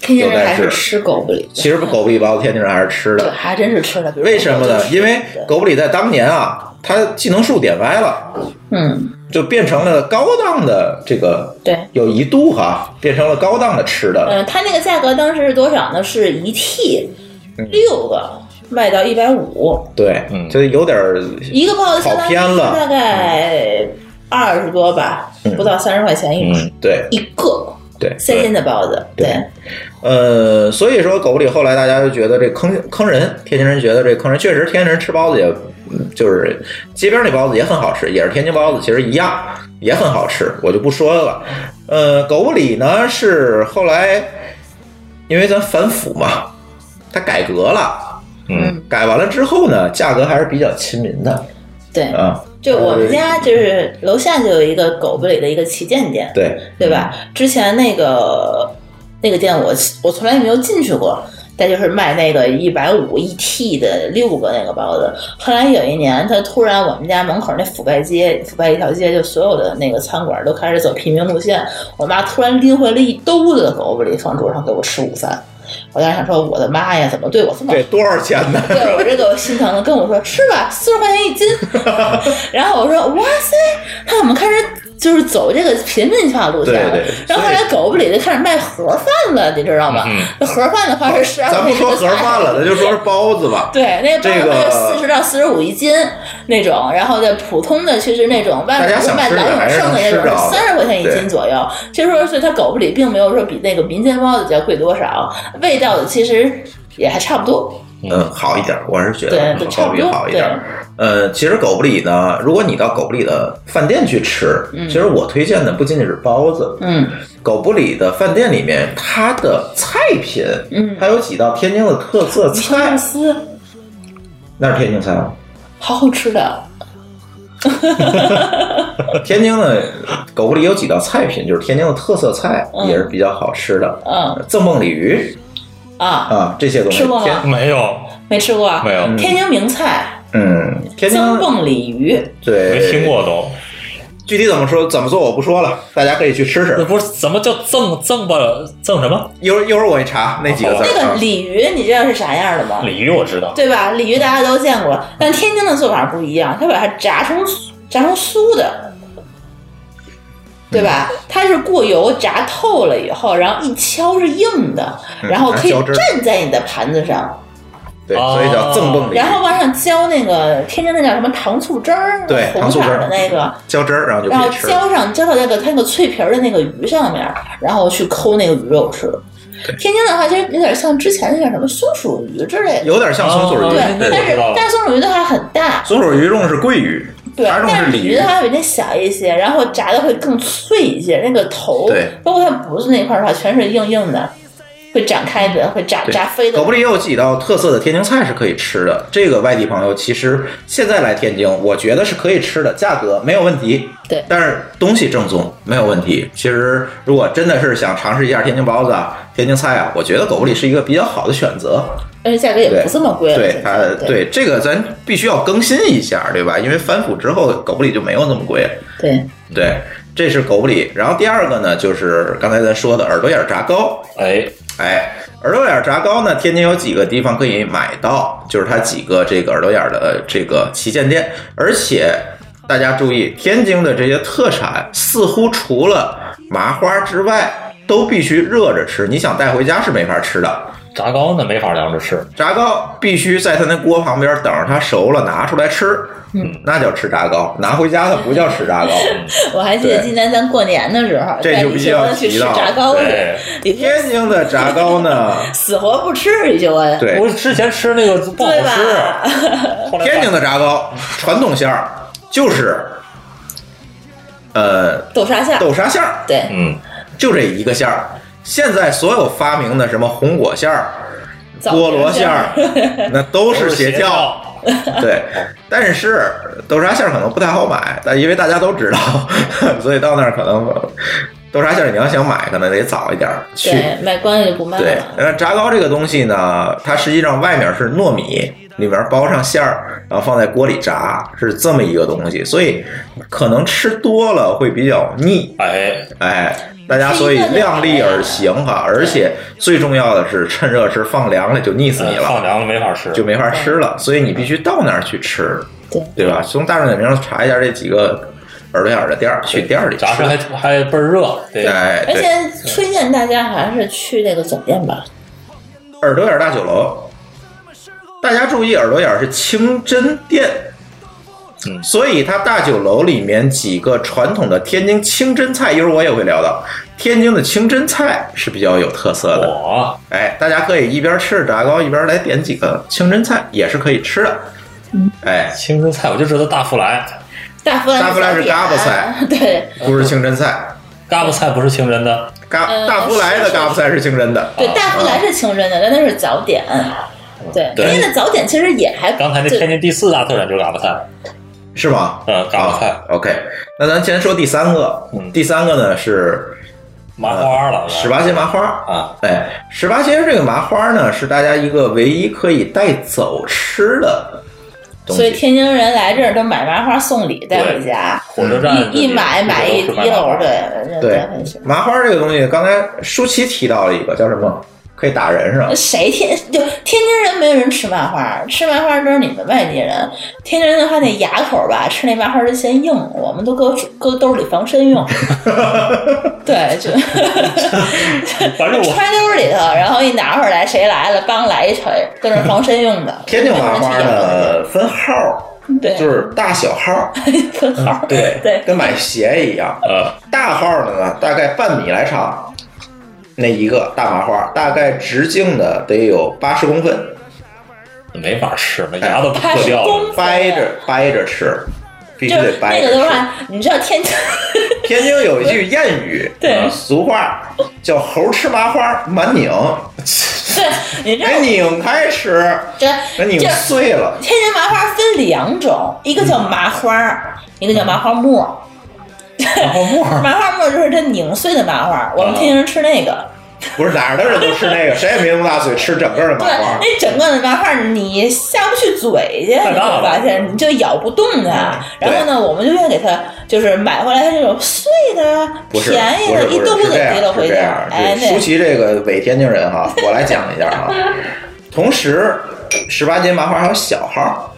Speaker 8: 天津
Speaker 6: 有
Speaker 8: 人还
Speaker 6: 但
Speaker 8: 是
Speaker 6: 是，
Speaker 8: 吃狗不理，
Speaker 6: 其实狗不理包子天津人还是吃
Speaker 8: 对，
Speaker 6: 的，
Speaker 8: 还真是吃的。
Speaker 6: 为什么呢？因为狗不理在当年啊，它技能树点歪了，
Speaker 8: 嗯，
Speaker 6: 就变成了高档的这个，
Speaker 8: 对，
Speaker 6: 有一度哈变成了高档的吃的，
Speaker 8: 嗯，它那个价格当时是多少呢？是一屉
Speaker 6: 嗯
Speaker 8: 六个，卖到一百五，
Speaker 6: 对，这有点儿
Speaker 8: 一个包子相
Speaker 6: 跑
Speaker 8: 当于
Speaker 6: 偏
Speaker 8: 是大
Speaker 6: 了，
Speaker 8: 概二十多吧，不到三十块钱一
Speaker 7: 嗯，
Speaker 6: 对
Speaker 8: 一个
Speaker 6: 对，
Speaker 8: 三斤的包子，对，
Speaker 6: 呃，所以说狗不理后来大家就觉得这坑坑人，天津人觉得这坑人，确实天津人吃包子也，嗯就是街边那包子也很好吃，也是天津包子，其实一样也很好吃，我就不说了。呃，狗不理呢是后来因为咱反腐嘛，它改革了，
Speaker 7: 嗯，
Speaker 6: 改完了之后呢，价格还是比较亲民的
Speaker 8: 对。
Speaker 6: 啊，
Speaker 8: 就我们
Speaker 6: 呃
Speaker 8: 家就是楼下就有一个狗不理的一个旗舰店，
Speaker 6: 对
Speaker 8: 对吧？之前那个那个店我我从来没有进去过，但就是卖那个一百五一屉的六个那个包子。后来有一年，他突然我们家门口那覆盖街覆盖一条街，就所有的那个餐馆都开始走平民路线。我妈突然拎回了一兜子的狗不理放桌上给我吃午饭，我当时想说我的妈呀，怎么对我这么好
Speaker 6: 这多少钱呢？
Speaker 8: 对我这个心疼的跟我说吃吧，四十块钱一 斤。 然后我说哇塞，他怎么开始就是走这个平民化路线了？
Speaker 6: 对对
Speaker 8: 然后后来
Speaker 6: 所以
Speaker 8: 狗不理就开始卖盒饭了，你知道吗？
Speaker 7: 嗯
Speaker 8: 那盒饭的话是十二，
Speaker 6: 咱不说盒饭了，咱就说是包子吧。
Speaker 8: 对，那
Speaker 6: 这
Speaker 8: 包子
Speaker 6: 个
Speaker 8: 四十到四十五一斤那种，然后在普通的其实那种外
Speaker 6: 大
Speaker 8: 面
Speaker 6: 家想
Speaker 8: 卖
Speaker 6: 吃
Speaker 8: 老
Speaker 6: 的还
Speaker 8: 永
Speaker 6: 是
Speaker 8: 盛的
Speaker 6: 能
Speaker 8: 那
Speaker 6: 吃
Speaker 8: 种
Speaker 6: 着的
Speaker 8: 三十块钱一
Speaker 6: 对
Speaker 8: 斤左右。其实说是它狗不理并没有说比那个民间包子要贵多少，味道的其实也还差不多。
Speaker 6: 嗯，好一点儿，我是觉得
Speaker 8: 对对
Speaker 6: 狗不理
Speaker 8: 差不多
Speaker 6: 好一点儿。呃，其实狗不理呢，如果你到狗不理的饭店去吃，
Speaker 8: 嗯
Speaker 6: 其实我推荐的不仅仅是包子，
Speaker 8: 嗯
Speaker 6: 狗不理的饭店里面它的菜品，
Speaker 8: 嗯，
Speaker 6: 它有几道天津的特色菜
Speaker 8: 肉，丝。
Speaker 6: 那是天津菜吗？
Speaker 8: 好好吃的，
Speaker 6: 天津的狗不理有几道菜品，就是天津的特色菜，
Speaker 8: 嗯
Speaker 6: 也是比较好吃的，
Speaker 8: 嗯
Speaker 6: 赠梦鲤鱼
Speaker 8: 啊，
Speaker 6: 啊这些东西，
Speaker 8: 吃过吗
Speaker 6: 天
Speaker 7: 没有
Speaker 8: 没吃过啊，
Speaker 7: 没有，
Speaker 8: 天津名菜
Speaker 6: 嗯，天津
Speaker 8: 江蚌鲤鱼，
Speaker 6: 对
Speaker 7: 没听，过都。
Speaker 6: 具体怎么说怎么做我不说了，大家可以去吃
Speaker 7: 那
Speaker 6: 吃。
Speaker 7: 不是怎么叫赠赠吧赠什么
Speaker 6: 一会儿一会儿我给你查那几个字儿。
Speaker 8: 哦那
Speaker 6: 啊
Speaker 8: 个鲤鱼你知道是啥样的吗？
Speaker 7: 鲤鱼？我知道，
Speaker 8: 对吧？鲤鱼大家都见过，但天津的做法不一样，它把它炸成炸成酥的，对吧？
Speaker 6: 嗯
Speaker 8: 它是过油炸透了以后，然后一敲是硬的，
Speaker 6: 嗯
Speaker 8: 然后可
Speaker 6: 还
Speaker 8: 以
Speaker 6: 浇汁儿
Speaker 8: 蘸在你的盘子上，
Speaker 6: 对，所以叫赠蹦梨。
Speaker 8: 然后往上浇那个天津那叫什么糖醋汁儿，
Speaker 6: 对
Speaker 8: 红
Speaker 6: 糖
Speaker 8: 色
Speaker 6: 醋汁
Speaker 8: 儿
Speaker 6: 儿
Speaker 8: 的那个，
Speaker 6: 浇汁儿，然后就
Speaker 8: 然
Speaker 6: 可
Speaker 8: 后
Speaker 6: 以吃了。
Speaker 8: 浇上浇到那个它那个脆皮儿的那个鱼上面，然后去抠那个鱼肉吃。天津的话，其实有点像之前那叫什么松鼠鱼之类的，
Speaker 6: 有点像松鼠鱼
Speaker 8: 哦对，
Speaker 6: 对
Speaker 8: 但
Speaker 6: 我知
Speaker 8: 是
Speaker 6: 道了
Speaker 8: 但是松鼠鱼的话很大，
Speaker 6: 松鼠鱼用的是桂鱼，
Speaker 8: 对，
Speaker 6: 它用的
Speaker 8: 但
Speaker 6: 是
Speaker 8: 是
Speaker 6: 鲤
Speaker 8: 鱼的话比那小一些，然后炸的会更脆一些，那个头
Speaker 6: 对，
Speaker 8: 包括它脖子那块儿的话，全是硬硬的，会展开的，会炸
Speaker 6: 对
Speaker 8: 炸飞的。
Speaker 6: 狗不理也有几道特色的天津菜是可以吃的，这个外地朋友其实现在来天津，我觉得是可以吃的，价格没有问题。
Speaker 8: 对，
Speaker 6: 但是东西正宗没有问题。其实如果真的是想尝试一下天津包子、啊、天津菜啊，我觉得狗不理是一个比较好的选择。
Speaker 8: 而且价格也
Speaker 6: 对
Speaker 8: 不这么贵了。
Speaker 6: 对
Speaker 8: 现在
Speaker 6: 它，对这个咱必须要更新一下，对吧？因为反腐之后，狗不理就没有那么贵了。
Speaker 8: 对
Speaker 6: 对，这是狗不理。然后第二个呢，就是刚才咱说的耳朵眼儿炸糕。
Speaker 7: 哎
Speaker 6: 哎，耳朵眼儿炸糕呢，天津有几个地方可以买到，就是它几个这个耳朵眼儿的这个旗舰店，而且。大家注意，天津的这些特产似乎除了麻花之外，都必须热着吃。你想带回家是没法吃的。
Speaker 7: 炸糕呢没法凉着吃，
Speaker 6: 炸糕必须在它那锅旁边等着它熟了拿出来吃，
Speaker 8: 嗯，
Speaker 6: 那叫吃炸糕。拿回家它不叫吃 炸糕。
Speaker 8: 我还记得
Speaker 6: 对
Speaker 8: 今年咱过年的时候，
Speaker 6: 这
Speaker 8: 带
Speaker 6: 就
Speaker 8: 李
Speaker 6: 必须
Speaker 8: 秀
Speaker 6: 要
Speaker 8: 恩去
Speaker 6: 提
Speaker 8: 吃
Speaker 6: 到
Speaker 8: 炸糕去，
Speaker 6: 天津的炸糕 呢，
Speaker 8: 死活不吃哎李秀恩。
Speaker 6: 对
Speaker 7: 我之前吃那个不好
Speaker 8: 对吧
Speaker 7: 吃，
Speaker 6: 天津的炸糕传统馅儿就是，呃，
Speaker 8: 豆沙馅儿
Speaker 6: 豆沙馅儿，
Speaker 8: 对，
Speaker 7: 嗯，
Speaker 6: 就这一个馅儿。现在所有发明的什么红果馅儿、
Speaker 8: 枣
Speaker 6: 菠萝馅儿，
Speaker 8: 儿，
Speaker 6: 那 都是邪教。
Speaker 7: 教。
Speaker 6: 对，但是豆沙馅儿可能不太好买，但因为大家都知道， 所以到那儿可能豆沙馅儿你要想买，可能得早一点儿去。
Speaker 8: 对，嗯卖光就不卖
Speaker 6: 对
Speaker 8: 了。，
Speaker 6: 呃，炸糕这个东西呢，它实际上外面是糯米，里面包上馅儿，然后放在锅里炸，是这么一个东西，所以可能吃多了会比较腻。
Speaker 7: 哎
Speaker 6: 哎，大家所以量力而行哈，而且最重要的是趁热吃，放凉了就腻死你了，
Speaker 7: 呃啊放凉了没法吃，
Speaker 6: 就没法吃了，所以你必须到那儿去吃，
Speaker 8: 对
Speaker 6: 对吧？从大众点评上查一下这几个耳朵眼儿的店儿，去店儿里吃
Speaker 7: 炸。出来还还倍儿热，对，
Speaker 6: 哎，
Speaker 8: 而
Speaker 6: 对。
Speaker 8: 且推荐大家还是去那个总店吧，
Speaker 6: 耳朵眼儿大酒楼。大家注意，耳朵眼儿是清真店，
Speaker 7: 嗯
Speaker 6: 所以它大酒楼里面几个传统的天津清真菜，一会儿我也会聊到。天津的清真菜是比较有特色的，
Speaker 7: 我
Speaker 6: 哎，大家可以一边吃炸糕一边来点几个清真菜，也是可以吃的。
Speaker 8: 嗯
Speaker 6: 哎，
Speaker 7: 清真菜我就知道大福来，
Speaker 8: 大福来
Speaker 6: 大福来是嘎巴菜，
Speaker 8: 啊
Speaker 6: 啊
Speaker 8: 对
Speaker 6: 不是清真菜，
Speaker 7: 嘎巴菜不是清真的，
Speaker 6: 嘎
Speaker 8: 呃
Speaker 6: 大福来的嘎巴菜是清真的。
Speaker 8: 对，大福
Speaker 6: 啊
Speaker 8: 来是清真的，但那是早点。对，
Speaker 7: 对
Speaker 8: 天津的早点其实也还
Speaker 7: 刚才那
Speaker 8: 就
Speaker 7: 天津第四大特产就是嘎巴菜，
Speaker 6: 是吗？
Speaker 7: 嗯，嘎嗯巴菜
Speaker 6: 啊 OK，那咱先说第三个，第三个呢是
Speaker 7: 麻花了，
Speaker 6: 十八鲜麻花。
Speaker 7: 啊，
Speaker 6: 哎，十八街这个麻花呢，是大家一个唯一可以带走吃的东
Speaker 8: 所以
Speaker 6: 西。
Speaker 8: 天津人来这儿都买麻花送礼带回家，
Speaker 7: 火车站
Speaker 8: 一一买买一
Speaker 7: 一
Speaker 8: 提溜，对，
Speaker 6: 对
Speaker 8: 带回去。
Speaker 6: 麻花这个东西，刚才舒淇提到了一个叫什么？可以打人是吧
Speaker 8: 那？谁天就天津人没有人吃麻花，吃麻花都是你们外地人。天津人的话，那牙口吧，吃那麻花都嫌硬，我们都搁搁兜里防身 用。对，就
Speaker 7: 反 正我
Speaker 8: 揣兜里头，然后一拿回来，谁来了，梆来一锤，都是防身用的。
Speaker 6: 天津麻花
Speaker 8: 没有人去咬
Speaker 6: 呢分号，
Speaker 8: 对，
Speaker 6: 就是大小号，
Speaker 8: 分号，
Speaker 6: 对
Speaker 8: 对
Speaker 6: 跟买鞋一样。
Speaker 7: 呃，
Speaker 6: 大号的呢，大概半米来长，那一个大麻花，大概直径的得有八十公分，
Speaker 7: 没法吃，那牙都
Speaker 8: 它
Speaker 7: 破
Speaker 8: 是
Speaker 7: 掉了，
Speaker 8: 公
Speaker 6: 掰着掰着吃，必须
Speaker 8: 就
Speaker 6: 得
Speaker 8: 是
Speaker 6: 掰
Speaker 8: 那
Speaker 6: 着
Speaker 8: 个
Speaker 6: 吃
Speaker 8: 的。话，你知道天津
Speaker 6: 天津有一句谚语，啊
Speaker 8: 对
Speaker 6: 俗话叫“猴吃麻花满拧，
Speaker 8: 对，你知道
Speaker 6: 给拧开吃，
Speaker 8: 这
Speaker 6: 给拧
Speaker 8: 这
Speaker 6: 碎了
Speaker 8: 天津麻花分两种，一个叫麻花，一个叫麻花沫。
Speaker 7: 然后沫 儿
Speaker 8: 麻花沫就是它拧碎的麻花，
Speaker 6: 啊
Speaker 8: 我们天津人吃那个。”，
Speaker 6: 不是哪儿的人都吃那个，谁也没那么大嘴吃整个的麻
Speaker 8: 对，
Speaker 6: 花。
Speaker 8: 那整个的麻花你下不去嘴去，你
Speaker 7: 太
Speaker 8: 就
Speaker 7: 大了
Speaker 8: 发现你就咬不动它。
Speaker 6: 嗯对
Speaker 8: 然后呢，我们就愿意给它，就是买回来它这种碎的、
Speaker 6: 不是，
Speaker 8: 便宜
Speaker 6: 不是
Speaker 8: 的，一
Speaker 6: 不
Speaker 8: 兜
Speaker 6: 是，
Speaker 8: 子
Speaker 6: 是这
Speaker 8: 提溜
Speaker 6: 样，是
Speaker 8: 回
Speaker 6: 这
Speaker 8: 家
Speaker 6: 样。。
Speaker 8: 哎，
Speaker 6: 这舒
Speaker 8: 那
Speaker 6: 淇这个伪天津人哈，我来讲一下啊。同时，十八街麻花还有小号，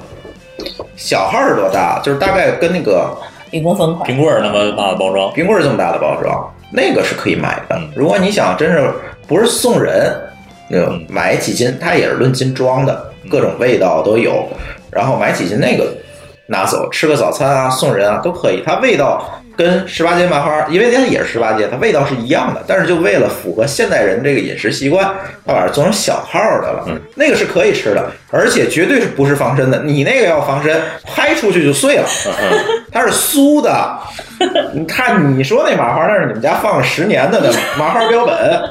Speaker 6: 小号是多大？就是大概跟那个
Speaker 8: 一公分块
Speaker 7: 冰。棍儿那么大的包装，
Speaker 6: 冰棍儿这么大的包装，那个是可以买的。如果你想真是不是送人，那种买几斤，它也是论斤装的。各种味道都有，然后买几斤那个拿走，吃个早餐啊，送人啊都可以。它味道跟十八街麻花，因为它也是十八街，它味道是一样的，但是就为了符合现代人这个饮食习惯，它把它做成小号的了，那个是可以吃的，而且绝对是不是防身的，你那个要防身，拍出去就碎了， 它是酥的。你看，你说那麻花，那是你们家放了十年的那麻花标本，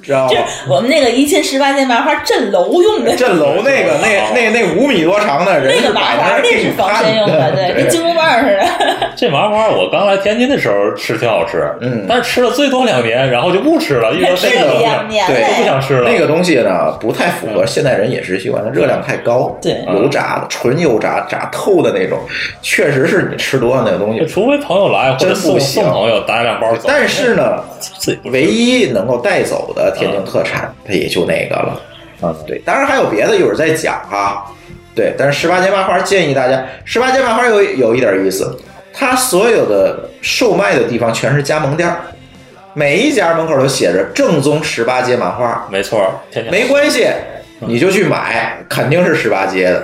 Speaker 6: 知道吗？
Speaker 8: 我们那个一进十八街麻花镇楼用 的，
Speaker 6: 镇楼那个 那那那五米多长的人
Speaker 8: 那
Speaker 6: 是
Speaker 8: 个麻
Speaker 6: 摆
Speaker 8: 花
Speaker 6: 那儿
Speaker 8: 那是防身用的， 对，跟金箍棒似的。
Speaker 7: 这麻花我刚来天津的时候吃挺好吃，嗯，但是吃了最多两年，然后就不吃了，因为
Speaker 8: 那
Speaker 7: 这
Speaker 8: 是
Speaker 7: 个
Speaker 8: 两年嗯
Speaker 6: 对
Speaker 7: 不想吃了。
Speaker 6: 那个东西呢，不太符合现代人饮食习惯，它热量太高，
Speaker 8: 对
Speaker 6: 油炸的，纯油炸炸透的那种，确实是你吃多了那个东西，
Speaker 7: 除非朋友来或
Speaker 6: 真
Speaker 7: 者
Speaker 6: 不
Speaker 7: 送
Speaker 6: 行
Speaker 7: 送朋友打两包走。
Speaker 6: 但是呢，
Speaker 7: 自己不
Speaker 6: 唯一能够带走的天津特产，它也就那个了。啊，对，当然还有别的，一会儿再讲哈。对，但是十八街麻花建议大家，十八街麻花有有一点意思，它所有的售卖的地方全是加盟店儿，每一家门口都写着正宗十八街麻花，
Speaker 7: 没错，天津
Speaker 6: 没关系，你就去买，肯定是十八街的，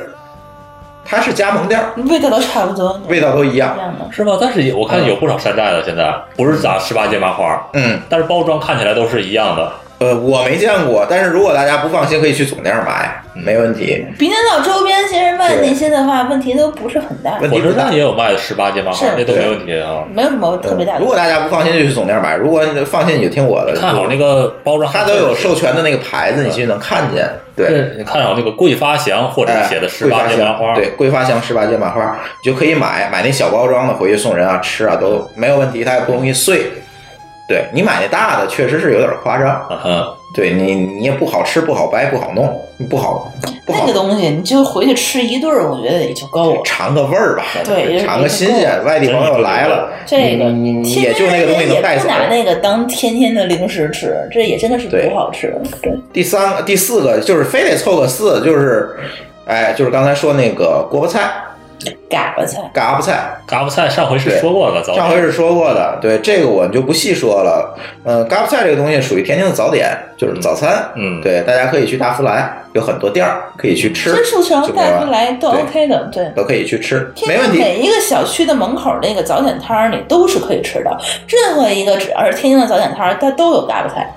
Speaker 6: 它是加盟店儿，
Speaker 8: 味道都差不多，
Speaker 6: 味道都一样
Speaker 8: 一。样的。
Speaker 7: 是吗？但是也我看有不少山寨的，现在不是打十八街麻花，
Speaker 6: 嗯，
Speaker 7: 但是包装看起来都是一样的。
Speaker 6: 呃，我没见过，但是如果大家不放心，可以去总店儿买，没问题。
Speaker 8: 滨江道周边其实卖那些的话，问题都不是很大，
Speaker 6: 问
Speaker 7: 火
Speaker 6: 题
Speaker 7: 车
Speaker 6: 不大
Speaker 7: 站。也有卖的十八街麻花
Speaker 8: 是，
Speaker 7: 那都没问题啊。
Speaker 8: 没有什么特别大的。
Speaker 6: 呃如果大家不放心，就去总店买；如果你放心，你就听我的。
Speaker 7: 看好那个包装，
Speaker 6: 它都有授权的那个牌子，你去能看见。对，
Speaker 7: 你看好那个桂发祥或者
Speaker 6: 哎
Speaker 7: 写的十
Speaker 6: 桂
Speaker 7: 八
Speaker 6: 发
Speaker 7: 街麻花，
Speaker 6: 香，对，桂发香十八街麻花，你就可以买，买那小包装的回去送人啊、吃啊都没有问题，它也不容易碎。对你买那大的，确实是有点夸张。
Speaker 7: 嗯，
Speaker 6: 对你，你也不好吃，不好掰，不好弄，不好不
Speaker 8: 那
Speaker 6: 好
Speaker 8: 个东西，你就回去吃一顿儿，我觉得也就够了。
Speaker 6: 尝个味儿吧，
Speaker 8: 对
Speaker 6: 尝个新鲜。外地朋友来了，
Speaker 8: 这个
Speaker 6: 你你
Speaker 8: 天
Speaker 6: 也就那个东西能带
Speaker 8: 也
Speaker 6: 走
Speaker 8: 不。拿那个当天天的零食吃，这也真的是
Speaker 6: 对
Speaker 8: 不好吃。对，
Speaker 6: 第三个、第四个就是非得凑个四，就是，哎，就是刚才说那个锅巴菜、
Speaker 8: 嘎巴菜，
Speaker 6: 嘎巴菜，
Speaker 7: 嘎巴菜上回是
Speaker 6: 对
Speaker 7: 说过的，早
Speaker 6: 上回是说过的，对这个我们就不细说了。嗯、嘎巴菜这个东西属于天津的早点，就是早餐。
Speaker 7: 嗯
Speaker 6: 对，大家可以去大福来，有很多店儿可以去吃，
Speaker 8: 真树城、
Speaker 6: 就没
Speaker 8: 大
Speaker 6: 完
Speaker 8: 福来都
Speaker 6: 对
Speaker 8: OK 的，对。
Speaker 6: 都可以去吃，
Speaker 8: 天
Speaker 6: 没问
Speaker 8: 津
Speaker 6: 题。
Speaker 8: 每一个小区的门口那个早点摊儿，你都是可以吃的。任何一个只要是天津的早点摊儿，它都有嘎巴菜，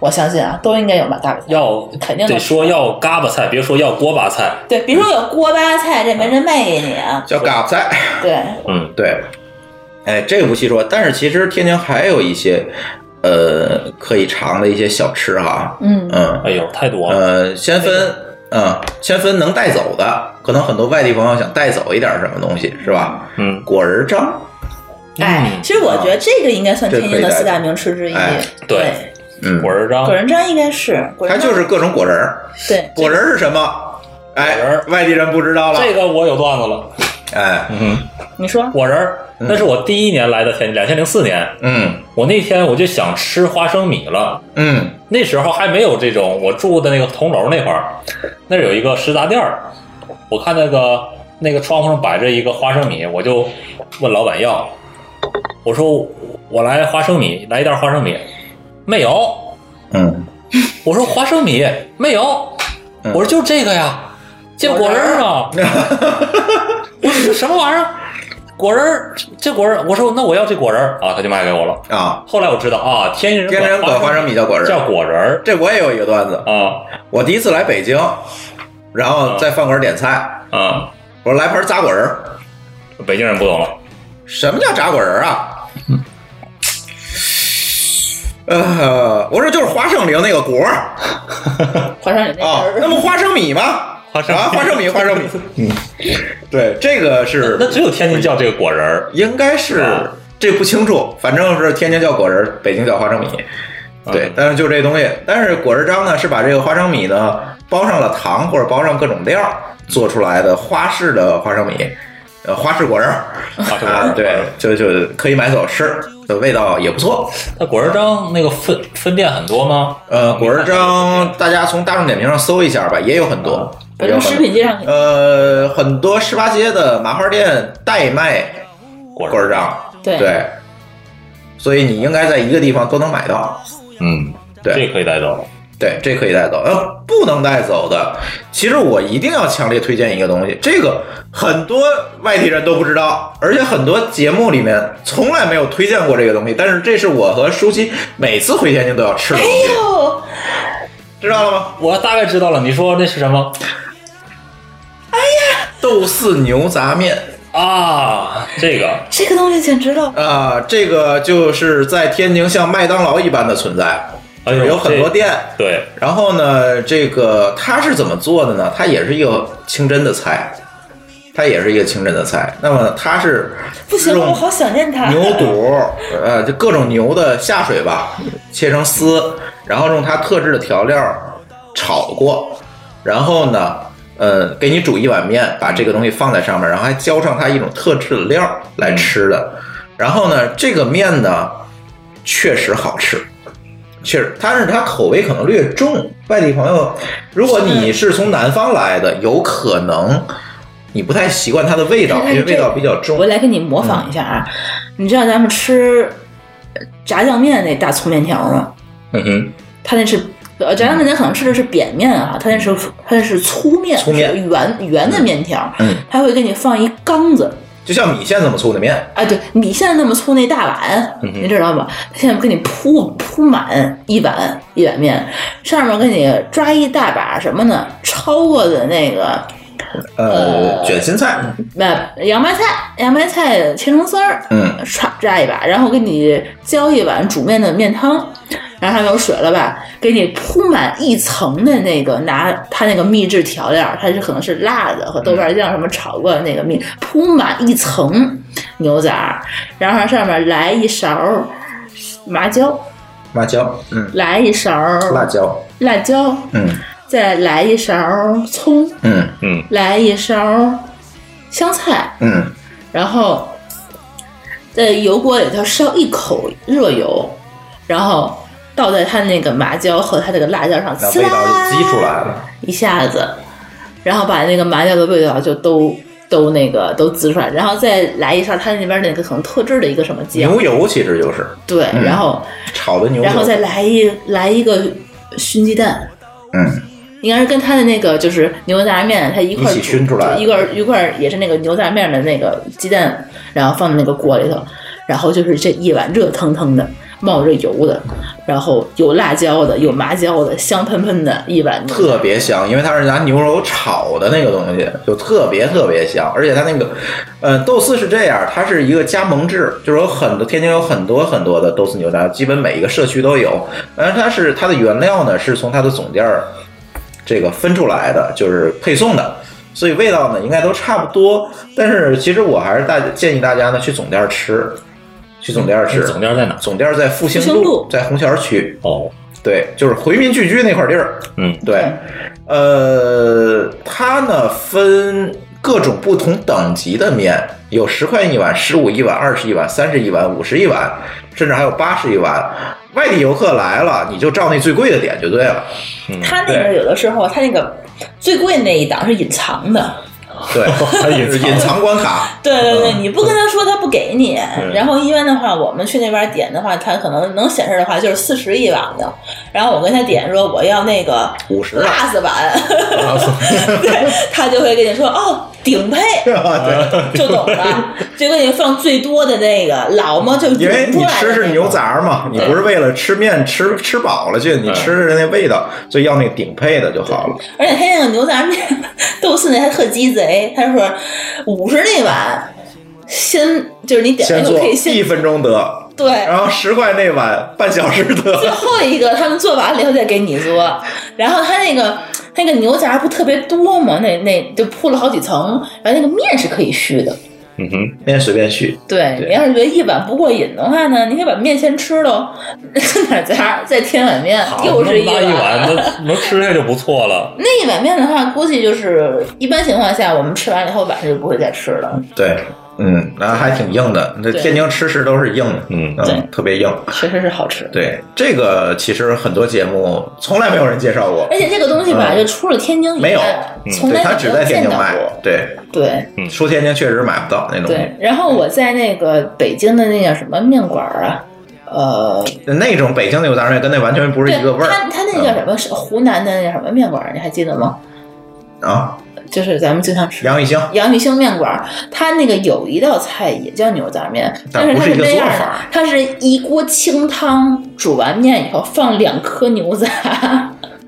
Speaker 8: 我相信啊，都应该有吧嘎巴菜。
Speaker 7: 要
Speaker 8: 肯定的
Speaker 7: 得说要嘎巴菜，别说要锅巴菜。
Speaker 8: 对，别说有锅巴菜，这没
Speaker 6: 嗯
Speaker 8: 人卖给你啊。
Speaker 6: 叫嘎巴菜。
Speaker 8: 对，
Speaker 7: 嗯，
Speaker 6: 对，哎，这个不细说，但是其实天津还有一些，呃，可以尝的一些小吃哈，
Speaker 8: 嗯，
Speaker 6: 嗯，
Speaker 7: 哎呦，太多了。
Speaker 6: 呃，先分，嗯，先分能带走的，可能很多外地朋友想带走一点什么东西，是吧？
Speaker 7: 嗯，
Speaker 6: 果仁章，嗯
Speaker 8: 哎，其实我觉得这个应该算
Speaker 6: 啊这
Speaker 8: 天津的
Speaker 6: 可以带
Speaker 8: 四大名吃之一
Speaker 6: 哎。
Speaker 7: 对，
Speaker 6: 嗯
Speaker 7: 果，仁章
Speaker 8: 果，仁章应该是，果
Speaker 6: 它
Speaker 8: 仁章
Speaker 6: 就是各种果仁儿，
Speaker 8: 对
Speaker 6: 果仁儿是什么？哎
Speaker 7: 果仁儿，
Speaker 6: 外地人不知道了。
Speaker 7: 这个我有段子了。
Speaker 6: 哎，
Speaker 7: 嗯，
Speaker 8: 你说
Speaker 7: 果仁儿，那是我第一年来的天津，两千零四年。
Speaker 6: 嗯
Speaker 7: 我那天我就想吃花生米了，
Speaker 6: 嗯
Speaker 7: 那时候还没有这种，我住的那个铜楼那块儿，那儿有一个食杂店儿，我看那个那个窗户上摆着一个花生米，我就问老板要，我说我来花生米，来一袋花生米，没有，
Speaker 6: 嗯，
Speaker 7: 我说花生米没有，
Speaker 6: 嗯
Speaker 7: 我说就这个呀，这果仁儿啊， 我说这什么玩意儿？果仁儿，这果仁儿，我说那我要这果仁儿啊，他就卖给我了。
Speaker 6: 啊，
Speaker 7: 后来我知道啊，天津人
Speaker 6: 天津人管花生米叫果仁儿
Speaker 7: 叫果仁儿
Speaker 6: 这我也有一个段子。
Speaker 7: 啊
Speaker 6: 我第一次来北京，然后在饭馆点菜，
Speaker 7: 啊！
Speaker 6: 我说来盘炸果仁儿。
Speaker 7: 北京人不懂了，
Speaker 6: 什么叫炸果仁儿啊？
Speaker 7: 嗯
Speaker 6: 呃，我说就是花生里头那个果儿
Speaker 8: 花生米那
Speaker 6: 啊
Speaker 8: 根，
Speaker 6: 那
Speaker 8: 儿，
Speaker 6: 不花生米吗？
Speaker 7: 花生米
Speaker 6: 啊，花生米， 花生米。嗯，对，这个是
Speaker 7: 那只有天津叫这个果仁儿。
Speaker 6: 应该是
Speaker 7: 啊
Speaker 6: 这不清楚，反正是天津叫果仁儿，北京叫花生米。对
Speaker 7: 嗯，
Speaker 6: 但是就这东西，但是果仁章呢是把这个花生米呢包上了糖或者包上各种料儿做出来的花式的花生米，呃，花式果仁儿，
Speaker 7: 花生
Speaker 6: 啊，
Speaker 7: 果仁
Speaker 6: 对
Speaker 7: 儿，，
Speaker 6: 就就可以买走吃，呃味道也不错。
Speaker 7: 那果仁章那个分分店很多吗？
Speaker 6: 呃，果仁章大家从大众点评上搜一下吧，也有很多，
Speaker 8: 啊反
Speaker 6: 也有
Speaker 8: 正食
Speaker 6: 很多。
Speaker 8: 品街上肯定
Speaker 6: 呃，很多十八街的麻花店代卖
Speaker 7: 果
Speaker 6: 果
Speaker 7: 仁
Speaker 6: 仁
Speaker 7: 儿，
Speaker 6: 章，
Speaker 8: 对
Speaker 6: 对，所以你应该在一个地方都能买到。
Speaker 7: 嗯，
Speaker 6: 对
Speaker 7: 这可以带走。
Speaker 6: 对，这可以带走。要不能带走的，其实我一定要强烈推荐一个东西，这个很多外地人都不知道，而且很多节目里面从来没有推荐过这个东西。但是这是我和舒淇每次回天津都要吃的东西，
Speaker 8: 呦，
Speaker 6: 知道了吗？
Speaker 7: 我大概知道了，你说那是什么
Speaker 6: 豆豉牛杂面。
Speaker 7: 啊？这个
Speaker 8: 这个东西简直了，
Speaker 6: 啊、这个就是在天津像麦当劳一般的存在，
Speaker 7: 哎呦
Speaker 6: 啊就是有很多
Speaker 7: 这
Speaker 6: 店。
Speaker 7: 对，
Speaker 6: 然后呢，这个它是怎么做的呢？它也是一个清真的菜，它也是一个清真的菜。那么它是
Speaker 8: 不行了，
Speaker 6: 用
Speaker 8: 我好想念它。
Speaker 6: 牛肚，呃，就各种牛的下水吧，切成丝，然后用它特制的调料炒过，然后呢，呃，给你煮一碗面，把这个东西放在上面，然后还浇上它一种特制的料
Speaker 8: 嗯
Speaker 6: 来吃的。然后呢，这个面呢，确实好吃。确实，但是它口味可能略重。外地朋友，如果你是从南方来的，有可能你不太习惯它的味道，
Speaker 8: 但
Speaker 6: 因
Speaker 8: 是
Speaker 6: 为
Speaker 8: 这
Speaker 6: 味道比较 重。
Speaker 8: 我来给你模仿一下啊，你知道咱们吃炸酱面那大粗面条吗？
Speaker 6: 嗯哼。
Speaker 8: 它那是呃炸酱面，咱可能吃的是扁面啊，它那是它那是粗面，
Speaker 6: 粗面
Speaker 8: 是圆圆的面条，
Speaker 6: 嗯，
Speaker 8: 它会给你放一缸子。
Speaker 6: 就像米线这么粗的面，
Speaker 8: 啊，对，米线那么粗那大碗，
Speaker 6: 嗯哼
Speaker 8: 你知道吗？它现在给你铺铺满一碗一碗面，上面给你抓一大把什么呢？焯过的那个
Speaker 6: 呃，卷心菜，
Speaker 8: 呃洋白菜，洋白菜切成丝儿，
Speaker 6: 嗯，
Speaker 8: 唰炸一把，然后给你浇一碗煮面的面汤，然后上面有水了吧，给你铺满一层的那个拿它那个秘制调料，它是可能是辣的和豆瓣酱什么炒过的那个面，铺满一层牛杂儿，然后上面来一勺儿麻椒，
Speaker 6: 麻椒，嗯，
Speaker 8: 来一勺儿
Speaker 6: 辣椒，
Speaker 8: 辣椒，
Speaker 6: 嗯
Speaker 8: 再来一勺儿葱，
Speaker 6: 嗯嗯
Speaker 8: 来一勺儿香菜，
Speaker 6: 嗯
Speaker 8: 然后在油锅里头烧一口热油，然后倒在它那个麻椒和它这个辣椒上，
Speaker 6: 那
Speaker 8: 呲
Speaker 6: 味道
Speaker 8: 啦
Speaker 6: 就激出来了。
Speaker 8: 一下子，然后把那个麻椒的味道就都都那个都滋出来，然后再来一勺它那边那个可能特制的一个什么酱，
Speaker 6: 牛油其实就是，
Speaker 8: 对，
Speaker 6: 嗯
Speaker 8: 然后
Speaker 6: 炒的牛油，
Speaker 8: 然后再来一来一个熏鸡蛋，
Speaker 6: 嗯，
Speaker 8: 应该是跟它的那个就是牛杂面，它一块儿
Speaker 6: 一起熏
Speaker 8: 煮
Speaker 6: 出来
Speaker 8: 一块儿一块儿也是那个牛杂面的那个鸡蛋，然后放在那个锅里头，然后就是这一碗热腾腾的。冒着油的，然后有辣椒的，有麻椒的，香喷喷的一碗牛杂
Speaker 6: 特别香，因为它是拿牛油炒的那个东西，就特别特别香。而且它那个，呃，豆丝是这样，它是一个加盟制，就是有很多天津有很多很多的豆丝牛杂，基本每一个社区都有。但是它是它的原料呢是从它的总店儿这个分出来的，就是配送的。所以味道呢应该都差不多，但是其实我还是大建议大家呢去总店儿吃，去总店儿吃。
Speaker 7: 嗯总店在哪？
Speaker 6: 总店儿在复兴
Speaker 8: 复兴路
Speaker 6: 在红桥区。
Speaker 7: 哦，
Speaker 6: 对，就是回民聚居那块地儿。
Speaker 7: 嗯，
Speaker 6: 对，呃，它呢分各种不同等级的面，有十块一碗、十五一碗、二十一碗、三十一碗、五十一碗，甚至还有八十一碗。外地游客来了，你就照那最贵的点就对了。
Speaker 7: 嗯
Speaker 8: 它那个有的时候，它那个最贵那一档是隐藏的，
Speaker 6: 对，
Speaker 8: 哎
Speaker 6: 隐藏隐藏关卡。
Speaker 8: 对对对，你不跟他说，他不给你。
Speaker 6: 嗯
Speaker 8: 然后一般的话，我们去那边点的话，他可能能显示的话就是四十一碗的。然后我跟他点说我要那个
Speaker 6: 五十啊
Speaker 8: 辣子碗， 对，他就会跟你说哦，顶配，
Speaker 6: 啊
Speaker 8: 就懂了，就给你放最多的那个老么就
Speaker 6: 因为
Speaker 8: 涌出
Speaker 6: 你
Speaker 8: 来
Speaker 6: 吃
Speaker 8: 的
Speaker 6: 是
Speaker 8: 那
Speaker 6: 牛
Speaker 8: 种。
Speaker 6: 杂嘛，你不是为了吃面吃吃饱了去，你吃的是那味道，所以要那个顶配的就好了。
Speaker 8: 而且他那个牛杂面豆豉那还特鸡贼，他说五十那碗，先就是你点
Speaker 6: 先
Speaker 8: 那个
Speaker 6: 做
Speaker 8: 哎可以先
Speaker 6: 一分钟得，
Speaker 8: 对，
Speaker 6: 然后十块那碗半小时
Speaker 8: 最
Speaker 6: 得。
Speaker 8: 后一个他们做完了以后再给你做，然后他那个那个牛杂不特别多吗？那那就铺了好几层，然后那个面是可以续的。
Speaker 6: 嗯哼，那随便续。
Speaker 8: 对
Speaker 6: 对
Speaker 8: 你要是觉得一碗不过瘾的话呢，你可以把面先吃喽， 哪杂再添碗面，又是
Speaker 7: 一
Speaker 8: 碗。
Speaker 7: 一碗，那 能吃下就不错了。
Speaker 8: 那一碗面的话，估计就是一般情况下，我们吃完了以后晚上就不会再吃了。
Speaker 6: 对，嗯，那还挺硬的。这
Speaker 8: 对
Speaker 6: 天津吃食都是硬的，嗯
Speaker 8: 对
Speaker 6: 特别硬。
Speaker 8: 确实是好吃。
Speaker 6: 对，这个其实很多节目从来没有人介绍过
Speaker 8: 而，且这个东西吧，
Speaker 6: 嗯
Speaker 8: 就除了天津以外，
Speaker 6: 没有，嗯
Speaker 8: 从
Speaker 6: 对，
Speaker 8: 来
Speaker 6: 它
Speaker 8: 就
Speaker 6: 只
Speaker 8: 没有
Speaker 6: 在
Speaker 8: 见
Speaker 6: 天津
Speaker 8: 到
Speaker 6: 卖
Speaker 8: 过。。
Speaker 6: 对，
Speaker 8: 对，
Speaker 6: 说天津确实买不到那东西
Speaker 8: 对。，然后我在那个北京的那叫什么面馆儿啊，呃，
Speaker 6: 那种北京牛杂面跟那完全不是一个味儿。嗯
Speaker 8: 他他那叫什么？是湖南的那叫什么面馆儿？你还记得吗？
Speaker 6: 啊，
Speaker 8: 就是咱们经常吃
Speaker 6: 杨玉兴，
Speaker 8: 杨玉兴面馆儿，它那个有一道菜也叫牛杂面，但
Speaker 6: 但
Speaker 8: 是它
Speaker 6: 不是一个
Speaker 8: 那样
Speaker 6: 做
Speaker 8: 的
Speaker 6: 法，
Speaker 8: 它是一锅清汤，煮完面以后放两颗牛杂，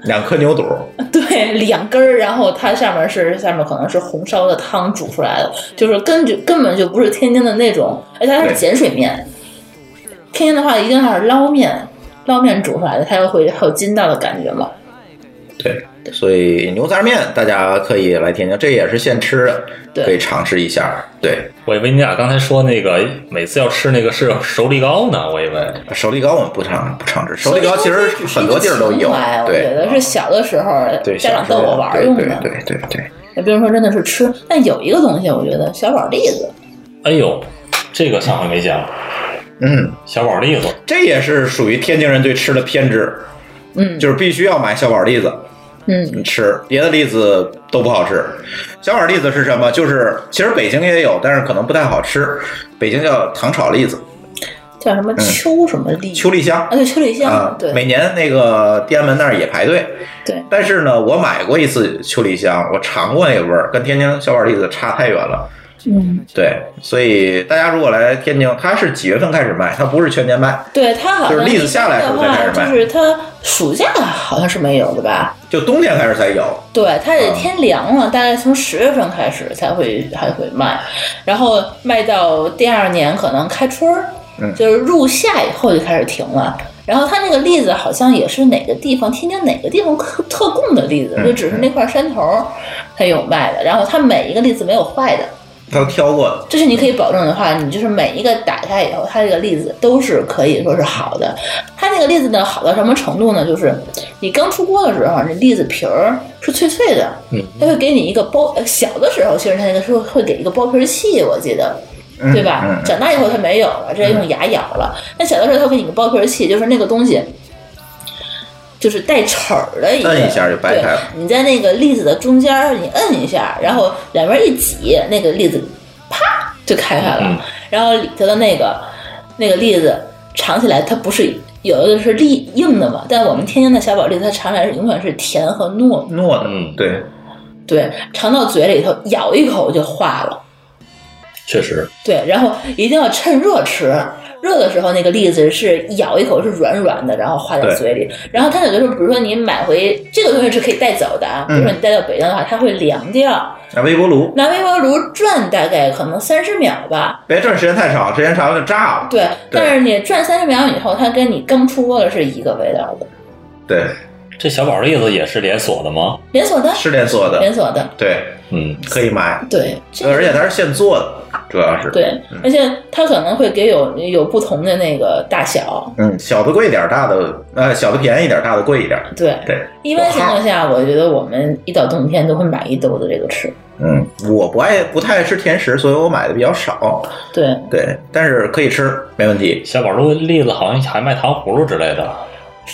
Speaker 6: 两颗牛肚，
Speaker 8: 对，两根儿，然后它上面是下面可能是红烧的汤煮出来的，就是根据根本就不是天津的那种，而且它是碱水面。天津的话一定要是捞面，捞面煮出来的，它又会还有筋道的感觉嘛。
Speaker 6: 对，所以牛杂面大家可以来天津，这也是现吃的，
Speaker 8: 对
Speaker 6: 可以尝试一下。对，
Speaker 7: 我以为你俩啊刚才说那个每次要吃那个是熟梨糕呢，我以为
Speaker 6: 熟梨糕我们不尝不尝试，熟梨糕其实很多地儿都
Speaker 8: 情
Speaker 6: 有
Speaker 8: 怀，我觉
Speaker 6: 对嗯
Speaker 8: 得是小的时候
Speaker 6: 对，
Speaker 8: 家长
Speaker 6: 小时
Speaker 8: 逗
Speaker 6: 候
Speaker 8: 我玩儿用的。
Speaker 6: 对对对对
Speaker 8: 那比如说真的是吃，但有一个东西，我觉得小宝栗子，
Speaker 7: 哎呦，这个上回没讲，
Speaker 6: 嗯，
Speaker 7: 小宝栗子，
Speaker 6: 这也是属于天津人对吃的偏执，
Speaker 8: 嗯，
Speaker 6: 就是必须要买小宝栗子，
Speaker 8: 嗯，
Speaker 6: 吃，别的栗子都不好吃。小宝栗子是什么？就是其实北京也有，但是可能不太好吃。北京叫糖炒栗子，
Speaker 8: 叫什么
Speaker 6: 嗯
Speaker 8: 秋什么栗，
Speaker 6: 秋栗香
Speaker 8: 啊，对，秋栗
Speaker 6: 啊
Speaker 8: 香，，对，
Speaker 6: 每年那个天安门那儿也排队。
Speaker 8: 对，
Speaker 6: 但是呢，我买过一次秋梨香，我尝过那个味儿，跟天津小宝栗子差太远了。
Speaker 8: 嗯，
Speaker 6: 对，所以大家如果来天津，它是几月份开始卖？它不是全年卖，
Speaker 8: 对，它好像
Speaker 6: 就是栗子下来的时
Speaker 8: 的
Speaker 6: 候才开
Speaker 8: 话，
Speaker 6: 始卖
Speaker 8: 就是它暑假好像是没有的吧？
Speaker 6: 就冬天开始才有。
Speaker 8: 对，它得天凉了，大概从十月份开始才会还会卖，然后卖到第二年可能开春儿，
Speaker 6: 嗯
Speaker 8: 就是入夏以后就开始停了。然后它那个栗子好像也是哪个地方，天津哪个地方特特供的栗子，就只是那块山头儿它有卖的。然后它每一个栗子没有坏的，
Speaker 6: 它挑过的，
Speaker 8: 这是你可以保证的话，你就是每一个打开以后，它这个栗子都是可以说是好的。它那个栗子呢，好到什么程度呢？就是你刚出锅的时候，那栗子皮儿是脆脆的，
Speaker 7: 嗯，
Speaker 8: 它会给你一个包。呃小的时候，其实它那个时候会给一个剥皮器，我记得。
Speaker 7: 嗯
Speaker 8: 对吧？
Speaker 7: 嗯嗯
Speaker 8: 长大以后它没有了，直接用牙咬了。但小的时候它会给你个剥皮器，就是那个东西，就是带齿儿的一个，
Speaker 6: 摁一下就掰开了。
Speaker 8: 你在那个栗子的中间儿，你摁一下，然后两边一挤，那个栗子啪就开开了。
Speaker 6: 嗯
Speaker 8: 然后里头的那个那个栗子尝起来，它不是有的是栗硬的嘛，但我们天津的小宝栗子，它尝起来是永远是甜和糯
Speaker 6: 糯的，对
Speaker 8: 对，尝到嘴里头咬一口就化了。
Speaker 7: 确实，
Speaker 8: 对，然后一定要趁热吃。热的时候，那个栗子是咬一口是软软的，然后化在
Speaker 7: 对
Speaker 8: 嘴里。然后它有的时候，比如说你买回这个东西是可以带走的啊，比如说
Speaker 6: 嗯
Speaker 8: 你带到北京的话，它会凉掉。
Speaker 6: 那微波炉，
Speaker 8: 拿微波炉转大概可能三十秒吧，
Speaker 6: 别转时间太长，时间长了就炸了。
Speaker 8: 对。但是你转三十秒以后，它跟你刚出锅的是一个味道的。
Speaker 6: 对，
Speaker 7: 这小宝栗子也是连锁的吗？
Speaker 8: 连锁的
Speaker 6: 是连锁的，
Speaker 8: 连锁的，
Speaker 6: 对，
Speaker 7: 嗯，
Speaker 6: 可以买，
Speaker 8: 对，
Speaker 6: 而且它是现做的，嗯主要是
Speaker 8: 对，而且它可能会给有有不同的那个大小。
Speaker 6: 嗯，小的贵一点，大的呃小的便宜一点，大的贵一点。
Speaker 8: 对，
Speaker 6: 对，
Speaker 8: 一般情况下，我觉得我们一到冬天都会买一兜子这个吃。
Speaker 6: 嗯，我不爱不太爱吃甜食，所以我买的比较少。
Speaker 8: 对，
Speaker 6: 对，但是可以吃，没问题。
Speaker 7: 小宝栗栗子好像还卖糖葫芦之类的。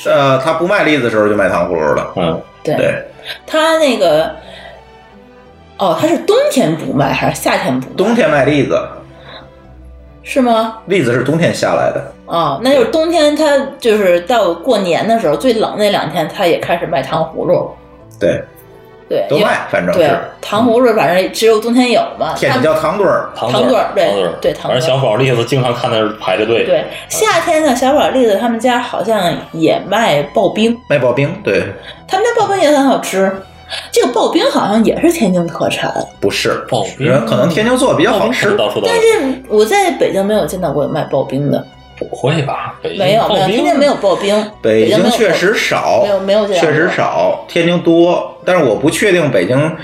Speaker 6: 呃，他不卖栗子的时候就卖糖葫芦了。
Speaker 7: 嗯，
Speaker 8: 对
Speaker 6: 对，
Speaker 8: 它那个，哦，它是冬天不卖还是夏天不卖？
Speaker 6: 冬天卖栗子，
Speaker 8: 是吗？
Speaker 6: 栗子是冬天下来的。
Speaker 8: 哦，那就是冬天，它就是到过年的时候最冷那两天，它也开始卖糖葫芦。
Speaker 6: 对，
Speaker 8: 对，呃
Speaker 6: 都
Speaker 8: 因为
Speaker 6: 卖反正是
Speaker 8: 对糖葫芦，反正只有冬天有嘛。
Speaker 6: 天津
Speaker 8: 它
Speaker 6: 叫糖墩儿，
Speaker 7: 糖
Speaker 8: 糖
Speaker 7: 墩
Speaker 8: 墩儿对
Speaker 7: 儿，
Speaker 8: 对糖
Speaker 7: 反正
Speaker 8: 墩儿
Speaker 7: 小宝栗子经常看那儿排着队。
Speaker 6: 嗯
Speaker 8: 对，夏天的小宝栗子他们家好像也卖刨冰，
Speaker 6: 卖刨冰，对，
Speaker 8: 他们家刨冰也很好吃。这个刨冰好像也是天津特产，
Speaker 6: 不是
Speaker 7: 刨冰
Speaker 6: 可能天津做的比较好吃。
Speaker 7: 到处都有
Speaker 8: 但是我在北京没有见到过有卖刨冰的，
Speaker 7: 不会吧？北京
Speaker 8: 没有，没有，
Speaker 7: 刨
Speaker 8: 天
Speaker 7: 冰
Speaker 8: 津没有刨冰，
Speaker 6: 北
Speaker 8: 京没
Speaker 6: 京
Speaker 8: 有
Speaker 6: 确实少，
Speaker 8: 没有没有这样
Speaker 6: 确实少，天津多，但是我不确定北京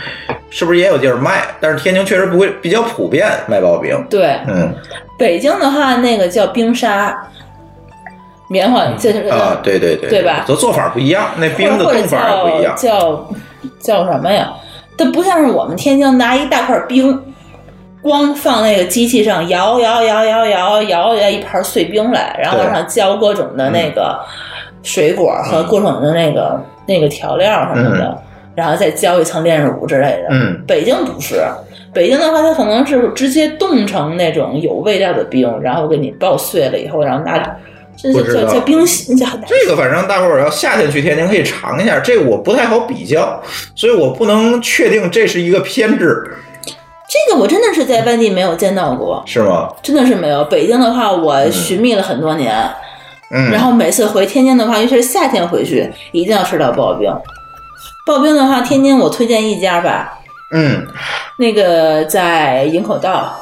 Speaker 6: 是不是也有地儿卖，但是天津确实不会比较普遍卖刨冰。
Speaker 8: 对，
Speaker 6: 嗯
Speaker 8: 北京的话，那个叫冰沙，棉花就是
Speaker 6: 啊，对对对，
Speaker 8: 呃对吧
Speaker 6: 这做法不一样，那冰的
Speaker 8: 或者
Speaker 6: 冻法也不一样。
Speaker 8: 叫叫叫什么呀？它不像是我们天津拿一大块冰，光放那个机器上摇摇摇摇摇摇摇一盘碎冰来，然后
Speaker 7: 对
Speaker 8: 往上浇各种的那个水果和
Speaker 6: 嗯
Speaker 8: 各种的那个、那个调料什么的，然后再浇一层炼乳之类的。
Speaker 6: 嗯
Speaker 8: 北京不是。北京的话，它可能是直接冻成那种有味道的冰，然后给你爆碎了以后，然后拿这
Speaker 6: 不
Speaker 8: 叫
Speaker 6: 知
Speaker 8: 叫
Speaker 6: 道
Speaker 8: 叫冰心，叫哪
Speaker 6: 这个反正大伙儿要夏天去天津可以尝一下，这我不太好比较，所以我不能确定这是一个偏执，
Speaker 8: 这个我真的是在外地没有见到过，
Speaker 6: 是吗？
Speaker 8: 真的是没有。北京的话，我寻觅了很多年，
Speaker 6: 嗯，
Speaker 8: 然后每次回天津的话，尤其是夏天回去，一定要吃到刨冰。刨冰的话，天津我推荐一家吧，
Speaker 6: 嗯，
Speaker 8: 那个在营口道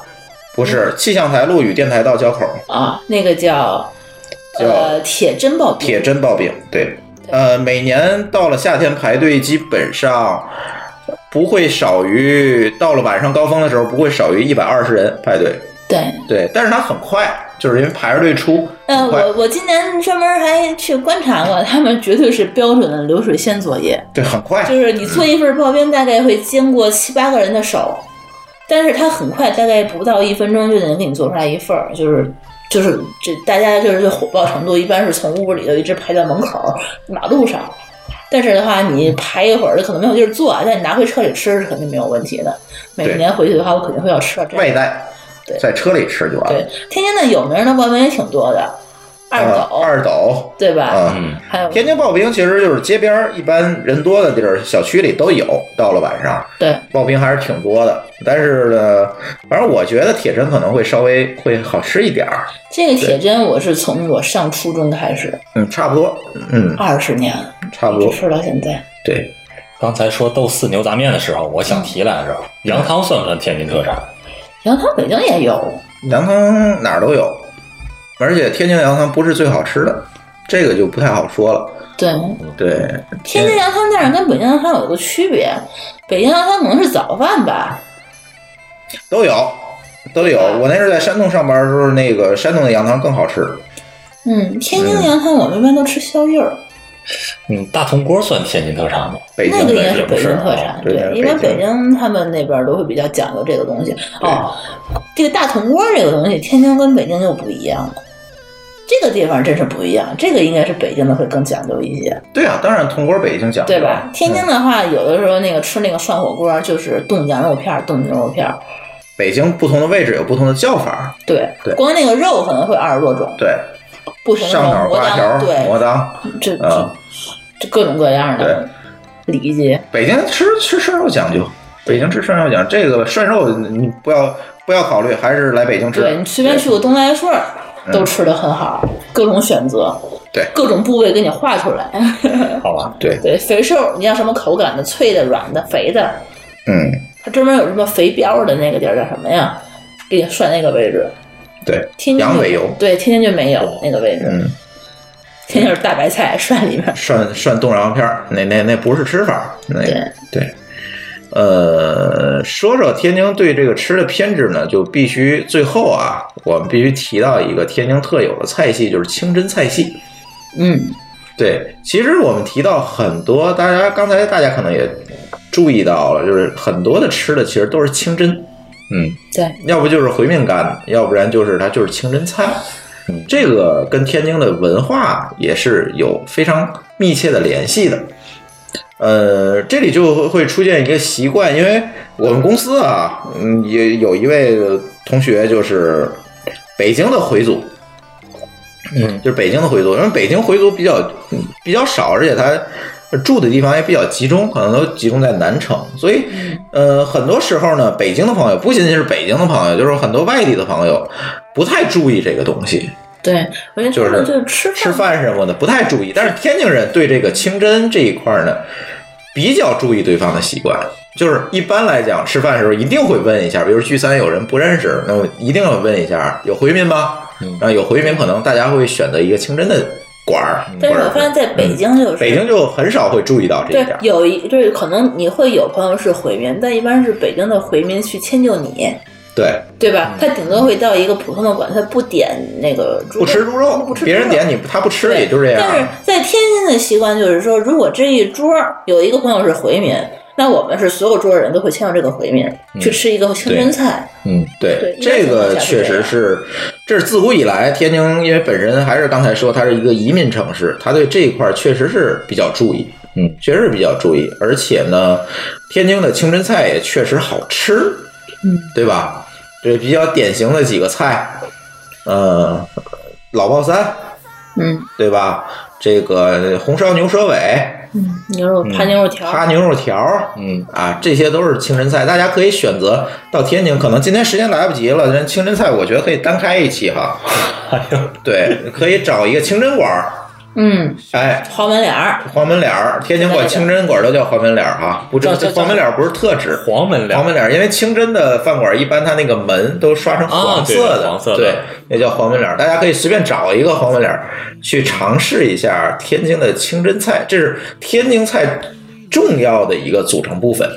Speaker 6: 不
Speaker 8: 嗯
Speaker 6: 是气象台路与电台道交口
Speaker 8: 啊，那个叫
Speaker 6: 叫
Speaker 8: 呃铁针刨冰，
Speaker 6: 铁针刨冰，对，呃，每年到了夏天排队基本上。不会少于到了晚上高峰的时候，不会少于一百二十人排队。
Speaker 8: 对，
Speaker 6: 对，但是它很快，就是因为排着队出。
Speaker 8: 呃，
Speaker 6: 很快
Speaker 8: 我我今年专门还去观察过，他们绝对是标准的流水线作业，
Speaker 6: 对，很快。
Speaker 8: 就是你做一份刨冰，大概会经过七八个人的手，但是他很快，大概不到一分钟就能给你做出来一份儿，就是。就是这，大家就是这火爆程度，一般是从屋里头一直排到门口儿马路上。但是的话，你排一会儿，可能没有地儿坐，啊但你拿回车里吃是肯定没有问题的。每
Speaker 6: 对
Speaker 8: 年回去的话，我肯定会要吃到啊这样。
Speaker 6: 外带，在车里吃就完了。
Speaker 8: 天津的有名的刨冰也挺多的，二啊
Speaker 6: 呃
Speaker 8: 斗、
Speaker 6: 二斗，
Speaker 8: 对吧？
Speaker 6: 嗯，
Speaker 8: 还有
Speaker 6: 天津刨冰其实就是街边儿一般人多的地儿，小区里都有。到了晚上，
Speaker 8: 对
Speaker 6: 刨冰还是挺多的。但是呢，反正我觉得铁针可能会稍微会好吃一点儿。
Speaker 8: 这个铁针，我是从我上初中开始，
Speaker 6: 嗯，差不多，嗯，
Speaker 8: 二十年，
Speaker 6: 差不
Speaker 8: 一
Speaker 6: 多
Speaker 8: 直。吃到现在。
Speaker 6: 对，
Speaker 7: 刚才说豆豉牛杂面的时候，我
Speaker 8: 嗯
Speaker 7: 想提来着，羊汤算不算天津特产？
Speaker 8: 羊汤北京也有，
Speaker 6: 羊汤哪儿都有，而且天津羊汤不是最好吃的，这个就不太好说了。
Speaker 8: 对，
Speaker 7: 嗯
Speaker 6: 对，
Speaker 8: 天津羊汤但是跟北京羊汤有个区别，北京羊汤可能是早饭吧，
Speaker 6: 都有，都有。我那时候在山东上班的时候，那个山东的羊汤更好吃。
Speaker 8: 嗯，天津的羊汤我们一般都吃宵夜儿，
Speaker 7: 嗯，大铜锅算天津特产吗？
Speaker 6: 北
Speaker 8: 那个应该
Speaker 7: 也不
Speaker 8: 北京
Speaker 7: 是啊
Speaker 6: 啊
Speaker 8: 特产，
Speaker 7: 对
Speaker 8: 因为北京他们那边都会比较讲究这个东西。哦，这个大铜锅这个东西，天津跟北京就不一样了，这个地方真是不一样，这个应该是北京的会更讲究一些。
Speaker 6: 对啊，当然铜锅北京讲究
Speaker 8: 对吧？
Speaker 7: 嗯
Speaker 8: 天津的话，有的时候那个吃那个涮火锅，就是炖羊肉片儿、炖牛肉片儿。
Speaker 6: 北京不同的位置有不同的叫法。
Speaker 8: 对，
Speaker 6: 对
Speaker 8: 光那个肉可能会二十多种，
Speaker 6: 对，
Speaker 8: 不同
Speaker 6: 上
Speaker 8: 的
Speaker 6: 脑
Speaker 8: 馍
Speaker 6: 瓜条
Speaker 8: 当，、
Speaker 6: 馍
Speaker 8: 对，
Speaker 6: 当，
Speaker 8: 这
Speaker 6: 嗯，
Speaker 8: 这各种各样的里脊。
Speaker 6: 北京吃吃涮肉讲究，北京吃涮肉讲究这个涮肉你不要不要考虑，还是来北京吃。
Speaker 8: 对你随便去个东来顺儿，
Speaker 6: 嗯
Speaker 8: 都吃的很好，各种选择，
Speaker 6: 对
Speaker 8: 各种部位给你画出来。
Speaker 7: 好吧，
Speaker 6: 对，
Speaker 8: 对，肥瘦你要什么口感的，脆的、软的、肥的，
Speaker 6: 嗯，
Speaker 8: 它专门有什么肥膘的那个地儿叫什么呀？给你涮那个位置。
Speaker 6: 对，
Speaker 8: 天津
Speaker 6: 羊
Speaker 8: 就
Speaker 6: 尾油，
Speaker 8: 对，天津就没有那个位置，
Speaker 6: 嗯，
Speaker 8: 天津就是大白菜涮里面。
Speaker 6: 涮涮冻羊肉片儿，那那那不是吃法，那个对。呃，说说天津对这个吃的偏执呢，就必须最后啊，我们必须提到一个天津特有的菜系，就是清真菜系。
Speaker 8: 嗯，
Speaker 6: 对，其实我们提到很多，大家刚才大家可能也注意到了，就是很多的吃的其实都是清真，
Speaker 7: 嗯，
Speaker 8: 对，
Speaker 6: 要不就是回民干的，要不然就是它就是清真菜。嗯这个跟天津的文化也是有非常密切的联系的。呃，这里就会出现一个习惯，因为我们公司啊，嗯，也有一位同学就是北京的回族，
Speaker 7: 嗯，
Speaker 6: 就是北京的回族，因为北京回族比较嗯比较少，而且他住的地方也比较集中，可能都集中在南城，所以呃，很多时候呢，北京的朋友不仅仅是北京的朋友，就是很多外地的朋友不太注意这个东西，
Speaker 8: 对，我觉得
Speaker 6: 就
Speaker 8: 他
Speaker 6: 是
Speaker 8: 们就是吃
Speaker 6: 吃饭什么的不太注意，但是天津人对这个清真这一块呢，比较注意对方的习惯。就是一般来讲，吃饭的时候一定会问一下，比如聚餐有人不认识，那我一定要问一下有回民吗？然后有回民，可能大家会选择一个清真的馆儿。
Speaker 8: 但是
Speaker 6: 或者嗯
Speaker 8: 我发现在北京就是
Speaker 6: 北京就很少会注意到这一
Speaker 8: 对
Speaker 6: 点，。
Speaker 8: 有一就是可能你会有朋友是回民，但一般是北京的回民去迁就你，
Speaker 6: 对，
Speaker 8: 对吧？他顶多会到一个普通的馆，他不点那个猪
Speaker 6: 不吃猪肉，
Speaker 8: 不吃
Speaker 6: 别人点你他不吃，也就这样。
Speaker 8: 但是在天津的习惯就是说，如果这一桌儿有一个朋友是回民，那我们是所有桌儿人都会迁就这个回民、去吃一个清真菜。
Speaker 7: 嗯，
Speaker 6: 嗯对
Speaker 8: 对，
Speaker 6: 这个
Speaker 8: 应该是
Speaker 6: 确实是，这是自古以来天津，因为本人还是刚才说，它是一个移民城市，它对这一块儿确实是比较注意，
Speaker 7: 嗯，
Speaker 6: 确实是比较注意，而且呢，天津的清真菜也确实好吃，
Speaker 8: 嗯，
Speaker 6: 对吧？这比较典型的几个菜，呃，老爆三，
Speaker 8: 嗯
Speaker 6: 对吧？这个红烧牛舌尾、
Speaker 8: 嗯，牛肉
Speaker 6: 嗯
Speaker 8: 盘牛肉条，
Speaker 6: 哈牛肉条，
Speaker 7: 嗯
Speaker 6: 啊，这些都是清真菜，大家可以选择到天津。可能今天时间来不及了，但清真菜我觉得可以单开一期 哈。
Speaker 7: 哎
Speaker 6: 对，可以找一个清真馆儿，
Speaker 8: 嗯，
Speaker 6: 哎，
Speaker 8: 黄门脸儿，
Speaker 6: 黄门脸儿，天津管清真馆儿都叫黄门脸儿哈，不是
Speaker 7: 叫叫叫
Speaker 6: 黄门脸儿不是特指
Speaker 7: 黄门脸
Speaker 6: 黄门脸儿，因为清真的饭馆儿一般它那个门都刷成黄色
Speaker 7: 啊对
Speaker 6: 的，
Speaker 7: 黄色的
Speaker 6: 对，那叫黄门脸儿。大家可以随便找一个黄门脸儿去尝试一下天津的清真菜，这是天津菜重要的一个组成部分。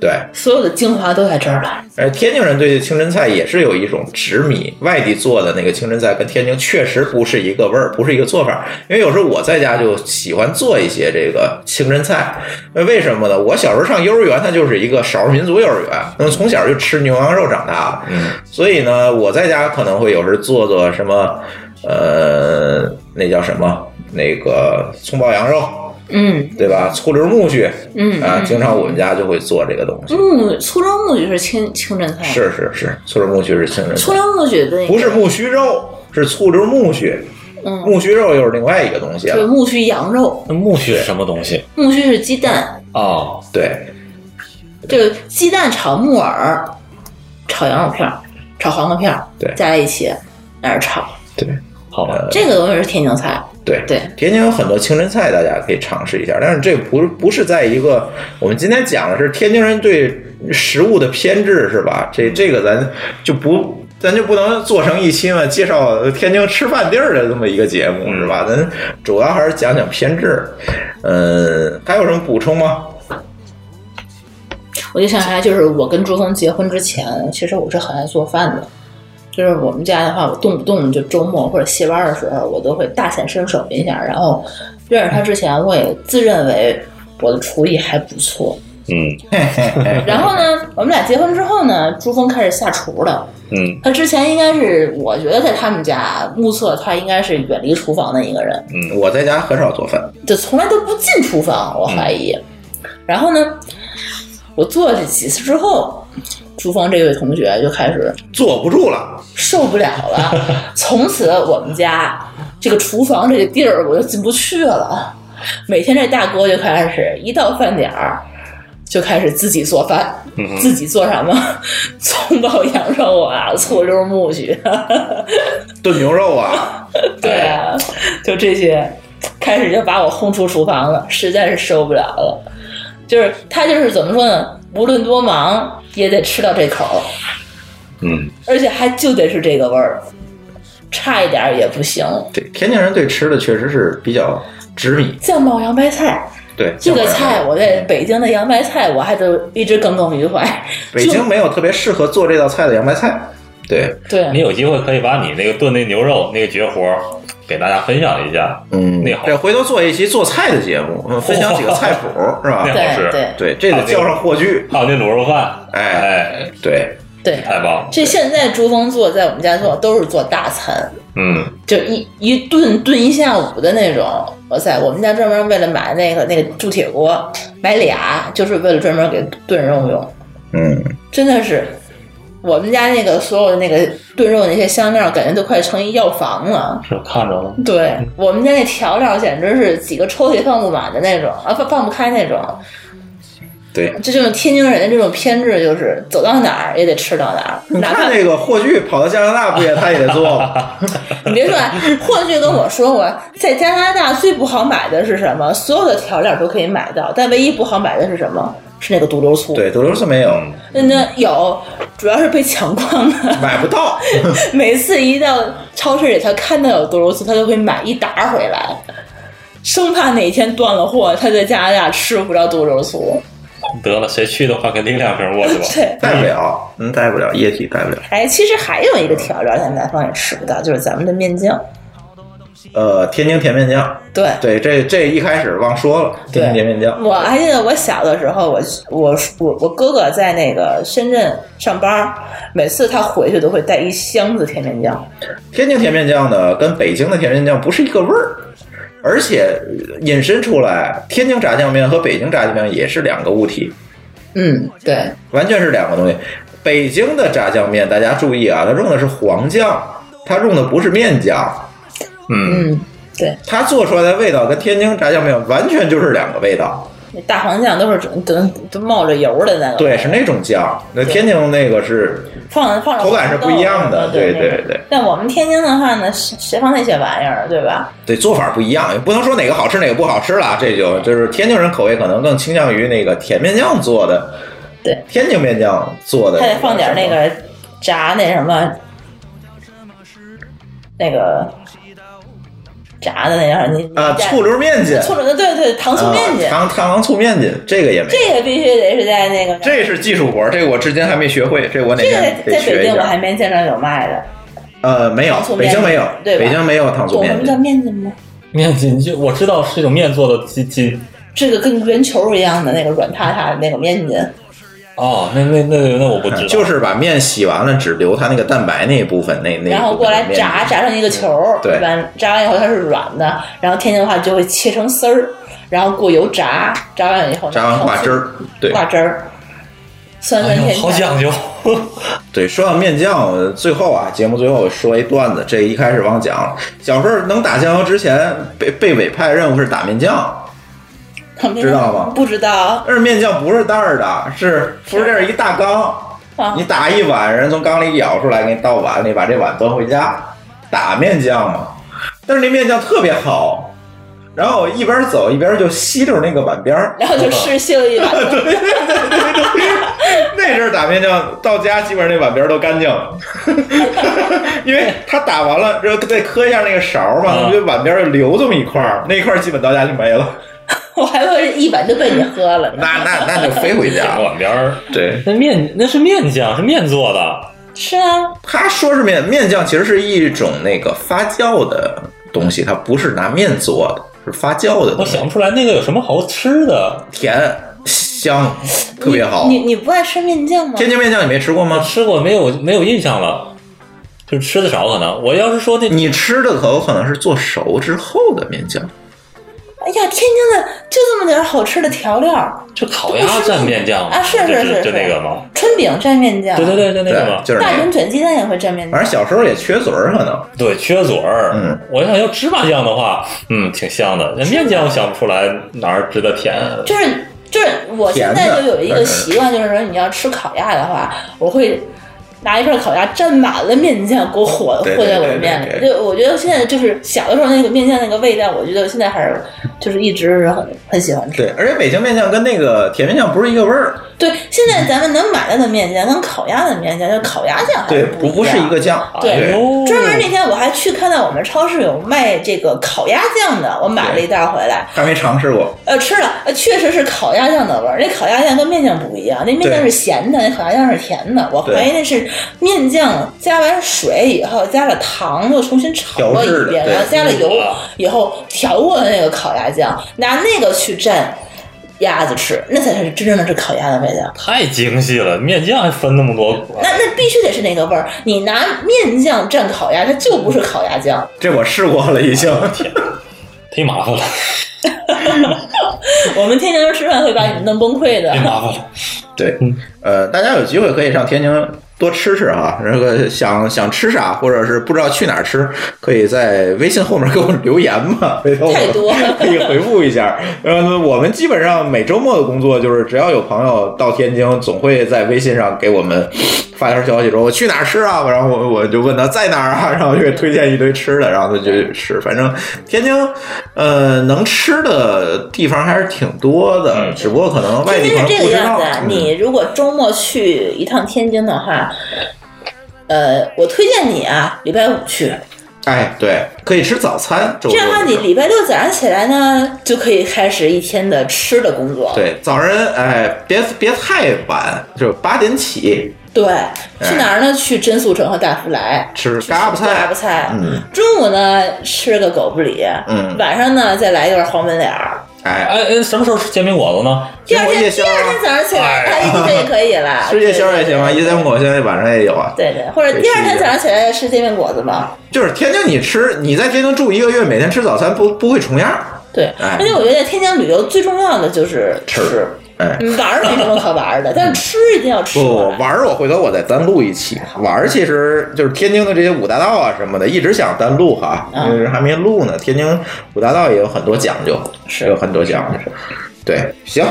Speaker 6: 对，
Speaker 8: 所有的精华都在这儿了。
Speaker 6: 而天津人对清真菜也是有一种执迷，外地做的那个清真菜跟天津确实不是一个味儿，不是一个做法。因为有时候我在家就喜欢做一些这个清真菜，那为什么呢？我小时候上幼儿园，它就是一个少数民族幼儿园，那么从小就吃牛羊肉长大的，
Speaker 7: 嗯，
Speaker 6: 所以呢，我在家可能会有时候做做什么，呃，那叫什么？那个葱爆羊肉，
Speaker 8: 嗯
Speaker 6: 对吧？醋溜木须，
Speaker 8: 嗯
Speaker 6: 啊，
Speaker 8: 嗯
Speaker 6: 经常我们家就会做这个东西。
Speaker 8: 木醋溜木须是清清真菜，
Speaker 6: 是是是，醋溜木须是清真菜。
Speaker 8: 醋溜木须的那个
Speaker 6: 不是木须肉，是醋溜木须。
Speaker 8: 嗯
Speaker 6: 木须肉又是另外一个东西啊
Speaker 8: 对
Speaker 6: 了。
Speaker 8: 木须羊肉，
Speaker 7: 那木须是什么东西？
Speaker 8: 木须是鸡蛋，
Speaker 7: 哦，
Speaker 6: 对，
Speaker 8: 这个鸡蛋炒木耳，炒羊肉片儿，炒黄瓜片儿，
Speaker 6: 对
Speaker 8: 加在一起那儿炒，
Speaker 7: 好吧，
Speaker 6: 呃
Speaker 8: 这个东西是天津菜。
Speaker 6: 对
Speaker 8: 对，
Speaker 6: 天津有很多清真菜，大家可以尝试一下。但是这不不是在一个我们今天讲的是天津人对食物的偏执，是
Speaker 8: 嗯
Speaker 6: 吧？这这个咱就不。咱就不能做成一期嘛介绍天津吃饭地儿的这么一个节目是
Speaker 8: 嗯
Speaker 6: 吧？咱主要还是讲讲偏执。嗯，还有什么补充吗？
Speaker 8: 我就想起来，就是我跟朱峰结婚之前，其实我是很爱做饭的。就是我们家的话，我动不动就周末或者歇班的时候，我都会大显身手一下。然后认识他之前，我也自认为我的厨艺还不错。
Speaker 7: 嗯
Speaker 6: 哎
Speaker 8: 然后呢，我们俩结婚之后呢，朱峰开始下厨了。
Speaker 7: 嗯
Speaker 8: 他之前应该是，我觉得在他们家目测他应该是远离厨房的一个人。
Speaker 6: 嗯，我在家很少做饭。
Speaker 8: 就从来都不进厨房，我怀疑。然后呢，我做了几次之后，厨房这位同学就开始
Speaker 6: 坐不住了，
Speaker 8: 受不了了。从此我们家这个厨房这个地儿我就进不去了。每天这大哥就开始一到饭点儿就开始自己做饭，
Speaker 7: 嗯
Speaker 8: 自己做什么 葱爆羊肉啊，醋溜木须啊，
Speaker 6: 炖牛 肉啊，
Speaker 8: 对啊，就这些，开始就把我轰出厨房了，实在是受不了了。就是他就是怎么说呢？无论多忙也得吃到这口儿，
Speaker 7: 嗯，
Speaker 8: 而且还就得是这个味儿，差一点儿也不行。
Speaker 6: 对，天津人对吃的确实是比较执迷。
Speaker 8: 酱爆洋白菜
Speaker 6: 对，
Speaker 8: 这个
Speaker 6: 像我
Speaker 8: 菜，我在北京的洋白菜我还得一直耿耿于怀。
Speaker 6: 北京没有特别适合做这道菜的洋白菜。对，
Speaker 8: 对，
Speaker 7: 你有机会可以把你那个炖那牛肉那个绝活儿给大家分享一下，
Speaker 6: 嗯
Speaker 7: 那好
Speaker 6: 对，回头做一期做菜的节目，嗯分享几个菜谱，是吧
Speaker 7: 那？好吃，
Speaker 8: 对对
Speaker 6: 对，这得叫上霍炬。
Speaker 7: 还有哦那卤肉饭，
Speaker 6: 哎，
Speaker 7: 哎，
Speaker 6: 对，
Speaker 8: 对，
Speaker 7: 太棒了，
Speaker 8: 这现在朱峰做在我们家做都是做大餐，
Speaker 7: 嗯
Speaker 8: 就一一炖炖一下午的那种。哇塞，我们家专门为了买那个那个铸铁锅，买俩，就是为了专门给炖肉用。
Speaker 6: 嗯，
Speaker 8: 真的是，我们家那个所有的那个炖肉那些香料，感觉都快成一药房了。
Speaker 7: 是看着了，
Speaker 8: 对
Speaker 6: 嗯
Speaker 8: 我们家那调料简直是几个抽屉放不满的那种啊，放放不开那种。
Speaker 6: 对。
Speaker 8: 这就是天津人的这种偏执，就是走到哪儿也得吃到哪儿，
Speaker 6: 你
Speaker 8: 哪怕
Speaker 6: 看那个霍炬跑到加拿大，不也他也得做吗？
Speaker 8: 你别说，霍炬跟我说过，在加拿大最不好买的是什么？所有的调料都可以买到，但唯一不好买的是什么？是那个毒瘤醋。，
Speaker 6: 对，德州是没有，
Speaker 8: 那那有，主要是被抢光了。
Speaker 6: 买不 到。
Speaker 8: 每次一到超市里，他看到有毒瘤醋，他就会买一打回来，生怕哪天断了货，他在加拿大吃不着毒瘤醋。
Speaker 7: 得了，谁去的话给拎两瓶过去吧，
Speaker 8: 对。
Speaker 6: 带不了，嗯，带不了，液体带不了。
Speaker 8: 哎，其实还有一个调料，在南方也吃不到，就是咱们的面酱。
Speaker 6: 呃，天津甜面酱，
Speaker 8: 对，
Speaker 6: 对，这这一开始忘说了，天津甜面酱，
Speaker 8: 我还记得我小的时候，我我我我哥哥在那个深圳上班，每次他回去都会带一箱子甜面酱。
Speaker 6: 天津甜面酱呢，跟北京的甜面酱不是一个味儿，而且呃引申出来，天津炸酱面和北京炸酱面也是两个物体，
Speaker 8: 嗯，对，
Speaker 6: 完全是两个东西。北京的炸酱面，大家注意啊，它用的是黄酱，它用的不是面酱。
Speaker 7: 嗯
Speaker 8: 嗯，对，
Speaker 6: 它做出来的味道跟天津炸酱面完全就是两个味道。
Speaker 8: 那大黄酱都是都都冒着油的那个，
Speaker 6: 对，是那种酱。那天津那个是
Speaker 8: 放放着
Speaker 6: 口感是不一样的
Speaker 8: 红豆啊对
Speaker 6: 对对
Speaker 8: 对
Speaker 6: 对。
Speaker 8: 但我们天津的话呢，谁谁放那些玩意儿，对吧？
Speaker 6: 对做法不一样，也不能说哪个好吃哪个不好吃了。这就就是天津人口味可能更倾向于那个甜面酱做的，
Speaker 8: 对，
Speaker 6: 天津面酱做的，
Speaker 8: 还得放点那个炸那什么，那个炸的那样，你你
Speaker 6: 啊
Speaker 8: 家
Speaker 6: 醋溜面筋
Speaker 8: 醋溜的对对，糖醋面筋
Speaker 6: 啊，糖糖醋面筋，这个也没。
Speaker 8: 这个必须得是在那个
Speaker 6: 这是技术活儿，这个我至今还没学会，这我哪
Speaker 8: 这个
Speaker 6: 天得
Speaker 8: 在在
Speaker 6: 学
Speaker 8: 北
Speaker 6: 一
Speaker 8: 京我
Speaker 6: 下
Speaker 8: 还。没见着有卖的，
Speaker 6: 呃，没有
Speaker 8: 糖醋，
Speaker 6: 北
Speaker 8: 面
Speaker 6: 京没有，
Speaker 8: 对吧
Speaker 6: 北京没有糖醋
Speaker 8: 懂什
Speaker 6: 面
Speaker 8: 么
Speaker 6: 筋。
Speaker 8: 叫面筋吗？
Speaker 7: 面筋就我知道是一种面做的筋筋
Speaker 8: 这个跟圆球一样的那个软塌塌的那个面筋，
Speaker 7: 哦，那那那那我不知道，
Speaker 6: 嗯就是把面洗完了，只留它那个蛋白那一部分，那那一部分
Speaker 8: 然后过来
Speaker 6: 面嗯
Speaker 8: 炸，炸成一个球儿，
Speaker 6: 对
Speaker 8: 吧？炸完以后它是软的，然后天津话就会切成丝儿，然后过油炸，炸完以后
Speaker 6: 炸完挂汁儿，对
Speaker 8: 挂汁儿，
Speaker 7: 哎
Speaker 8: 酸酸甜甜，
Speaker 7: 究。
Speaker 6: 对，说到面酱，我最后啊，节目最后我说一段子，这一开始忘讲了。小时候能打酱油之前，被被委派任务是打面酱，知道吗
Speaker 8: 不知道
Speaker 6: 但是面酱不是袋儿的，是不是这儿一大缸，
Speaker 8: 啊
Speaker 6: 你打一碗，人从缸里舀出来，给你倒碗里，把这碗端回家，打面酱嘛。但是那面酱特别好，然后我一边走一边就吸溜那个碗边儿，
Speaker 8: 然后就试嗅一把，
Speaker 6: 那阵儿打面酱到家，基本上那碗边儿都干净了， 因为他打完了，然后再磕一下那个勺儿嘛，
Speaker 7: 嗯
Speaker 6: 就碗边儿就留这么一块儿，那一块儿基本到家就没了，
Speaker 8: 我还会一碗就被你喝了呢。
Speaker 6: 那那那就飞回家
Speaker 7: 两。碗边儿，
Speaker 6: 对，
Speaker 7: 那面那是面酱，是面做的，
Speaker 8: 是啊，
Speaker 6: 他说是面面酱，其实是一种那个发酵的东西，它不是拿面做的，是发酵的
Speaker 7: 我
Speaker 6: 东西，
Speaker 7: 想不出来那个有什么好吃的。
Speaker 6: 甜香，特别好
Speaker 8: 你。你不爱吃面酱吗？
Speaker 6: 天津面酱你没吃过吗？
Speaker 7: 吃过没有？没有印象了，就是吃的少可能。我要是说那
Speaker 6: 你吃的可有可能是做熟之后的面酱。
Speaker 8: 哎呀，天津的就这么点儿好吃的调料，
Speaker 7: 就烤鸭蘸面酱
Speaker 8: 啊是
Speaker 7: 就是
Speaker 8: 是
Speaker 7: 就是那个吗？
Speaker 8: 春饼蘸面酱，
Speaker 7: 对对，对，就那个
Speaker 6: 对
Speaker 7: 吗，？
Speaker 6: 就是
Speaker 8: 大
Speaker 6: 那
Speaker 8: 饼
Speaker 6: 个。
Speaker 8: 卷鸡蛋也会蘸面酱
Speaker 6: 反。正小时候也缺嘴儿，可能。
Speaker 7: 对，缺嘴儿。
Speaker 6: 嗯，
Speaker 7: 我想要芝麻酱的话，嗯，挺香的。那面酱我想不出来哪儿值得甜。
Speaker 8: 就是就是我现在就有一个习惯，就是说你要吃烤鸭的话，我会拿一份烤鸭蘸满了面酱，给我和
Speaker 6: 对
Speaker 8: 和在我
Speaker 6: 对
Speaker 8: 的
Speaker 6: 对
Speaker 8: 面
Speaker 6: 对
Speaker 8: 里。就我觉得现在就是小的时候那个面酱那个味道，我觉得现在还是就是一直是很很喜欢吃。
Speaker 6: 对，而且北京面酱跟那个铁面酱不是一个味儿，
Speaker 8: 对，现在咱们能买到的面酱跟烤鸭的面酱，就烤鸭酱还
Speaker 6: 对，
Speaker 8: 哎不
Speaker 6: 不不是一
Speaker 8: 样
Speaker 6: 个。酱。啊
Speaker 8: 对
Speaker 7: 哎呦，
Speaker 8: 专门那天我还去看到我们超市有卖这个烤鸭酱的，我买了一袋回来，
Speaker 6: 还没尝试过。
Speaker 8: 呃，吃了，呃，确实是烤鸭酱的味儿。那烤鸭酱跟面酱不一样，那面酱
Speaker 6: 对
Speaker 8: 是咸的，那烤鸭酱是甜的。我
Speaker 6: 对
Speaker 8: 怀疑那是面酱加完水以后，加了糖，又重新炒
Speaker 6: 调
Speaker 8: 了
Speaker 6: 制
Speaker 8: 一
Speaker 6: 的
Speaker 8: 遍，
Speaker 6: 对嗯啊
Speaker 8: 然后加了油
Speaker 7: 哇
Speaker 8: 以后调过的那个烤鸭酱，拿那个去蘸鸭子吃，那才是真正的是烤鸭的味道。
Speaker 7: 太精细了，面酱还分那么多哎
Speaker 8: 那那必须得是那个味儿。你拿面酱蘸烤鸭，它就不是烤鸭酱。
Speaker 6: 这我试过了已经。
Speaker 8: 哦
Speaker 7: 忒麻烦了，
Speaker 8: 我们天天吃饭会把你们弄崩溃的
Speaker 7: 忒。麻烦了。
Speaker 6: 对，
Speaker 8: 嗯
Speaker 6: 呃，大家有机会可以上天津多吃吃哈。这个想想吃啥，或者是不知道去哪儿吃，可以在微信后面给我们留言 嘛，回头我
Speaker 8: 太多了
Speaker 6: 可以回复一下。呃，我们基本上每周末的工作就是，只要有朋友到天津，总会在微信上给我们发条消息说我去哪儿吃啊， 然后我我就问他在哪儿啊， 然后就会推荐一堆吃的，然后他就去吃。反正天津，呃，能吃的地方还是挺多
Speaker 8: 嗯
Speaker 6: 的，只不过可 能外
Speaker 8: 天
Speaker 6: 地
Speaker 8: 津
Speaker 6: 朋
Speaker 8: 是这个
Speaker 6: 友不知
Speaker 8: 样
Speaker 6: 道
Speaker 8: 子。啊，
Speaker 6: 嗯
Speaker 8: 你如果周末去一趟天津的话，呃，我推荐你啊，礼拜五去，
Speaker 6: 哎，对，可以吃早餐。这
Speaker 8: 这样的话你礼拜六早上起来呢，就可以开始一天的吃的工作。
Speaker 6: 对早晨，哎，别别太晚，就八点起
Speaker 8: 对，去哪儿呢？去真素城和大福来。
Speaker 6: 哎吃嘎巴
Speaker 8: 嘎
Speaker 6: 菜
Speaker 8: 巴。菜，
Speaker 6: 嗯
Speaker 8: 中午呢吃个狗不理，
Speaker 6: 嗯
Speaker 8: 晚上呢再来一段黄焖脸儿，
Speaker 6: 哎，
Speaker 7: 哎哎，什么时候吃煎饼果子呢？
Speaker 8: 第二
Speaker 6: 中午
Speaker 8: 天
Speaker 6: 夜
Speaker 8: 第
Speaker 6: 宵
Speaker 8: 二
Speaker 6: 啊
Speaker 8: 天早上起来，
Speaker 7: 哎
Speaker 8: 哎，这也可以了，
Speaker 6: 吃夜宵也行啊，
Speaker 8: 对
Speaker 6: 一三五现在晚上也有啊。
Speaker 8: 对对，或者第二天早上起来吃煎饼果子嘛，
Speaker 6: 就是天津，你吃，你在天津住一个月，每天吃早餐不不会重样儿。
Speaker 8: 对，
Speaker 6: 哎
Speaker 8: 而且我觉得在天津旅游最重要的就是
Speaker 6: 吃
Speaker 8: 吃，嗯
Speaker 6: 哎，
Speaker 8: 玩儿没什么可玩儿的，但是吃一定要吃。
Speaker 6: 不，玩儿我回头我再单录一期。玩儿其实就是天津的这些五大道啊什么的，一直想单录哈，但是还没录呢。天津五大道也有很多讲究，是有很多讲究。对，行，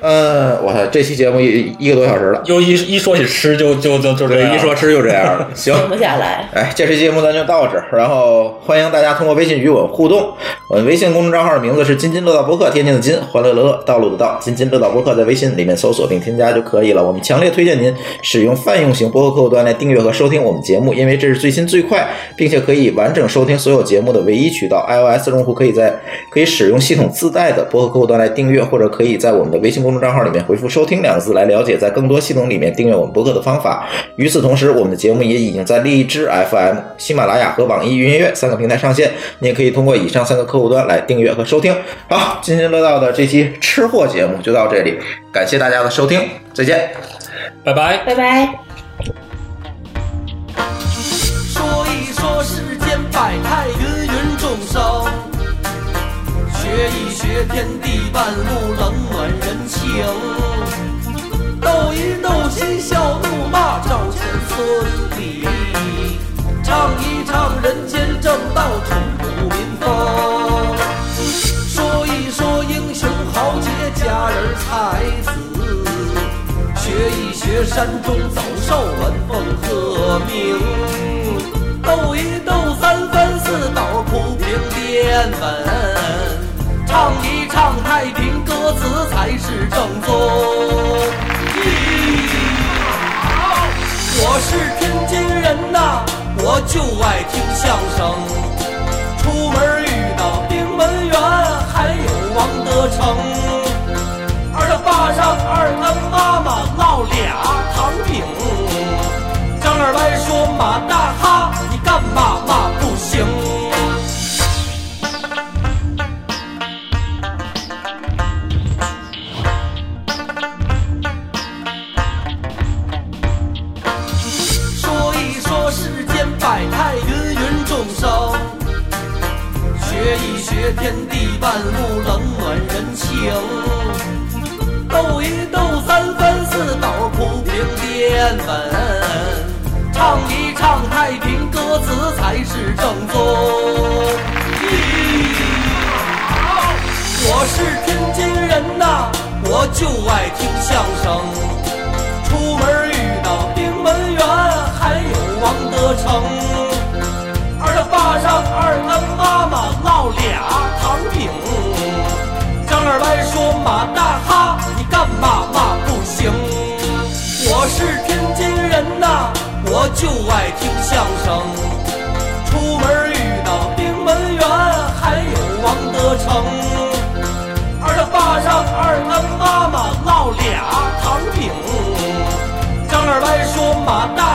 Speaker 6: 呃，我操，这期节目一一个多小时了，
Speaker 7: 就一一说起吃就就就就这
Speaker 6: 对，一啊说吃就这样了。 行，
Speaker 8: 停不下来。
Speaker 6: 哎，这期节目咱就到这儿，然后欢迎大家通过微信与我互动。我们微信公众账号的名字是“津津乐道播客”，天津的津，欢乐乐道路的道，津津乐道播客在微信里面搜索并添加就可以了。我们强烈推荐您使用泛用型播客客户端来订阅和收听我们节目，因为这是最新最快，并且可以完整收听所有节目的唯一渠道。iOS 用户可以在可以使用系统自带的播客客户端来订阅，或者可以在我们的微信公众账号里面回复“收听”两个字来了解在更多系统里面订阅我们播客的方法。与此同时，我们的节目也已经在荔枝 FM、喜马拉雅和网易云音乐三个平台上线，你也可以通过以上三个客户端来订阅和收听。好，津津乐道的这期吃货节目就到这里，感谢大家的收听，再见，
Speaker 7: 拜拜。
Speaker 8: 拜拜。
Speaker 11: 说一说世间百态，芸芸众生。学一学天地万物，冷暖人情。斗一斗嬉笑怒骂，照前孙李。唱一唱人间正道，淳朴民风。说一说英雄豪杰，佳人才子。学一学山中走兽，文风鹤鸣。斗一斗三分四斗，铺平垫稳。唱一唱太平歌词，才是正宗。我是天津人呐，我就爱听相声。出门遇到丁文元，还有王德成。二他爸让二他妈妈烙俩糖饼。张二歪说马大哈，你干嘛嘛不行？说一说世间百态，芸芸众生。学一学天地万物，冷暖人情。斗一斗三分四斗，铺平垫稳。唱一唱太平歌词，才是正宗。我是天津人呐，我就爱听相声。出门遇到丁文元，还有王德成。二他爸让二他妈妈烙俩糖饼。张二歪说马大哈，你干嘛嘛不行？我是天津人呐，我就爱听相声。出门遇到丁文元，还有王德成。二他爸让二他妈妈烙俩糖饼。张二歪说马大